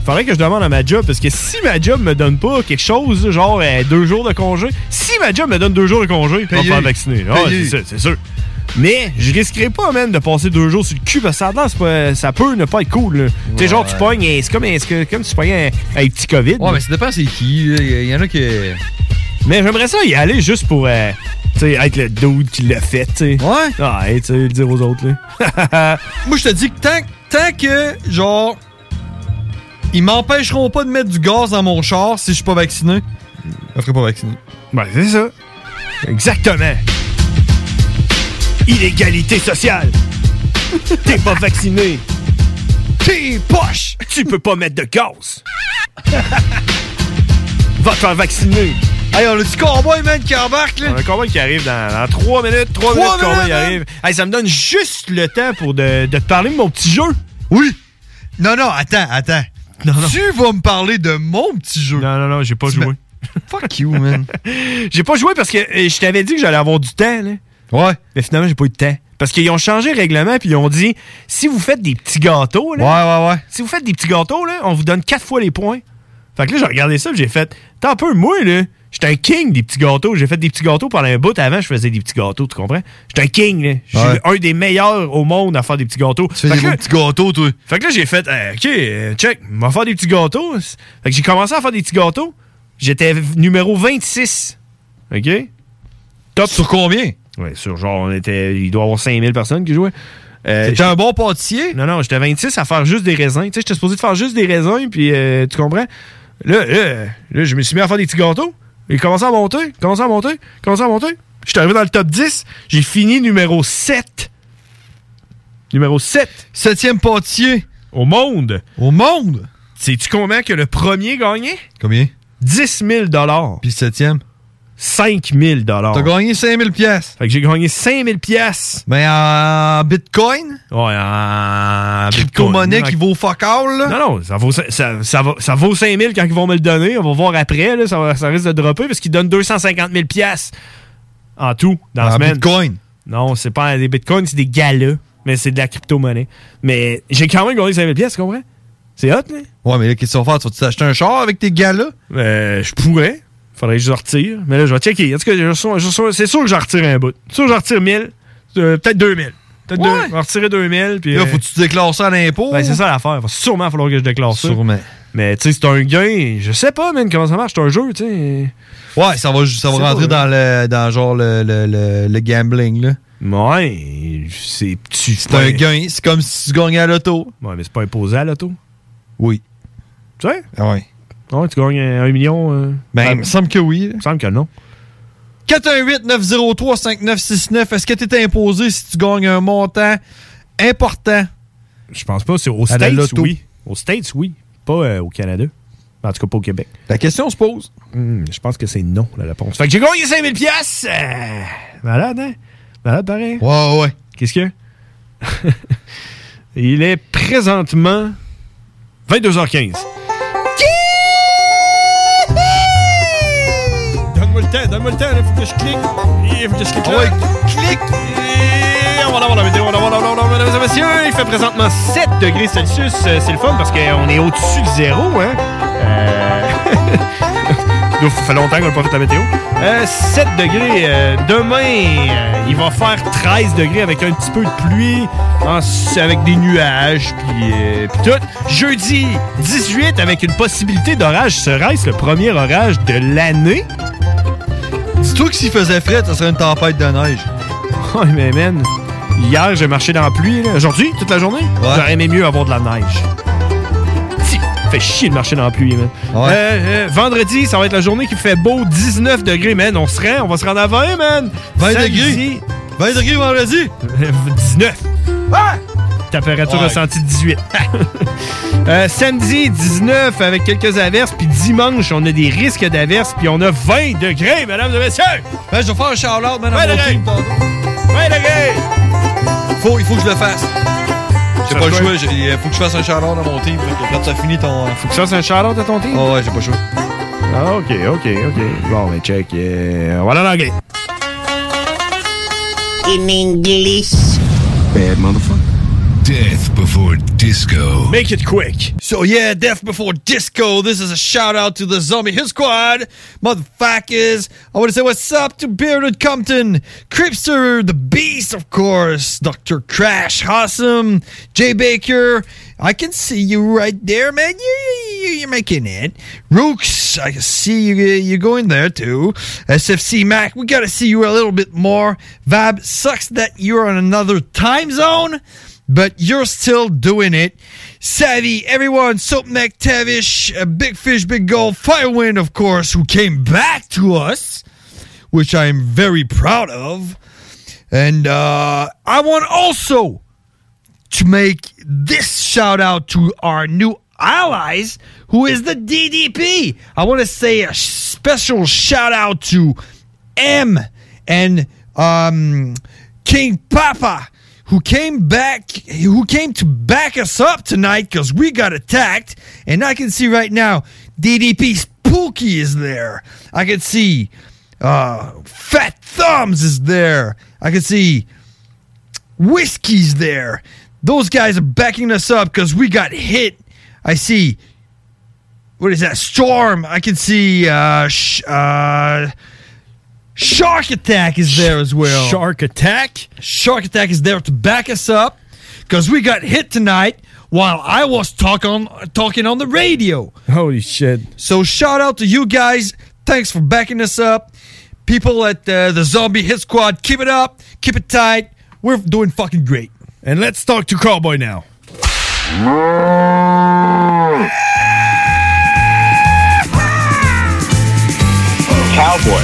[SPEAKER 1] faudrait que je demande à ma job parce que si ma job me donne pas quelque chose, genre euh, deux jours de congé, si ma job me donne deux jours de congé, je vais me
[SPEAKER 3] Payé.
[SPEAKER 1] faire vacciner. Ah,
[SPEAKER 3] Payé.
[SPEAKER 1] c'est ça, c'est sûr. Mais je risquerais pas, man, de passer deux jours sur le cul parce que ça, a l'air, c'est pas- ça peut ne pas être cool. là. Tu sais, genre, tu pognes, et c'est comme, un- c'est que- comme si tu pognes un, un petit COVID.
[SPEAKER 3] Ouais,
[SPEAKER 1] là.
[SPEAKER 3] mais ça dépend c'est qui. là. Il y en a qui.
[SPEAKER 1] Mais j'aimerais ça y aller juste pour euh, tu sais, être le dude qui l'a fait. tu sais. Ouais. tu sais, le dire aux autres. Là.
[SPEAKER 3] Euh, Moi, je te dis que tant, tant que, genre, ils m'empêcheront pas de mettre du gaz dans mon char si je suis pas vacciné, je me ferai pas vacciner.
[SPEAKER 1] Ben, c'est ça. Exactement. Illégalité sociale. T'es pas vacciné. T'es poche. Tu peux pas mettre de gaz. Va te faire vacciner.
[SPEAKER 3] Hey, on a du cowboy, man, qui embarque, là.
[SPEAKER 1] On a un cowboy qui arrive dans, dans 3 minutes. 3
[SPEAKER 3] Trois
[SPEAKER 1] minutes, le cowboy
[SPEAKER 3] minutes, hein? man.
[SPEAKER 1] arrive. Hey, ça me donne juste le temps pour de, de te parler de mon petit jeu.
[SPEAKER 3] Oui. Non, non, attends, attends. Tu vas me parler de mon petit jeu.
[SPEAKER 1] Non, non, non, j'ai pas joué.
[SPEAKER 3] Fuck you, man.
[SPEAKER 1] eh, J'ai pas joué parce que euh, je t'avais dit que j'allais avoir du temps, là.
[SPEAKER 3] Ouais.
[SPEAKER 1] Mais finalement, j'ai pas eu de temps. Parce qu'ils ont changé le règlement, puis ils ont dit si vous faites des petits gâteaux, là,
[SPEAKER 3] ouais, ouais, ouais.
[SPEAKER 1] Si vous faites des petits gâteaux, là, on vous donne quatre fois les points. Fait que là, j'ai regardé ça, puis j'ai fait T'as un peu, moi, là, j'étais un king des petits gâteaux. J'ai fait des petits gâteaux pendant un bout avant, je faisais des petits gâteaux, tu comprends J'étais un king, là. Je suis
[SPEAKER 3] Ouais.
[SPEAKER 1] un des meilleurs au monde à faire des petits gâteaux.
[SPEAKER 3] Tu fais des beaux petits gâteaux, toi.
[SPEAKER 1] Fait que là, j'ai fait, euh, OK, euh, check, on va faire des petits gâteaux. Fait que j'ai commencé à faire des petits gâteaux. J'étais v- numéro 26. OK? Top. Sur combien? Ouais, sur genre, on était, il doit y avoir 5000 personnes qui jouaient. T'étais un bon pâtissier? Non, non, j'étais 26 à faire juste des raisins. Tu sais, j'étais supposé de faire juste des raisins, puis euh, tu comprends? Là, là, là, je me suis mis à faire des petits gâteaux. Il commençait à monter, commençait à monter, commençait à monter. J'étais arrivé dans le top 10. J'ai fini numéro 7. Numéro 7. Septième pâtissier. Au monde. Au monde. Sais-tu combien que le premier gagnait?
[SPEAKER 3] Combien?
[SPEAKER 1] 10 000 Puis septième? 5 000 T'as
[SPEAKER 3] gagné 5 000 piastres.
[SPEAKER 1] Fait que j'ai gagné 5 000 piastres.
[SPEAKER 3] Mais en bitcoin?
[SPEAKER 1] Ouais, en
[SPEAKER 3] Crypto-monnaie qui vaut fuck all, là?
[SPEAKER 1] Non, non, ça vaut, ça, ça, ça va- ça vaut 5 000 quand ils vont me le donner. On va voir après. Là, ça, va- ça risque de dropper parce qu'ils donnent 250 000 piastres en tout dans la
[SPEAKER 3] En
[SPEAKER 1] semaine.
[SPEAKER 3] bitcoin.
[SPEAKER 1] Non, c'est pas des bitcoins, c'est des galas. Mais c'est de la crypto-monnaie. Mais j'ai quand même gagné 5 000 piastres, tu comprends? C'est hot, hein? là?
[SPEAKER 3] Ouais, mais là, qu'est-ce qu'on va faire? Tu vas t'acheter un char avec tes gars-là?
[SPEAKER 1] Euh, je pourrais. Faudrait que je le retire. Mais là, je vais checker. En tout cas, je reçois- je reçois- c'est sûr que je retire un bout. C'est sûr que je retire 1000. euh, Peut-être 2000. Peut-être
[SPEAKER 3] Ouais.
[SPEAKER 1] deux- je vais retirer 2000. Puis, euh,
[SPEAKER 3] Là, faut que tu déclares ça à l'impôt.
[SPEAKER 1] Ben, c'est ça l'affaire. Il va sûrement falloir que je déclare ça.
[SPEAKER 3] Sûrement.
[SPEAKER 1] Mais tu sais, c'est un gain. Je sais pas, man, comment ça marche. C'est un jeu, tu sais.
[SPEAKER 3] Ouais, ça va, ju- ça
[SPEAKER 1] C'est
[SPEAKER 3] va
[SPEAKER 1] pas
[SPEAKER 3] rentrer
[SPEAKER 1] vrai.
[SPEAKER 3] dans le, dans genre le, le, le, le gambling, là.
[SPEAKER 1] Ouais, c'est petit.
[SPEAKER 3] C'est un gain. C'est comme si tu gagnais à l'auto.
[SPEAKER 1] Ouais, mais c'est pas imposé à l'auto.
[SPEAKER 3] Oui. Ah
[SPEAKER 1] Tu sais?
[SPEAKER 3] Ouais.
[SPEAKER 1] Ouais, tu gagnes un, un million. euh,
[SPEAKER 3] Ben,
[SPEAKER 1] à-
[SPEAKER 3] il me semble que oui. Il me
[SPEAKER 1] semble que non.
[SPEAKER 3] 418-903-5969, est-ce que tu es imposé si tu gagnes un montant important?
[SPEAKER 1] Je pense pas. C'est au
[SPEAKER 3] À la
[SPEAKER 1] States,
[SPEAKER 3] loto.
[SPEAKER 1] oui. Aux States, oui. Pas euh, au Canada. En tout cas, pas au Québec. Hmm,
[SPEAKER 3] La question se pose.
[SPEAKER 1] je pense que c'est non, la réponse. Fait que j'ai gagné 5000 pièces. malade, hein? Malade, pareil.
[SPEAKER 3] Ouais, ouais.
[SPEAKER 1] Qu'est-ce qu'il y a? Il est présentement 22h15.
[SPEAKER 3] Donne-moi le temps, donne-moi le temps, il faut que je clique. Il faut que je clique là. clique.
[SPEAKER 1] Et on va voir la météo, on va voir la météo, mesdames et messieurs. Il fait présentement 7 degrés Celsius. Euh, C'est le fun parce qu'on est au-dessus de zéro, hein? Euh... Nous, ça fait longtemps qu'on n'a pas fait la météo. Euh, 7 degrés. euh, demain, euh, il va faire 13 degrés avec un petit peu de pluie, en- avec des nuages, puis euh, puis tout. Jeudi, 18 avec une possibilité d'orage. Serait-ce le premier orage de l'année?
[SPEAKER 3] Dis-toi que s'il faisait frais, ça serait une tempête de neige.
[SPEAKER 1] Ouais, mais man, hier j'ai marché dans la pluie, là. aujourd'hui, toute la journée, j'aurais aimé mieux avoir de la neige. Si, fait chier de marcher dans la pluie, man. Euh, euh, vendredi, ça va être la journée qui fait beau, 19 degrés, man. On se rend, on va se rendre à 20, man.
[SPEAKER 3] 20 degrés. 20 degrés vendredi.
[SPEAKER 1] 19. Ah! Température
[SPEAKER 3] Ouais.
[SPEAKER 1] ressentie 18. Euh, samedi, 19 avec quelques averses, puis dimanche, on a des risques d'averses, puis on a 20 degrés, mesdames et messieurs!
[SPEAKER 3] Ben, je vais faire un shout-out, madame.
[SPEAKER 1] 20 degrés! 20 degrés!
[SPEAKER 3] Faut, Oh, il faut que je le fasse. J'ai
[SPEAKER 1] Ça
[SPEAKER 3] pas le
[SPEAKER 1] fait
[SPEAKER 3] choix,
[SPEAKER 1] quoi?
[SPEAKER 3] j'ai- il faut que je fasse un shout-out dans mon team. Fait que Quand t'as fini ton. Faut
[SPEAKER 1] que tu fasses un shout-out à ton team?
[SPEAKER 3] Oh ouais, j'ai pas le choix.
[SPEAKER 1] Ah, ok, ok, ok. Bon, mais check. euh, on va aller en anglais.
[SPEAKER 3] euh.
[SPEAKER 11] In English. Bad motherfucker. Death before disco.
[SPEAKER 1] Make it quick.
[SPEAKER 3] So yeah, Death Before Disco. This is a shout out to the Zombie Hill Squad, motherfuckers. I want to say what's up to Bearded Compton, Cripster, the Beast, of course, Doctor Crash, Hossam, Jay Baker. I can see you right there, man. You, you, you- you're making it. Rooks, I can see you. You're going there too. SFC Mac, we gotta see you a little bit more. Vab sucks that you're on another time zone but you're still doing it. Savvy, everyone, Soap Mac Tavish, uh, Big Fish, Big Gold, Firewind, of course, who came back to us, which I'm very proud of. And uh, I want also to make this shout out to our new allies, who is the DDP. I want to say a special shout out to M and um, King Papa, who came back, who came to back us up tonight because we got attacked. And I can see right now DDP Spooky is there. I can see Uh, Fat Thumbs is there. I can see Whiskey's there. Those guys are backing us up because we got hit. I see. What is that? Storm. I can see. Uh, sh- uh, Shark Attack is there as well. Shark Attack? Shark Attack is there to back us up because we got hit tonight while I was talk on, talking on the radio. Holy shit. So shout out to you guys. Thanks for backing us up. People at uh, the Zombie Hit Squad, keep it up. Keep it tight. We're doing fucking great. And let's talk to Cowboy now.
[SPEAKER 12] Cowboy.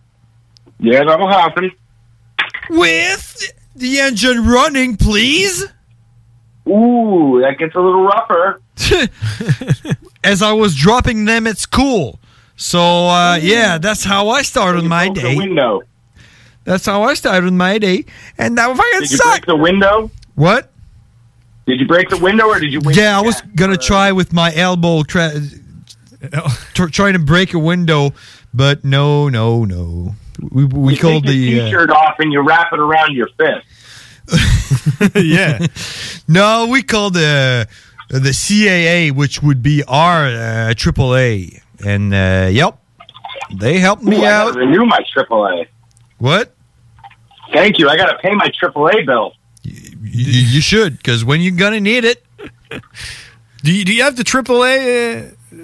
[SPEAKER 12] Yeah, that'll happen.
[SPEAKER 3] with the engine running. Please.
[SPEAKER 12] Ooh, that gets a little rougher.
[SPEAKER 3] As I was dropping them at school, so uh, yeah, that's how I started my
[SPEAKER 12] broke the
[SPEAKER 3] day.
[SPEAKER 12] window.
[SPEAKER 3] That's how I started my day, and that fucking
[SPEAKER 12] Did you
[SPEAKER 3] sucked.
[SPEAKER 12] break the window?
[SPEAKER 3] What?
[SPEAKER 12] Did you break the window or did you? Wait
[SPEAKER 3] yeah, I was gonna try with my elbow, tra- tr- trying to break a window, but no, no, no. We we
[SPEAKER 12] you
[SPEAKER 3] called
[SPEAKER 12] take
[SPEAKER 3] the
[SPEAKER 12] your
[SPEAKER 3] uh,
[SPEAKER 12] t-shirt off and you wrap it around your fist.
[SPEAKER 3] yeah. No, we called the the CAA, which would be our uh, AAA, and uh, yep, they helped
[SPEAKER 12] Ooh,
[SPEAKER 3] me
[SPEAKER 12] I
[SPEAKER 3] out.
[SPEAKER 12] gotta renew my AAA.
[SPEAKER 3] What?
[SPEAKER 12] Thank you. I got to pay my AAA bill.
[SPEAKER 3] You, you should, because when you're gonna need it.
[SPEAKER 1] do you do you have the AAA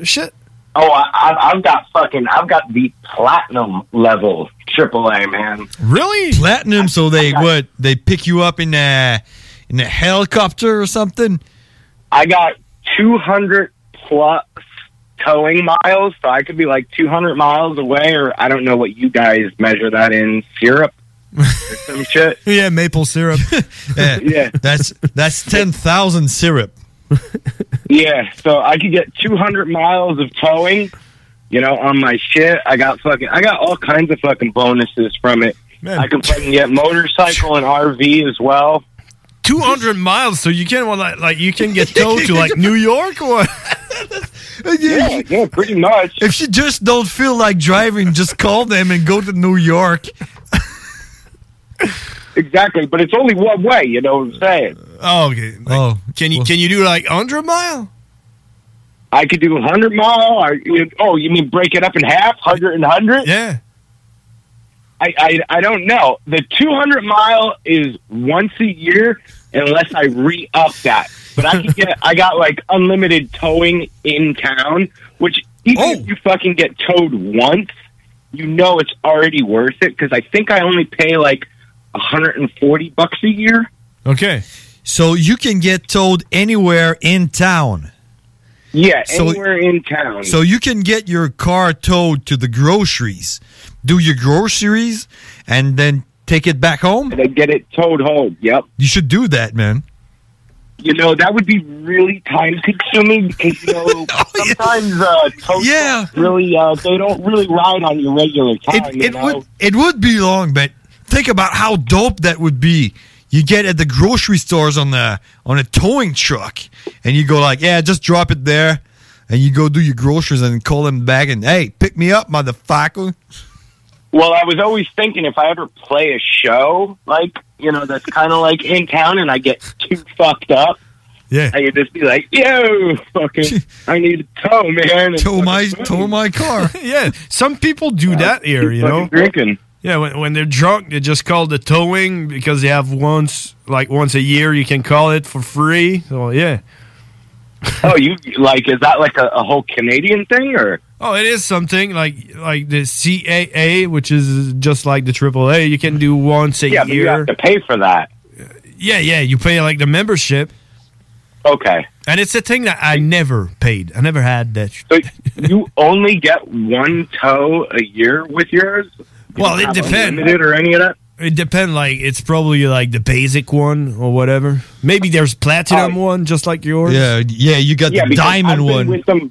[SPEAKER 1] uh, shit?
[SPEAKER 12] Oh, I, I've, I've got fucking, I've got the platinum level AAA, man.
[SPEAKER 3] Really? Platinum, so they what? They pick you up in a in a helicopter or something?
[SPEAKER 12] I got 200 plus towing miles, so I could be like 200 miles away, or I don't know what you guys measure that in syrup or some shit.
[SPEAKER 3] Yeah, maple syrup. yeah, that's that's ten thousand syrup.
[SPEAKER 12] Yeah, so I could get 200 miles of towing, you know, on my shit. I got fucking, I got all kinds of fucking bonuses from it. I can fucking get motorcycle and RV as well.
[SPEAKER 1] Two hundred miles, so you can well, like, like you can get towed to like New York or
[SPEAKER 12] Yeah, yeah, pretty much.
[SPEAKER 3] If you just don't feel like driving, just call them and go to New York.
[SPEAKER 12] Exactly, but it's only one way. You know what I'm saying?
[SPEAKER 1] Oh, okay.
[SPEAKER 3] oh,
[SPEAKER 1] can you can you do like hundred mile?
[SPEAKER 12] I could do 100 mile. Or, you- oh, you mean break it up in half, 100 and 100?
[SPEAKER 1] Yeah.
[SPEAKER 12] I, I, I don't know. The 200 mile is once a year unless I re up that. But I could get, I got like unlimited towing in town, which even
[SPEAKER 1] Oh.
[SPEAKER 12] if you fucking get towed once, you know it's already worth it because I think I only pay like 140 bucks a year.
[SPEAKER 3] Okay. So you can get towed anywhere in town.
[SPEAKER 12] Yeah,
[SPEAKER 3] So-
[SPEAKER 12] anywhere in town.
[SPEAKER 3] So you can get your car towed to the groceries, do your groceries, and then take it back home.
[SPEAKER 12] And then get it towed home. Yep.
[SPEAKER 3] You should do that, man.
[SPEAKER 12] You know, that would be really time consuming because, you know, sometimes uh, toast
[SPEAKER 3] Oh, yeah.
[SPEAKER 12] really, uh, they don't really ride on your regular time,
[SPEAKER 3] It,
[SPEAKER 12] you
[SPEAKER 3] it
[SPEAKER 12] know?
[SPEAKER 3] would it would be long, but think about how dope that would be. You get at the grocery stores on the on a towing truck, and you go like, "Yeah, just drop it there," and you go do your groceries and call them back and, "Hey, pick me up, motherfucker."
[SPEAKER 12] Well, I was always thinking if I ever play a show, like, you know, that's kind of like in town and I get too fucked up, Yeah. I could just be like, yo, fucking, I need a tow, man. and
[SPEAKER 3] Tow my
[SPEAKER 12] fucking-
[SPEAKER 3] tow my car.
[SPEAKER 1] yeah, some people do that here, you know.
[SPEAKER 12] Fucking drinking.
[SPEAKER 1] Yeah, when, when they're drunk, they just call the towing because they have once, like once a year, you can call it for free. So yeah.
[SPEAKER 12] Oh, you like? Is that like a, a whole Canadian thing, or
[SPEAKER 1] Oh, it is something like like the CAA, which is just like the AAA. You can do once a
[SPEAKER 12] yeah, but
[SPEAKER 1] year.
[SPEAKER 12] you have to pay for that?
[SPEAKER 1] Yeah, yeah, you pay like the membership.
[SPEAKER 12] Okay.
[SPEAKER 1] And it's a thing that I never paid. I never had that. sh-
[SPEAKER 12] So you only get one tow a year with yours. You
[SPEAKER 1] Well,
[SPEAKER 12] don't
[SPEAKER 1] it
[SPEAKER 12] have
[SPEAKER 1] depends.
[SPEAKER 12] unlimited or any of that.
[SPEAKER 1] It depends. Like it's probably like the basic one or whatever. Maybe there's platinum one, just like yours.
[SPEAKER 3] Yeah, yeah, you got
[SPEAKER 12] Oh. Yeah, because I've been With them,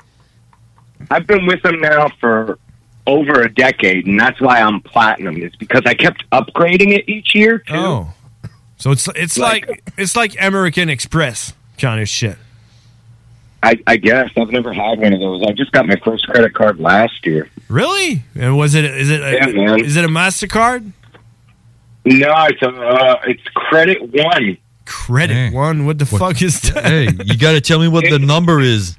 [SPEAKER 12] I've been with them now for over a decade, and that's why I'm platinum. Is because I kept upgrading it each year. Too.
[SPEAKER 1] Oh, so it's it's like, it's like American Express kind of shit.
[SPEAKER 12] I, I guess I've never had one of those. I just got my first credit card last year.
[SPEAKER 1] Really? And was it is it a,
[SPEAKER 12] Yeah, man.
[SPEAKER 1] is it a Mastercard?
[SPEAKER 12] No, it's a, uh, it's credit one.
[SPEAKER 1] Credit one? What the fuck is that?
[SPEAKER 3] Hey, you gotta tell me what the number is.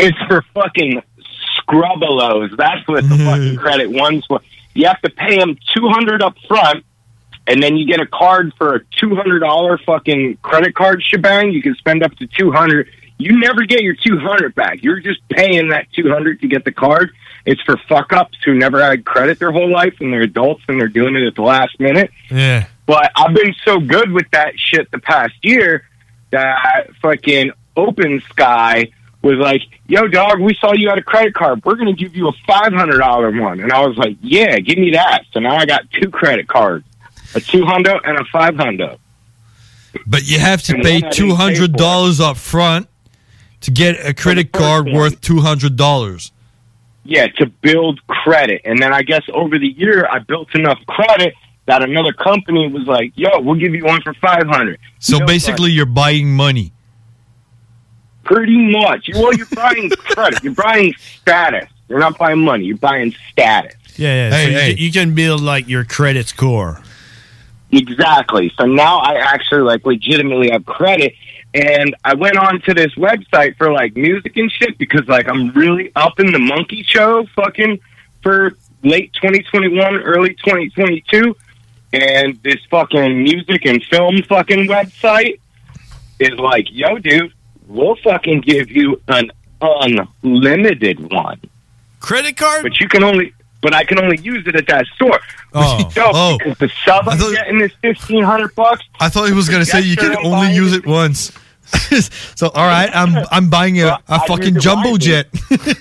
[SPEAKER 12] It's for fucking scrubbelos. That's what the fucking credit ones for. You have to pay them two hundred up front, and then you get a card for a two hundred dollar fucking credit card shebang. You can spend up to two hundred. You never get your two hundred back. You're just paying that two hundred to get the card. It's for fuck ups who never had credit their whole life and they're adults and they're doing it at the last minute.
[SPEAKER 1] Yeah.
[SPEAKER 12] But I've been so good with that shit the past year that fucking Open Sky was like, "Yo, dog, we saw you had a credit card. We're gonna give you a five hundred dollar one." And I was like, "Yeah, give me that." So now I got two credit cards, a two hundo and a five hundo.
[SPEAKER 3] But you have to
[SPEAKER 12] And
[SPEAKER 3] pay
[SPEAKER 12] then I didn't
[SPEAKER 3] two
[SPEAKER 12] pay
[SPEAKER 3] hundred dollars up front to get a credit card worth two hundred dollars.
[SPEAKER 12] Yeah, to build credit. And then I guess over the year, I built enough credit that another company was like, "Yo, we'll give you one for five hundred.
[SPEAKER 3] So basically, you're buying money.
[SPEAKER 12] Pretty much. You- Well, you're buying credit. You're buying status. You're not buying money. You're buying status.
[SPEAKER 1] Yeah, yeah.
[SPEAKER 12] Hey,
[SPEAKER 1] so you
[SPEAKER 12] hey.
[SPEAKER 1] can- You, can build like your credit score.
[SPEAKER 12] Exactly. So now I actually like legitimately have credit. And I went on to this website for like music and shit because like I'm really up in the monkey show fucking for late 2021, early 2022. And this fucking music and film fucking website is like, yo, dude, we'll fucking give you an unlimited one.
[SPEAKER 1] Credit card?
[SPEAKER 12] But you can only, but I can only use it at that store.
[SPEAKER 3] Oh.
[SPEAKER 12] Which is dope, because the sub I'm getting is 1500 bucks.
[SPEAKER 3] I thought he was gonna say you can
[SPEAKER 12] Projector I'm
[SPEAKER 3] only
[SPEAKER 12] buying
[SPEAKER 3] use it once. so all right, I'm I'm buying a, a
[SPEAKER 12] I
[SPEAKER 3] fucking
[SPEAKER 12] need to buy
[SPEAKER 3] jumbo
[SPEAKER 12] this.
[SPEAKER 3] jet.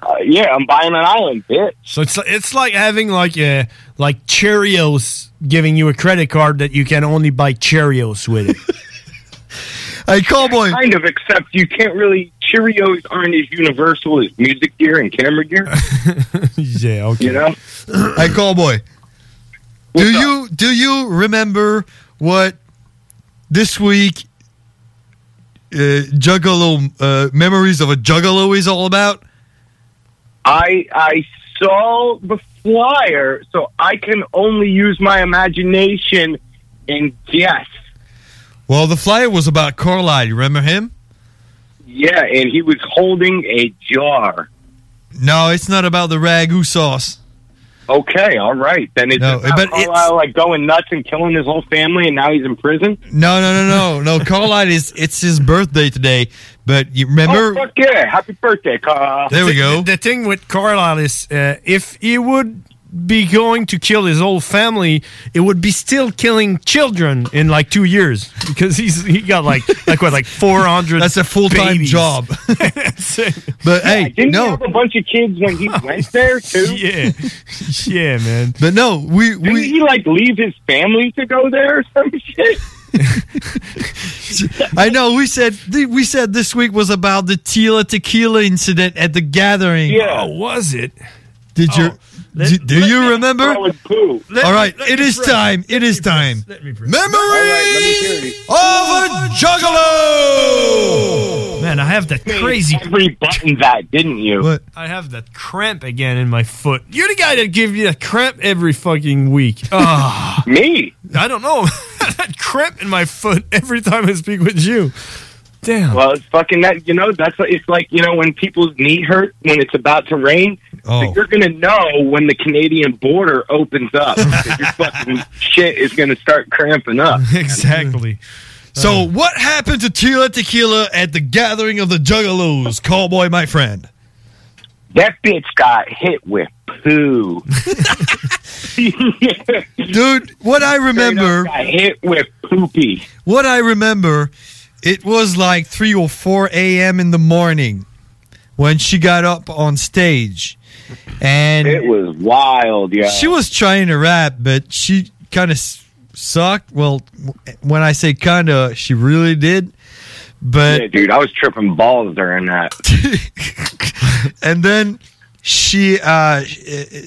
[SPEAKER 12] Uh, yeah, I'm buying an island, bitch.
[SPEAKER 1] So it's it's like having like a like Cheerios giving you a credit card that you can only buy Cheerios with it.
[SPEAKER 3] hey, cowboy.
[SPEAKER 12] Kind of, except you can't really. Cheerios aren't as universal as music gear and camera gear.
[SPEAKER 1] yeah, okay.
[SPEAKER 12] You know,
[SPEAKER 3] hey, cowboy. Do you do you remember what this week? Uh, juggalo uh, memories of a juggalo is all about.
[SPEAKER 12] I I saw the flyer, so I can only use my imagination and guess.
[SPEAKER 3] Well, the flyer was about Carlisle. You remember him?
[SPEAKER 12] Yeah, and he was holding a jar.
[SPEAKER 3] No, it's not about the ragu sauce.
[SPEAKER 12] Okay, all right, then it's
[SPEAKER 3] No,
[SPEAKER 12] about
[SPEAKER 3] but it's-
[SPEAKER 12] Carlisle, like going nuts and killing his whole family, and now he's in prison.
[SPEAKER 3] No, no, no, no, no. Carlisle is it's his birthday today. But you
[SPEAKER 12] Oh,
[SPEAKER 3] remember?
[SPEAKER 12] fuck yeah! Happy birthday, Carl.
[SPEAKER 3] There we
[SPEAKER 1] The-
[SPEAKER 3] go.
[SPEAKER 1] The, thing with Carlisle is uh, if he would be going to kill his whole family, it would be still killing children in like two years because he's he got like like what like four hundred.
[SPEAKER 3] That's a full-time job. But hey,
[SPEAKER 12] Didn't
[SPEAKER 3] no.
[SPEAKER 12] he have a bunch of kids when he went there too?
[SPEAKER 1] Yeah, yeah, man.
[SPEAKER 3] But no, we
[SPEAKER 12] Didn't he like leave his family to go there or some shit?
[SPEAKER 3] I know we said we said this week was about the Tila Tequila incident at the gathering.
[SPEAKER 1] Yeah, was it?
[SPEAKER 3] Did you?
[SPEAKER 1] Oh. let-
[SPEAKER 3] do do
[SPEAKER 1] let
[SPEAKER 3] you
[SPEAKER 1] me
[SPEAKER 3] remember?
[SPEAKER 1] throw Let
[SPEAKER 3] All
[SPEAKER 1] me-
[SPEAKER 3] right,
[SPEAKER 1] let
[SPEAKER 3] it
[SPEAKER 1] me
[SPEAKER 3] is
[SPEAKER 1] throw-
[SPEAKER 3] time. It is time. Memories of a juggalo.
[SPEAKER 1] Man, I have that crazy.
[SPEAKER 12] Every button that, didn't you?
[SPEAKER 1] I have that cramp again in my foot. You're the guy that gives you that cramp every fucking week. Ah,
[SPEAKER 12] Me?
[SPEAKER 1] I don't know. that cramp in my foot every time I speak with you.
[SPEAKER 12] Damn. Well, it's fucking that. You know, that's what- it's like. You know, when people's knee hurt when it's about to rain,
[SPEAKER 3] Oh.
[SPEAKER 12] you're gonna know when the Canadian border opens up. 'cause your fucking shit is gonna start cramping up.
[SPEAKER 3] Exactly. So, what happened to Tila Tequila at the gathering of the Juggalos, Cowboy, my friend?
[SPEAKER 12] That bitch got hit with poo.
[SPEAKER 3] Dude, what I remember.
[SPEAKER 12] hit with poopy.
[SPEAKER 3] What I remember, it was like 3 or 4 a.m. in the morning when she got up on stage. And
[SPEAKER 12] It was wild, yeah.
[SPEAKER 3] She was trying to rap, but she kind of sucked. Well, when I say kind of, she really did. But
[SPEAKER 12] yeah, dude, I was tripping balls during that.
[SPEAKER 3] and then she uh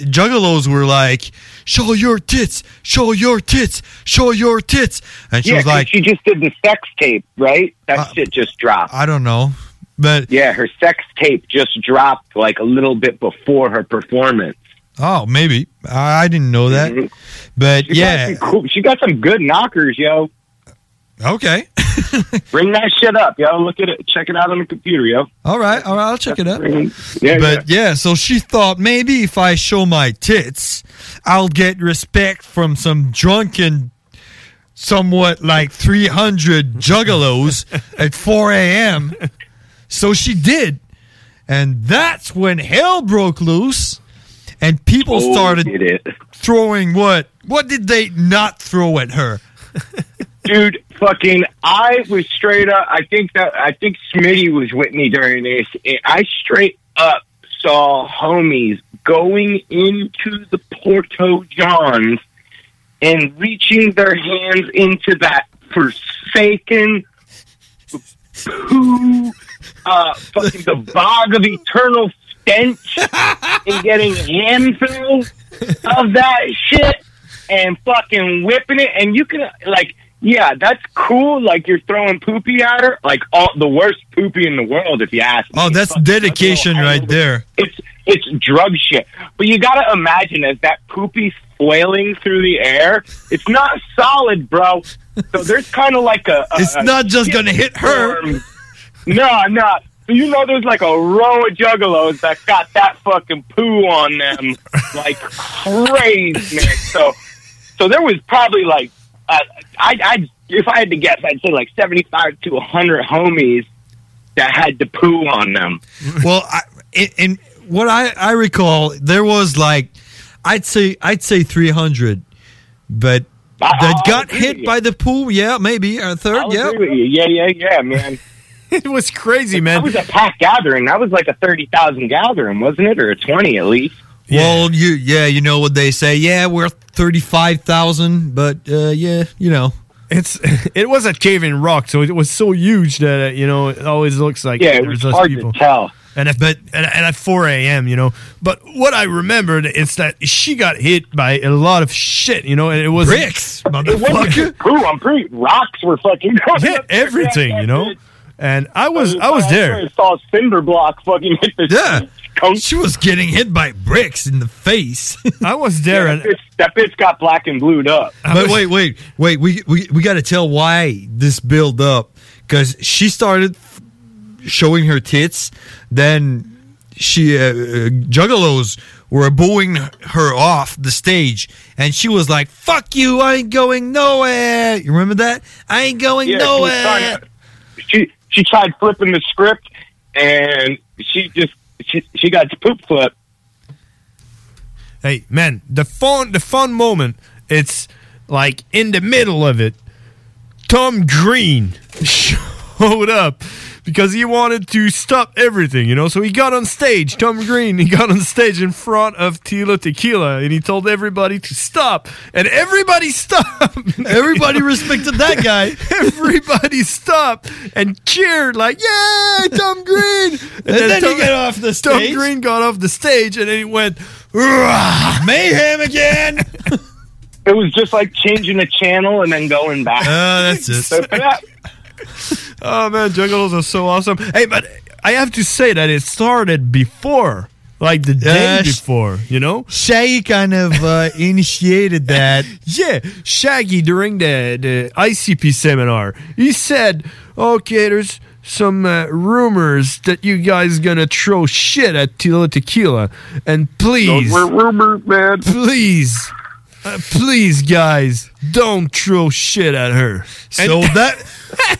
[SPEAKER 3] juggalos were like show your tits show your tits show your tits and she
[SPEAKER 12] yeah,
[SPEAKER 3] was
[SPEAKER 12] 'cause
[SPEAKER 3] like
[SPEAKER 12] she just did the sex tape, right? That shit just dropped.
[SPEAKER 3] Uh, i don't know but
[SPEAKER 12] yeah, her sex tape just dropped like a little bit before her performance.
[SPEAKER 3] oh maybe i, I didn't know that but
[SPEAKER 12] Mm-hmm. She
[SPEAKER 3] yeah
[SPEAKER 12] got some cool, she got some good knockers, yo.
[SPEAKER 3] Okay,
[SPEAKER 12] bring that shit up, yo. Look at it, check it out on the computer, yo.
[SPEAKER 3] all right all right i'll check it out
[SPEAKER 12] Yeah,
[SPEAKER 3] but yeah. so she thought maybe if i show my tits i'll get respect from some drunken somewhat like 300 juggalos at 4 a.m so she did and that's when hell broke loose and people
[SPEAKER 12] Oh, did
[SPEAKER 3] started
[SPEAKER 12] it.
[SPEAKER 3] throwing what what did they not throw at her
[SPEAKER 12] dude, fucking, I was straight up. I think that I think Smitty was with me during this. and I straight up saw homies going into the Porto Johns and reaching their hands into that forsaken poo, uh, fucking the bog of eternal stench, and getting handfuls of that shit and fucking whipping it. And you can like, yeah, that's cool. Like you're throwing poopy at her, like all the worst poopy in the world, if you ask me.
[SPEAKER 3] oh that's dedication right there
[SPEAKER 12] It's it's drug shit. But you gotta imagine as that poopy's flailing through the air, it's not solid, bro. So there's kind of like a,
[SPEAKER 3] It's not just gonna hit her.
[SPEAKER 12] No, no. So you know there's like a row of juggalos that got that fucking poo on them like crazy, man. So so there was probably like uh, I I if I had to guess, I'd say like 75 to 100 homies that had the poo on them.
[SPEAKER 3] well, I, in, in what I, I recall, there was like I'd say I'd say three hundred, but that got hit by the pool. Yeah, maybe a 3rd
[SPEAKER 12] I'll
[SPEAKER 3] yeah,
[SPEAKER 12] agree with you. Yeah, yeah, yeah, man.
[SPEAKER 1] it was crazy,
[SPEAKER 12] That
[SPEAKER 1] man.
[SPEAKER 12] was a packed gathering. That was like a thirty thousand gathering, wasn't it, or a twenty at least?
[SPEAKER 3] Well, you yeah, you know what they say. Yeah, we're thirty five thousand, but uh, yeah, you know.
[SPEAKER 1] It's it was at Cave in Rock, so it was so huge that uh, you know it always looks like
[SPEAKER 3] Yeah, it
[SPEAKER 1] there's
[SPEAKER 3] was
[SPEAKER 1] less
[SPEAKER 3] hard to
[SPEAKER 1] people.
[SPEAKER 12] tell.
[SPEAKER 1] And at, but and, and at 4 a.m., you know. But what I remembered is that she got hit by a lot of shit, you know. And it was
[SPEAKER 3] bricks,
[SPEAKER 12] It wasn't
[SPEAKER 1] motherfucker.
[SPEAKER 12] just poo. I'm pretty rocks were fucking going
[SPEAKER 1] Yeah,
[SPEAKER 12] up there.
[SPEAKER 1] everything, you know. And I was I was
[SPEAKER 12] I
[SPEAKER 1] there.
[SPEAKER 12] Saw a cinder block fucking hit the
[SPEAKER 3] yeah.
[SPEAKER 12] She
[SPEAKER 3] was getting hit by bricks in the face.
[SPEAKER 1] I was
[SPEAKER 12] there. that, bitch, that bitch got black and blued up.
[SPEAKER 3] But wait, wait, wait. We we, we got to tell why this build up because she started f- showing her tits, then she uh, uh, juggalos were booing her off the stage, and she was like, "Fuck you! I ain't going nowhere." You remember that? I ain't going
[SPEAKER 12] Yeah, she was
[SPEAKER 3] nowhere.
[SPEAKER 12] trying to- She she tried flipping the script, and she just she she got poop flip.
[SPEAKER 1] Hey man, the fun the fun moment. It's like in the middle of it. Tom Green showed up because he wanted to stop everything, you know. So he got on stage. Tom Green, he got on stage in front of Tila Tequila, and he told everybody to stop, and everybody stopped.
[SPEAKER 3] Everybody respected that guy.
[SPEAKER 1] everybody stopped and cheered like, "Yeah, Tom Green!" And,
[SPEAKER 3] then he got off the stage.
[SPEAKER 1] Tom Green got off the stage, and then he went, "Rah!"
[SPEAKER 3] mayhem again.
[SPEAKER 12] It was just like changing a channel and then going back.
[SPEAKER 3] Oh, that's it.
[SPEAKER 12] So for that,
[SPEAKER 1] Oh man, juggalos are so awesome. Hey, but I have to say that it started before, like the day
[SPEAKER 3] Yes.
[SPEAKER 1] before, you know.
[SPEAKER 3] Shay kind of uh, initiated that.
[SPEAKER 1] yeah, Shaggy during the the ICP seminar, he said, "Okay, there's some uh, rumors that you guys gonna throw shit at Tila Tequila, and please,
[SPEAKER 31] Those were rumors, man.
[SPEAKER 1] Please, uh, please, guys, don't throw shit at her.
[SPEAKER 3] So that-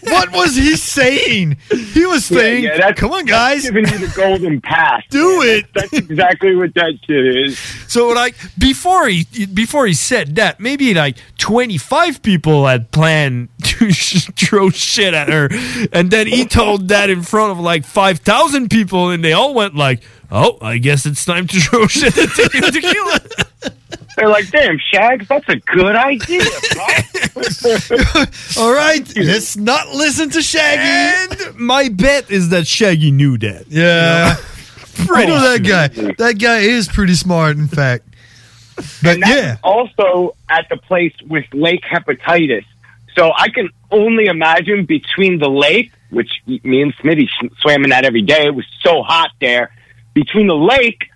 [SPEAKER 3] what was he saying? He was
[SPEAKER 12] Yeah,
[SPEAKER 3] saying,
[SPEAKER 12] yeah, that's-
[SPEAKER 3] "Come on,
[SPEAKER 12] that's
[SPEAKER 3] guys,
[SPEAKER 12] giving you the golden pass.
[SPEAKER 3] do it."
[SPEAKER 12] That's exactly what that shit is.
[SPEAKER 1] So like before he before he said that, maybe like twenty five people had planned to sh- throw shit at her, and then he told that in front of like five thousand people, and they all went like, "Oh, I guess it's time to throw shit at Tequila." tequila.
[SPEAKER 12] They're like, damn, Shags, that's a good idea.
[SPEAKER 3] All right, let's not listen to Shaggy.
[SPEAKER 1] And my bet is that Shaggy knew that.
[SPEAKER 3] Yeah. I know that
[SPEAKER 12] Oh,
[SPEAKER 3] guy.
[SPEAKER 12] shoot.
[SPEAKER 3] That guy is pretty smart, in fact. But
[SPEAKER 12] and that's
[SPEAKER 3] yeah,
[SPEAKER 12] also at the place with lake hepatitis. So I can only imagine between the lake, which me and Smitty sh- swam in that every day. It was so hot there. Between the lake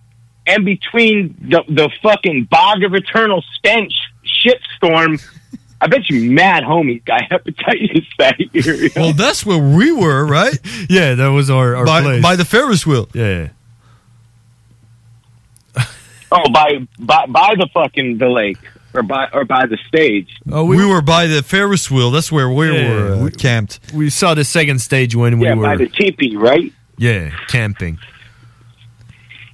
[SPEAKER 12] and between the, the fucking bog of eternal stench shitstorm, I bet you mad homies got hepatitis that year.
[SPEAKER 3] well, that's where we were, right?
[SPEAKER 1] yeah, that was our, our
[SPEAKER 3] by,
[SPEAKER 1] place.
[SPEAKER 3] by the Ferris wheel.
[SPEAKER 1] Yeah.
[SPEAKER 12] Oh, by, by by the fucking the lake or by or by the stage.
[SPEAKER 1] Oh,
[SPEAKER 3] we, were by the Ferris wheel. That's where we
[SPEAKER 1] Yeah,
[SPEAKER 3] were uh, camped.
[SPEAKER 1] We saw the second stage when
[SPEAKER 12] yeah,
[SPEAKER 1] we
[SPEAKER 12] by
[SPEAKER 1] were
[SPEAKER 12] the teepee, right?
[SPEAKER 1] yeah camping.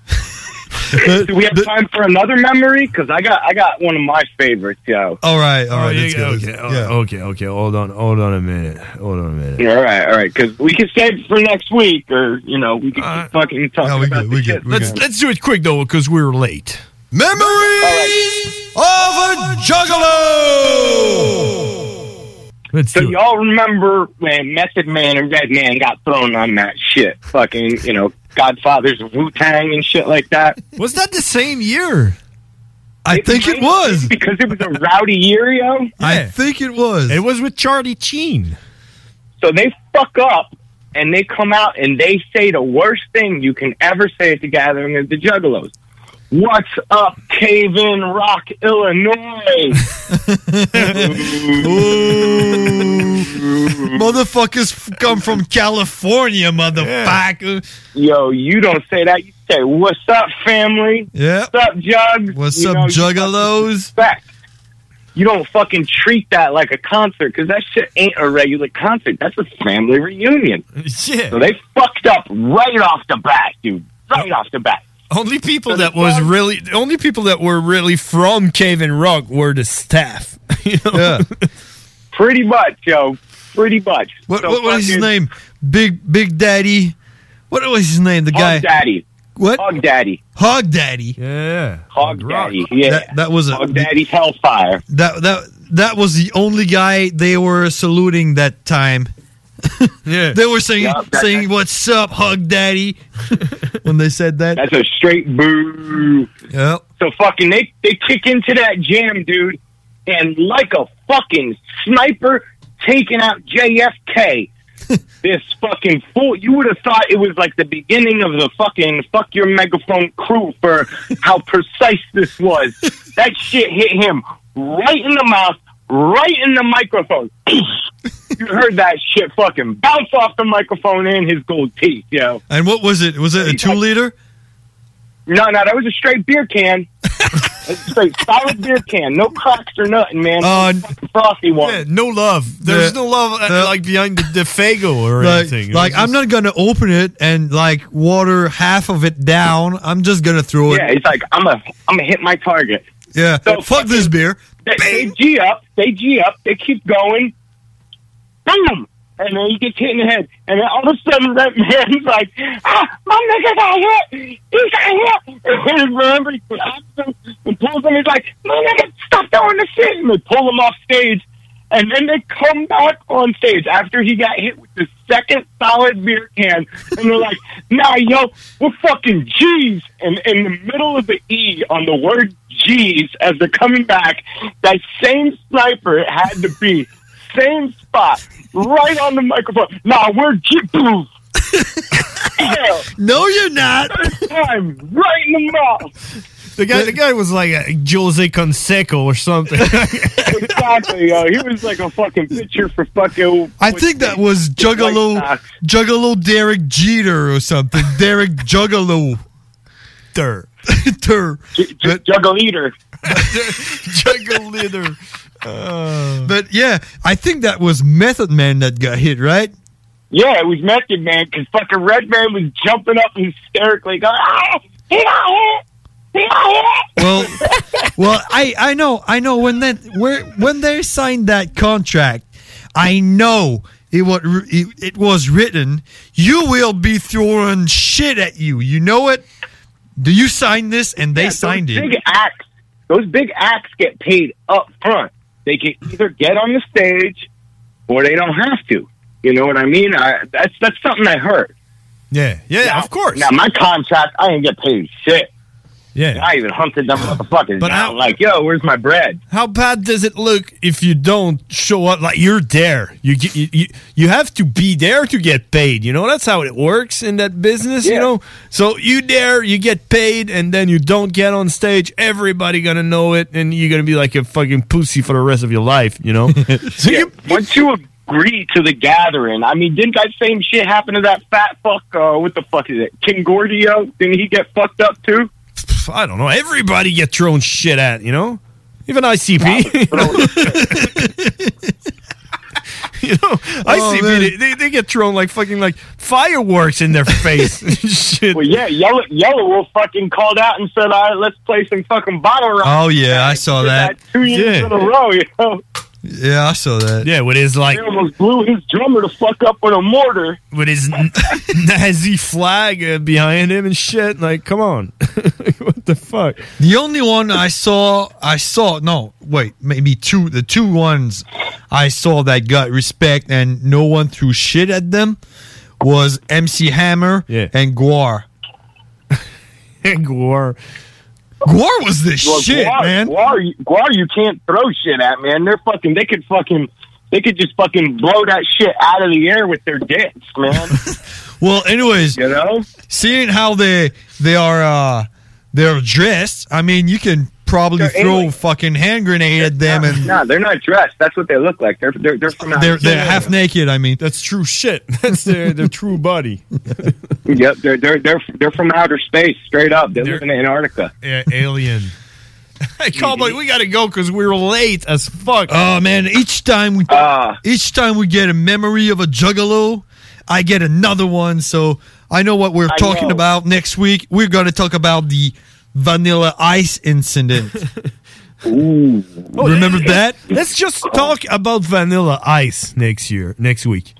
[SPEAKER 12] Do we have time for another memory? Because I got I got one of my favorites, yo.
[SPEAKER 3] All right, all
[SPEAKER 1] Oh,
[SPEAKER 3] right,
[SPEAKER 1] yeah,
[SPEAKER 3] let's go, let's-
[SPEAKER 1] okay, okay, okay, okay. Hold on, hold on a minute, hold on a minute.
[SPEAKER 12] Yeah, all right, all right. Because we can save it for next week, or you know, we can keep fucking talk about the kids.
[SPEAKER 1] Let's let's do it quick though, because we're late.
[SPEAKER 3] Memories of a juggalo.
[SPEAKER 12] so y'all remember when Method Man and Red Man got thrown on that shit? Fucking, you know, Godfathers of Wu Tang and shit like that.
[SPEAKER 1] Was that the same year?
[SPEAKER 3] I think it was
[SPEAKER 12] because it was a rowdy year, yo.
[SPEAKER 3] I think it was.
[SPEAKER 1] It was with Charlie Sheen.
[SPEAKER 12] So they fuck up and they come out and they say the worst thing you can ever say at the gathering of the Juggalos. What's up, Cave in Rock, Illinois?
[SPEAKER 3] Motherfuckers f- come from California, motherfucker.
[SPEAKER 12] Yo, you don't say that. You say, "What's up, family?
[SPEAKER 3] Yeah.
[SPEAKER 12] What's up, Jug?
[SPEAKER 3] What's
[SPEAKER 12] You
[SPEAKER 3] up,
[SPEAKER 12] know, you fucking
[SPEAKER 3] Juggalos?
[SPEAKER 12] Respect. You don't fucking treat that like a concert because that shit ain't a regular concert. That's a family reunion.
[SPEAKER 1] Yeah.
[SPEAKER 12] So they fucked up right off the bat, dude. Right off the bat.
[SPEAKER 1] Only people that was really the only people that were really from Cave and Rock were the staff. you know?
[SPEAKER 12] Pretty much, yo. Pretty much.
[SPEAKER 3] What,
[SPEAKER 12] So
[SPEAKER 3] what was his
[SPEAKER 12] fucking-
[SPEAKER 3] name? Big Big Daddy. What was his name? The guy.
[SPEAKER 12] Hog Daddy.
[SPEAKER 3] What?
[SPEAKER 12] Hog Daddy.
[SPEAKER 3] Hog Daddy.
[SPEAKER 1] Yeah.
[SPEAKER 12] Hog Daddy. Yeah.
[SPEAKER 3] That, that was a
[SPEAKER 12] Hog Daddy's Hellfire.
[SPEAKER 3] that that that was the only guy they were saluting that time.
[SPEAKER 1] yeah.
[SPEAKER 3] They were saying
[SPEAKER 12] Yeah, that-
[SPEAKER 3] saying what's up, Hug Daddy. when they said that.
[SPEAKER 12] That's a straight boo.
[SPEAKER 3] Yep.
[SPEAKER 12] So fucking they they kick into that jam, dude, and like a fucking sniper taking out JFK. this fucking fool, you would have thought it was like the beginning of the fucking fuck your megaphone crew for how precise this was. that shit hit him right in the mouth, right in the microphone. you heard that shit fucking bounce off the microphone and his gold teeth, yo.
[SPEAKER 3] And what was it? Was it a two liter?
[SPEAKER 12] No, no, that was a straight beer can. a straight solid beer can. No cracks or nothing, man.
[SPEAKER 3] Uh,
[SPEAKER 12] frosty one.
[SPEAKER 1] Yeah, no love. There's
[SPEAKER 3] The-
[SPEAKER 1] no love uh,
[SPEAKER 3] the-
[SPEAKER 1] like behind the, the Fago or
[SPEAKER 3] Like,
[SPEAKER 1] anything. It
[SPEAKER 3] like
[SPEAKER 1] was
[SPEAKER 3] I'm not gonna open it and like water half of it down. I'm just gonna throw
[SPEAKER 12] Yeah,
[SPEAKER 3] it.
[SPEAKER 12] it's like I'm a I'm gonna hit my target.
[SPEAKER 3] Yeah. Fuck this beer.
[SPEAKER 12] They, they G up, they G up, they keep going. Boom! And then he gets hit in the head. And then all of a sudden that man's like, ah, my nigga got hit! He got hit! And remember, he grabs him and pulls him. He's like, my nigga, stop throwing the shit! And they pull him off stage. And then they come back on stage after he got hit with the second solid beer can. And they're like, nah, yo, we're fucking G's. And in the middle of the E on the word G's, as they're coming back, that same sniper it had to be, same spot, right on the microphone. Nah, we're G.
[SPEAKER 3] No, you're not.
[SPEAKER 12] Time, right in the mouth.
[SPEAKER 1] The guy, the guy was like a Jose Canseco or something.
[SPEAKER 12] exactly. Uh, he was like a fucking pitcher for fucking.
[SPEAKER 3] I think that was Juggalo, Juggalo Derek Jeter or something. Derek Juggalo.
[SPEAKER 1] Ter.
[SPEAKER 3] Ter.
[SPEAKER 12] Juggle Eater.
[SPEAKER 1] Juggle Eater.
[SPEAKER 3] But yeah, I think that was Method Man that got hit, right?
[SPEAKER 12] Yeah, it was Method Man because fucking Red Man was jumping up hysterically, going, ah, he got hit, he got hit.
[SPEAKER 3] Well, well, I I know I know when that where when they signed that contract, I know it what it, it was written. You will be throwing shit at you. You know it. Do you sign this? And they
[SPEAKER 12] Yeah,
[SPEAKER 3] signed
[SPEAKER 12] those
[SPEAKER 3] it.
[SPEAKER 12] Big acts. Those big acts get paid up front. They can either get on the stage or they don't have to. You know what I mean? I, that's that's something I heard.
[SPEAKER 1] Yeah, yeah,
[SPEAKER 12] of course. Now my contract, I ain't get paid shit.
[SPEAKER 1] Yeah,
[SPEAKER 12] I even hunted them motherfuckers. But I'm like, yo, where's my bread?
[SPEAKER 1] How bad does it look if you don't show up? Like you're there. You get- you you, you have to be there to get paid. You know that's how it works in that business. You know, so you there, you get paid, and then you don't get on stage. Everybody gonna know it, and you're gonna be like a fucking pussy for the rest of your life. You know. so you
[SPEAKER 12] once you agree to the gathering, I mean, didn't that same shit happen to that fat fuck? Uh, what the fuck is it? King Gordio? Didn't he get fucked up too?
[SPEAKER 1] I don't know. Everybody get thrown shit at. You know, even ICP. You know, ICP, they, they, they get thrown like fucking like fireworks in their face. Shit.
[SPEAKER 12] Well, yeah, Yellow, Yellow Wolf fucking called out and said, all right, let's play some fucking bottle rock.
[SPEAKER 3] Oh yeah, I saw that.
[SPEAKER 12] Two years
[SPEAKER 3] Yeah.
[SPEAKER 12] in a row, you know.
[SPEAKER 3] Yeah, I saw that.
[SPEAKER 1] Yeah, what is like
[SPEAKER 12] He almost blew his drummer the fuck up with a mortar.
[SPEAKER 1] with his n- Nazi flag uh, behind him and shit. Like, come on. what the fuck?
[SPEAKER 3] The only one I saw, I saw no, wait, maybe two. The two ones I saw that got respect and no one threw shit at them was MC Hammer and Guar.
[SPEAKER 1] and Guar,
[SPEAKER 3] Guar was the
[SPEAKER 12] Well,
[SPEAKER 3] shit,
[SPEAKER 12] Guar,
[SPEAKER 3] man.
[SPEAKER 12] Guar, you- Guar, you can't throw shit at, man. They're fucking, they could fucking, they could just fucking blow that shit out of the air with their dicks, man.
[SPEAKER 3] Well, anyways,
[SPEAKER 12] you know,
[SPEAKER 3] seeing how they they are uh they're dressed, I mean, you can probably
[SPEAKER 12] They're
[SPEAKER 3] throw
[SPEAKER 12] alien.
[SPEAKER 3] a fucking hand grenade at them and
[SPEAKER 12] no, they're not dressed. That's what they look like. They're, they're, they're from out
[SPEAKER 3] they're
[SPEAKER 12] here.
[SPEAKER 3] they're half naked. I mean,
[SPEAKER 1] that's true shit. That's their, their true body.
[SPEAKER 12] Yep, they're, they're, they're, they're from outer space, straight up. They live in Antarctica.
[SPEAKER 1] Yeah, alien. Hey, Cowboy, we gotta go because we were late as fuck.
[SPEAKER 3] Oh man, each time we
[SPEAKER 12] Ah.
[SPEAKER 3] each time we get a memory of a juggalo, I get another one. So I know what we're
[SPEAKER 12] I
[SPEAKER 3] talking
[SPEAKER 12] know.
[SPEAKER 3] about next week. We're gonna talk about the vanilla ice incident.
[SPEAKER 12] Ooh.
[SPEAKER 3] Oh, Remember that?
[SPEAKER 1] Let's just talk about Vanilla Ice next year, next week.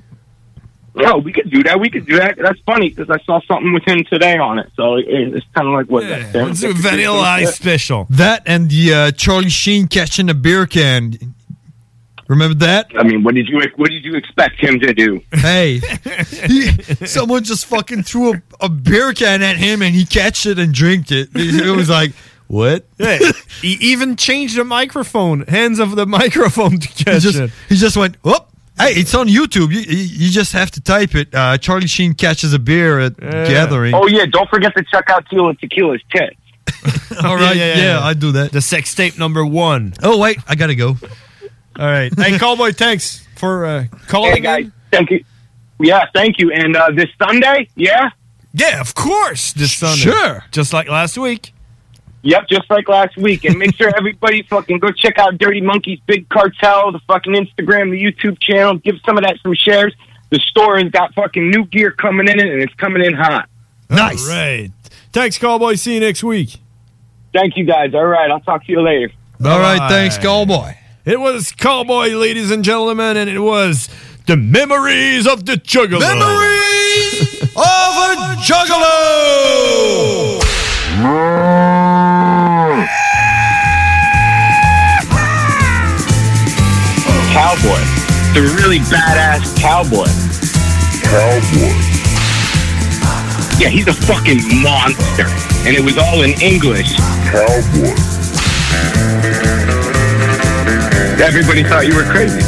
[SPEAKER 12] No, we could do that. We could do that. That's funny because I saw something with him today on it. So it, it's kind of like what that. Sam?
[SPEAKER 1] Let's do Vanilla Ice special.
[SPEAKER 3] That and the uh, Charlie Sheen catching a beer can. Remember that?
[SPEAKER 12] I mean, what did you what did you expect him to do?
[SPEAKER 3] Hey, he, someone just fucking threw a, a beer can at him and he catched it and drank it. It was like, what?
[SPEAKER 1] Yeah, he even changed the microphone, hands of the microphone to catch
[SPEAKER 3] he just,
[SPEAKER 1] it.
[SPEAKER 3] He just went, whoop. Hey, it's on YouTube. You, you you just have to type it. Uh, Charlie Sheen catches a beer at gathering.
[SPEAKER 12] Oh yeah, don't forget to check out Tequila Tequila's tits.
[SPEAKER 3] All right, yeah, I do that.
[SPEAKER 1] The sex tape number one.
[SPEAKER 3] Oh wait, I gotta go.
[SPEAKER 1] All right, hey Cowboy, thanks for uh, calling.
[SPEAKER 12] Hey guys, thank you. Yeah, thank you. And uh, this Sunday, yeah,
[SPEAKER 1] yeah, of course, this Sunday,
[SPEAKER 12] Sure.
[SPEAKER 1] just like last week.
[SPEAKER 12] Yep, just like last week. And make sure everybody fucking go check out Dirty Monkey's Big Cartel, the fucking Instagram, the YouTube channel. Give some of that some shares. The store has got fucking new gear coming in, and it's coming in hot.
[SPEAKER 3] Nice.
[SPEAKER 1] All right, thanks, Cowboy. See you next week.
[SPEAKER 12] Thank you guys. All right, I'll talk to you later.
[SPEAKER 3] All right, thanks, Cowboy.
[SPEAKER 1] It was Cowboy, ladies and gentlemen, and it was the memories of the Juggalo.
[SPEAKER 3] Memories of a Juggalo.
[SPEAKER 12] Cowboy, the really badass cowboy. Cowboy. Yeah, he's a fucking monster, and it was all in English. Cowboy. Everybody thought you were crazy.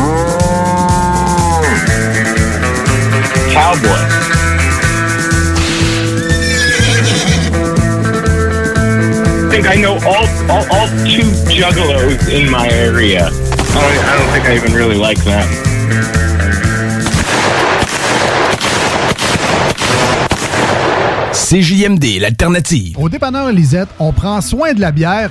[SPEAKER 12] Mm. Cowboy. think I know all, all, all two juggalos in my area. I don't, I don't think I even really like them.
[SPEAKER 32] CJMD, l'alternative.
[SPEAKER 33] Au dépanneur Lisette, on prend soin de la bière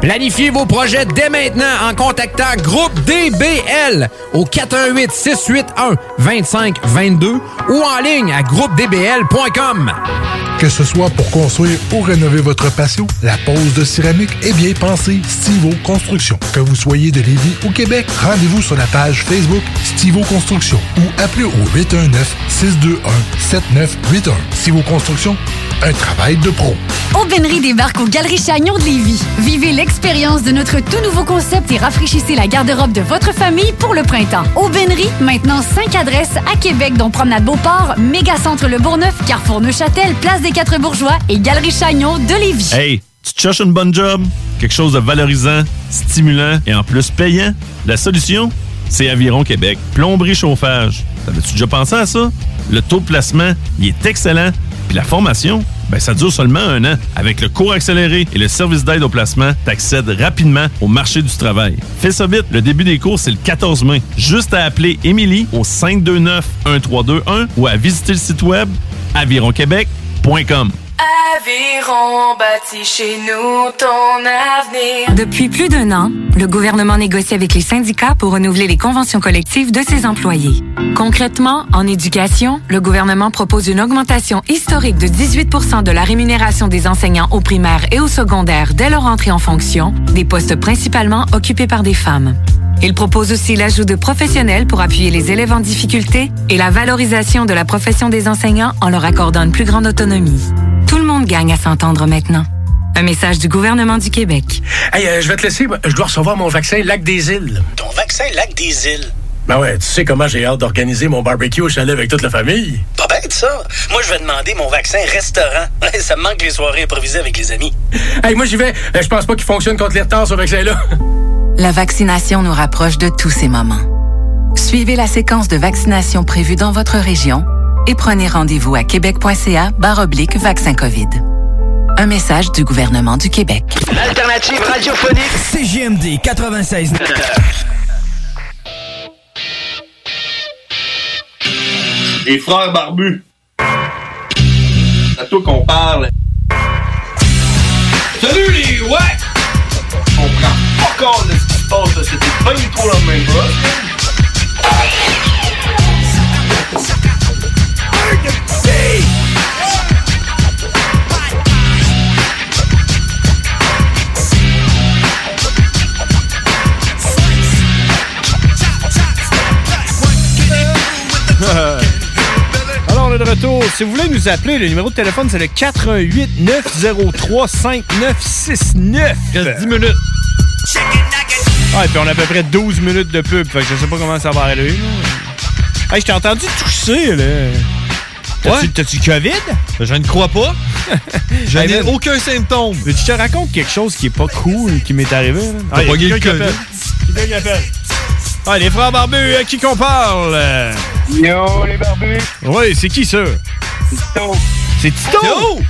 [SPEAKER 9] Planifiez vos projets dès maintenant en contactant Groupe DBL au 418 681 2522 ou en ligne à groupedbl.com.
[SPEAKER 16] Que ce soit pour construire ou rénover votre patio, la pose de céramique est bien pensée Stivo Construction. Que vous soyez de Lévis ou Québec, rendez-vous sur la page Facebook Stivo Construction ou appelez au 819 621 7981. Stivo Construction, un travail de pro.
[SPEAKER 26] Aubainerie débarque aux Galeries Chagnon de Lévis. Vivez l'expérience de notre tout nouveau concept et rafraîchissez la garde-robe de votre famille pour le printemps. Aubainerie, maintenant 5 adresses à Québec, dont Promenade Beauport, Mégacentre Le Bourgneuf, Carrefour Neuchâtel, Place des Quatre Bourgeois et Galerie Chagnon de Lévis.
[SPEAKER 17] Hey, tu te cherches une bonne job? Quelque chose de valorisant, stimulant et en plus payant? La solution, c'est Aviron Québec. Plomberie chauffage. T'avais-tu déjà pensé à ça? Le taux de placement, il est excellent. Puis la formation, ben ça dure seulement un an. Avec le cours accéléré et le service d'aide au placement, t'accèdes rapidement au marché du travail. Fais ça vite, le début des cours, c'est le 14 mai. Juste à appeler Émilie au 529-1321 ou à visiter le site web avironquebec.com.
[SPEAKER 34] Aviron bâti chez nous ton avenir.
[SPEAKER 27] Depuis plus d'un an, le gouvernement négocie avec les syndicats pour renouveler les conventions collectives de ses employés. Concrètement, en éducation, le gouvernement propose une augmentation historique de 18 de la rémunération des enseignants au primaire et au secondaire dès leur entrée en fonction, des postes principalement occupés par des femmes. Il propose aussi l'ajout de professionnels pour appuyer les élèves en difficulté et la valorisation de la profession des enseignants en leur accordant une plus grande autonomie. Tout le monde gagne à s'entendre maintenant. Un message du gouvernement du Québec.
[SPEAKER 5] Hey, euh, je vais te laisser. Je dois recevoir mon vaccin Lac des Îles. Ton vaccin Lac des Îles.
[SPEAKER 19] Ben ouais, tu sais comment j'ai hâte d'organiser mon barbecue au chalet avec toute la famille.
[SPEAKER 5] Pas bête, ça. Moi, je vais demander mon vaccin restaurant. Ça me manque les soirées improvisées avec les amis.
[SPEAKER 19] Hey, moi j'y vais. Euh, Je pense pas qu'il fonctionne contre les retards ce vaccin-là.
[SPEAKER 27] La vaccination nous rapproche de tous ces moments. Suivez la séquence de vaccination prévue dans votre région et prenez rendez-vous à québec.ca barre oblique vaccin COVID. Un message du gouvernement du Québec.
[SPEAKER 21] L'alternative radiophonique. CJMD 96.
[SPEAKER 35] Les frères barbus. C'est à toi qu'on parle.
[SPEAKER 1] Salut les ouais! On prend pas compte de ce qui se passe, là. C'était pas du tout la même si vous voulez nous appeler, le numéro de téléphone, c'est le 418 903 5969. Reste 10 minutes. Ah, et puis on a à peu près 12 minutes de pub, fait que je sais pas comment ça va aller. là. Hey, je t'ai entendu tousser, là. T'as-tu t'as-tu le COVID? Je ne crois pas. Je n'ai aucun symptôme. Mais tu te racontes quelque chose qui est pas cool qui m'est arrivé. là? Ah,
[SPEAKER 3] T'as
[SPEAKER 1] y a
[SPEAKER 3] pas eu le
[SPEAKER 1] quelqu'un qui
[SPEAKER 3] COVID?
[SPEAKER 1] appelle. Quelqu'un qui appelle. Ah, les frères barbus, à qui qu'on parle? Yo, les barbus! Oui, c'est qui ça? Tito. C'est Tito?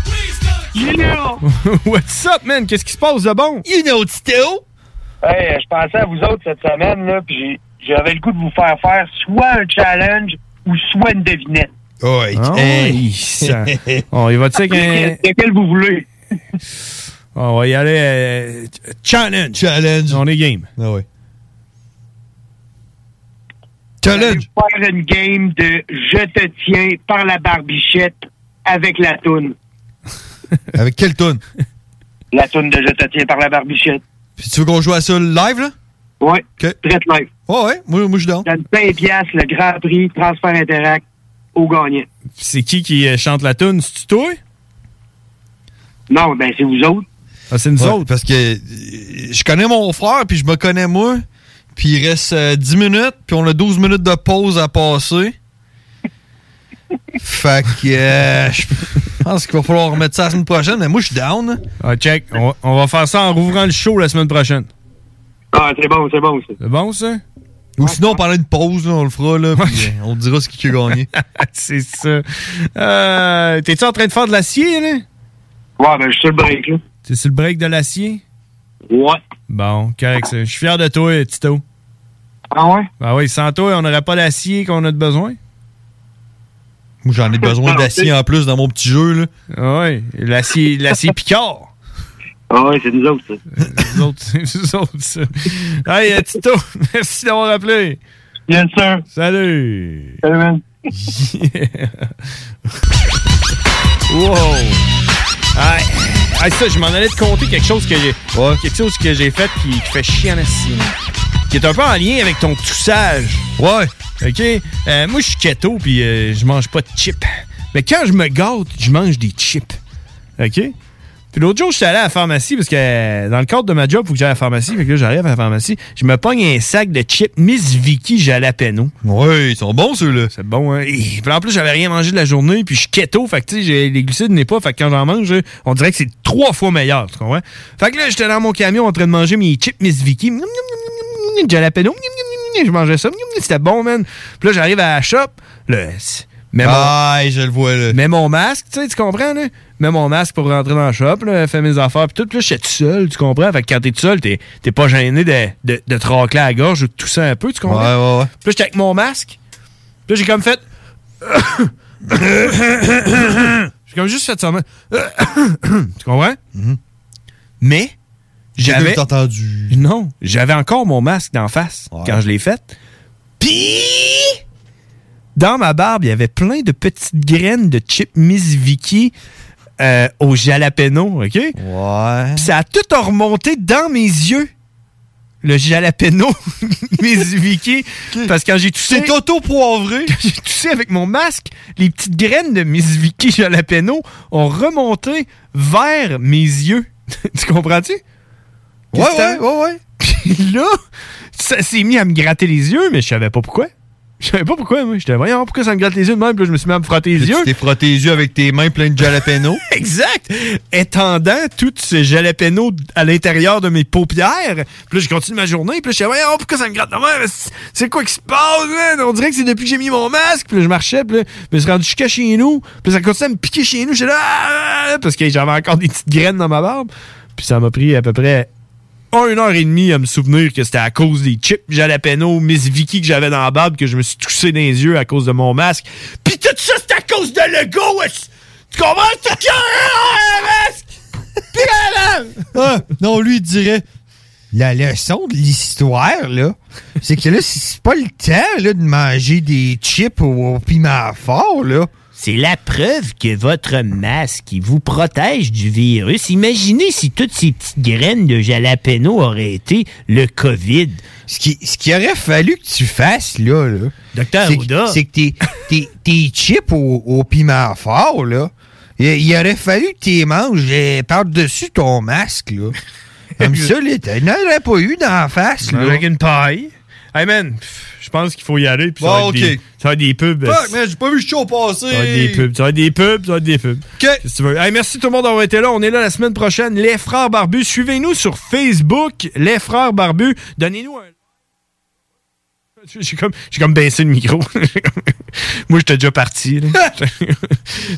[SPEAKER 1] What's up, man? Qu'est-ce qui se passe de bon? You know, Tito!
[SPEAKER 8] Hey, je pensais à vous autres cette semaine, là, puis j'ai- j'avais le goût de vous faire faire soit un challenge ou soit une devinette.
[SPEAKER 1] Oi.
[SPEAKER 8] hey.
[SPEAKER 1] Ah On y va-tu avec un...
[SPEAKER 8] Lequel vous voulez?
[SPEAKER 1] On va y aller... euh, challenge! Challenge! On est game. Ah oui.
[SPEAKER 8] Challenge. Faire une game de je te tiens par la barbichette avec la toune.
[SPEAKER 3] Avec quelle toune?
[SPEAKER 8] La toune de je te tiens par la barbichette.
[SPEAKER 3] Puis tu veux qu'on joue à ça live, là?
[SPEAKER 8] Ah,
[SPEAKER 3] Oh,
[SPEAKER 8] Ouais. Traite live.
[SPEAKER 3] Ouais, ouais. Moi, moi je suis down.
[SPEAKER 8] Donne 20 piastres, le grand prix, transfert interact au gagnant.
[SPEAKER 1] C'est qui qui euh, chante la tune? C'est-tu toi?
[SPEAKER 8] Non, ben c'est vous autres.
[SPEAKER 1] Ah, c'est nous
[SPEAKER 3] autres. Parce que euh, je connais mon frère, puis je me connais moi. Puis il reste euh, 10 minutes, puis on a 12 minutes de pause à passer. fait que euh, je pense qu'il va falloir remettre ça la semaine prochaine, mais moi je suis down. hein.
[SPEAKER 1] Ah, check. On va, on va faire ça en rouvrant le show la semaine prochaine.
[SPEAKER 8] Ah, c'est bon, c'est bon, ça.
[SPEAKER 1] C'est bon, ça?
[SPEAKER 3] Ou sinon, pendant une pause, là, on le fera, là, puis euh, on dira ce qui a gagné.
[SPEAKER 1] c'est ça. Euh, T'es-tu en train de faire de l'acier, là?
[SPEAKER 8] Ouais, ben je suis sur le break, là.
[SPEAKER 1] T'es sur le break de l'acier?
[SPEAKER 8] Ouais.
[SPEAKER 1] Bon, correct, ça. Je suis fier de toi, Tito.
[SPEAKER 8] Ah ouais?
[SPEAKER 1] Ah oui, sans toi, on n'aurait pas l'acier qu'on a de besoin.
[SPEAKER 3] Moi, j'en ai besoin d'acier en plus dans mon petit jeu, là.
[SPEAKER 1] Ah Ouais, l'acier, l'acier Picard.
[SPEAKER 8] Ah ouais, c'est nous autres, ça.
[SPEAKER 1] Nous autres, c'est nous autres, ça. Hey, euh, Tito, merci d'avoir appelé.
[SPEAKER 8] Bien sûr.
[SPEAKER 1] Salut.
[SPEAKER 8] Salut, man.
[SPEAKER 1] Wow. Hey. Hey, ça, je m'en allais te compter quelque chose que j'ai, quelque chose que j'ai fait qui, qui fait chier en esti, là. Qui est un peu en lien avec ton toussage. Ouais. OK. Euh, moi, je suis keto, puis euh, je mange pas de chips. Mais quand je me gâte, je mange des chips. OK? Puis l'autre jour, je suis allé à la pharmacie parce que euh, dans le cadre de ma job, il faut que j'aille à la pharmacie. Fait que là, j'arrive à la pharmacie. Je me pogne un sac de chips Miss Vicky Jalapeno.
[SPEAKER 3] Ouais, ils sont bons, ceux-là.
[SPEAKER 1] C'est bon, hein? Et- puis en plus, j'avais rien mangé de la journée. Puis je suis keto. Fait que, tu sais, j'ai- les glucides n'est pas. Fait que quand j'en mange, euh, on dirait que c'est trois fois meilleur. Tu comprends? Fait que là, j'étais dans mon camion en train de manger mes chips Miss Vicky. Mmm, Miam, miam, miam, miam, miam, Jalapeno. Miam, miam, miam, miam. Je mangeais ça. Miam, miam, C'était bon, man. Puis là, j'arrive à la shop. Là, c'est- mais
[SPEAKER 3] Aïe, je le vois, là.
[SPEAKER 1] Mets mon masque, tu sais, tu comprends, là? Mets mon masque pour rentrer dans le shop, là, fais mes affaires, puis tout. Puis là, j'étais tout seul, tu comprends? Fait que quand t'es tout seul, t'es t'es pas gêné de, de, de te racler à la gorge ou de tousser un peu, tu comprends?
[SPEAKER 3] Ouais, ouais, ouais.
[SPEAKER 1] Puis là, j'étais avec mon masque. Puis là, j'ai comme fait. j'ai comme juste fait ça. tu comprends? Mais, j'avais.
[SPEAKER 3] Mm-hmm. J'ai entendu.
[SPEAKER 1] Non, j'avais encore mon masque d'en face quand je l'ai fait. Puis, dans ma barbe, il y avait plein de petites graines de chip Miss Vicky euh, au jalapeno, OK?
[SPEAKER 3] Ouais.
[SPEAKER 1] ça a tout remonté dans mes yeux. Le jalapeno Miss Vicky. Parce que quand j'ai toussé...
[SPEAKER 3] C'est auto-poivré.
[SPEAKER 1] J'ai toussé avec mon masque. Les petites graines de Miss Vicky jalapeno ont remonté vers mes yeux. tu comprends-tu?
[SPEAKER 3] Ouais, ouais, ouais, ouais.
[SPEAKER 1] Puis là, ça s'est mis à me gratter les yeux, mais je savais pas pourquoi. Je savais pas pourquoi, moi. J'étais, voyons, pourquoi ça me gratte les yeux de même? Puis là, je me suis mis à me frotter les yeux.
[SPEAKER 3] Tu t'es frotté les yeux avec tes mains pleines de jalapeno.
[SPEAKER 1] Exact! Étendant tout ce jalapeno à l'intérieur de mes paupières. Puis là, je continue ma journée. Puis là, je suis voyons, pourquoi ça me gratte la main? C'est quoi qui se passe, man? On dirait que c'est depuis que j'ai mis mon masque. Puis là, je marchais. Puis là, je me suis rendu jusqu'à chez nous. Puis là, ça continue à me piquer chez nous. J'étais là, Ah! Ah! parce que j'avais encore des petites graines dans ma barbe. Puis ça m'a pris à peu près une heure et demie à me souvenir que c'était à cause des chips jalapeno, Miss Vicky que j'avais dans la barbe que je me suis toussé dans les yeux à cause de mon masque. Puis tout ça, c'est à cause de Lego! est-ce- Tu comprends? C'est hein?
[SPEAKER 14] Ah, non, lui, il dirait la leçon de l'histoire, là, c'est que là, c'est pas le temps là, de manger des chips au, au piment fort, là.
[SPEAKER 36] C'est la preuve que votre masque il vous protège du virus. Imaginez si toutes ces petites graines de jalapeno auraient été le COVID.
[SPEAKER 3] Ce qui, ce qui aurait fallu que tu fasses, là, là
[SPEAKER 36] Docteur
[SPEAKER 3] c'est que-
[SPEAKER 36] Arruda.
[SPEAKER 3] C'est que tes, tes, tes chips au, au piment fort, là, il, il aurait fallu que tu les manges euh, par-dessus ton masque, là. Comme ça, là, tu n'aurais pas eu dans la face, là.
[SPEAKER 1] Avec une paille. Hey man, pff, je pense qu'il faut y aller. Puis ça, va
[SPEAKER 3] Bon,
[SPEAKER 1] être des,
[SPEAKER 3] ok.
[SPEAKER 1] ça va être des pubs.
[SPEAKER 37] Fuck,
[SPEAKER 1] ça
[SPEAKER 37] man, j'ai pas vu le show passer.
[SPEAKER 1] va être des pubs, ça va être des pubs, ça va être des pubs. Qu'est-ce que tu veux? Hey, merci tout le monde d'avoir été là. On est là la semaine prochaine. Les Frères Barbus, suivez-nous sur Facebook. Les Frères Barbus, donnez-nous un. J'ai comme, j'ai comme baissé le micro. J'ai comme- Moi, j'étais déjà parti. là.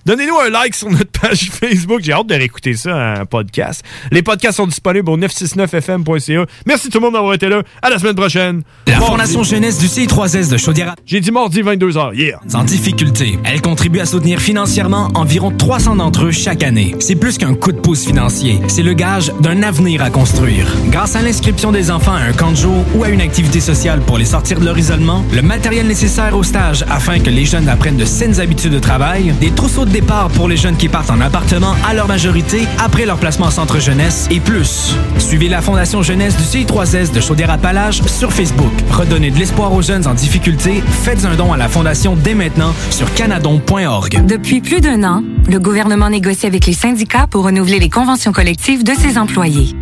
[SPEAKER 1] Donnez-nous un like sur notre page Facebook. J'ai hâte de réécouter ça en podcast. Les podcasts sont disponibles au 969fm.ca. Merci tout le monde d'avoir été là. À la semaine prochaine.
[SPEAKER 5] La
[SPEAKER 1] Mardi.
[SPEAKER 5] Fondation Jeunesse du CI3S de Chaudière.
[SPEAKER 1] J'ai dit mardi 22h. Yeah.
[SPEAKER 5] En difficulté. Elle contribue à soutenir financièrement environ 300 d'entre eux chaque année. C'est plus qu'un coup de pouce financier. C'est le gage d'un avenir à construire. Grâce à l'inscription des enfants à un camp de jour ou à une activité sociale pour les sortir de leur isolement, le matériel nécessaire au stage afin que les jeunes apprennent de saines habitudes de travail, des trousseaux de départ pour les jeunes qui partent en appartement à leur majorité après leur placement en centre jeunesse et plus. Suivez la Fondation Jeunesse du CI3S de Chaudière-Appalaches sur Facebook. Redonnez de l'espoir aux jeunes en difficulté. Faites un don à la Fondation dès maintenant sur canadon.org.
[SPEAKER 27] Depuis plus d'un an, le gouvernement négocie avec les syndicats pour renouveler les conventions collectives de ses employés.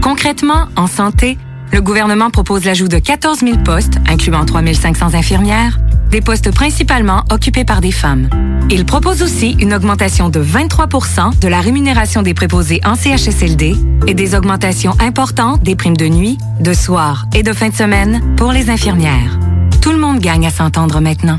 [SPEAKER 27] Concrètement, en santé, le gouvernement propose l'ajout de 14 000 postes, incluant 3 500 infirmières, des postes principalement occupés par des femmes. Il propose aussi une augmentation de 23 de la rémunération des préposés en CHSLD et des augmentations importantes des primes de nuit, de soir et de fin de semaine pour les infirmières. Tout le monde gagne à s'entendre maintenant.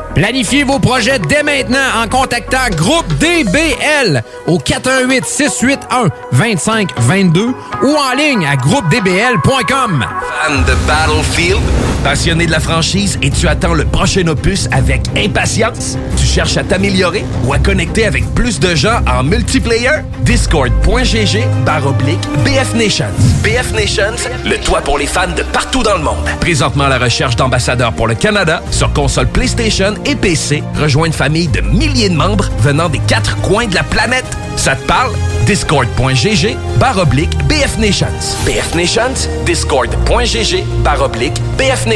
[SPEAKER 9] Planifiez vos projets dès maintenant en contactant Groupe DBL au 418-681-2522 ou en ligne à groupedbl.com.
[SPEAKER 38] Fan de Battlefield? Passionné de la franchise et tu attends le prochain opus avec impatience? Tu cherches à t'améliorer ou à connecter avec plus de gens en multiplayer? Discord.gg barre oblique BF Nations. BF Nations, le toit pour les fans de partout dans le monde. Présentement à la recherche d'ambassadeurs pour le Canada sur console PlayStation et PC. Rejoins une famille de milliers de membres venant des quatre coins de la planète. Ça te parle? Discord.gg barre oblique BF Nations. BF Nations, Discord.gg barre oblique BF Nations.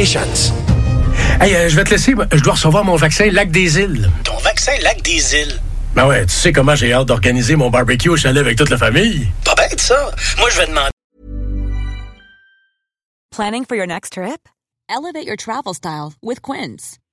[SPEAKER 19] Hey, euh, je vais te laisser. Je dois recevoir mon vaccin Lac des Îles.
[SPEAKER 39] Ton vaccin Lac des Îles.
[SPEAKER 19] Ben ouais, tu sais comment j'ai hâte d'organiser mon barbecue au chalet avec toute la famille.
[SPEAKER 39] Pas bête, ça. Moi, je vais demander.
[SPEAKER 40] Planning for your next trip? Elevate your travel style with Quince.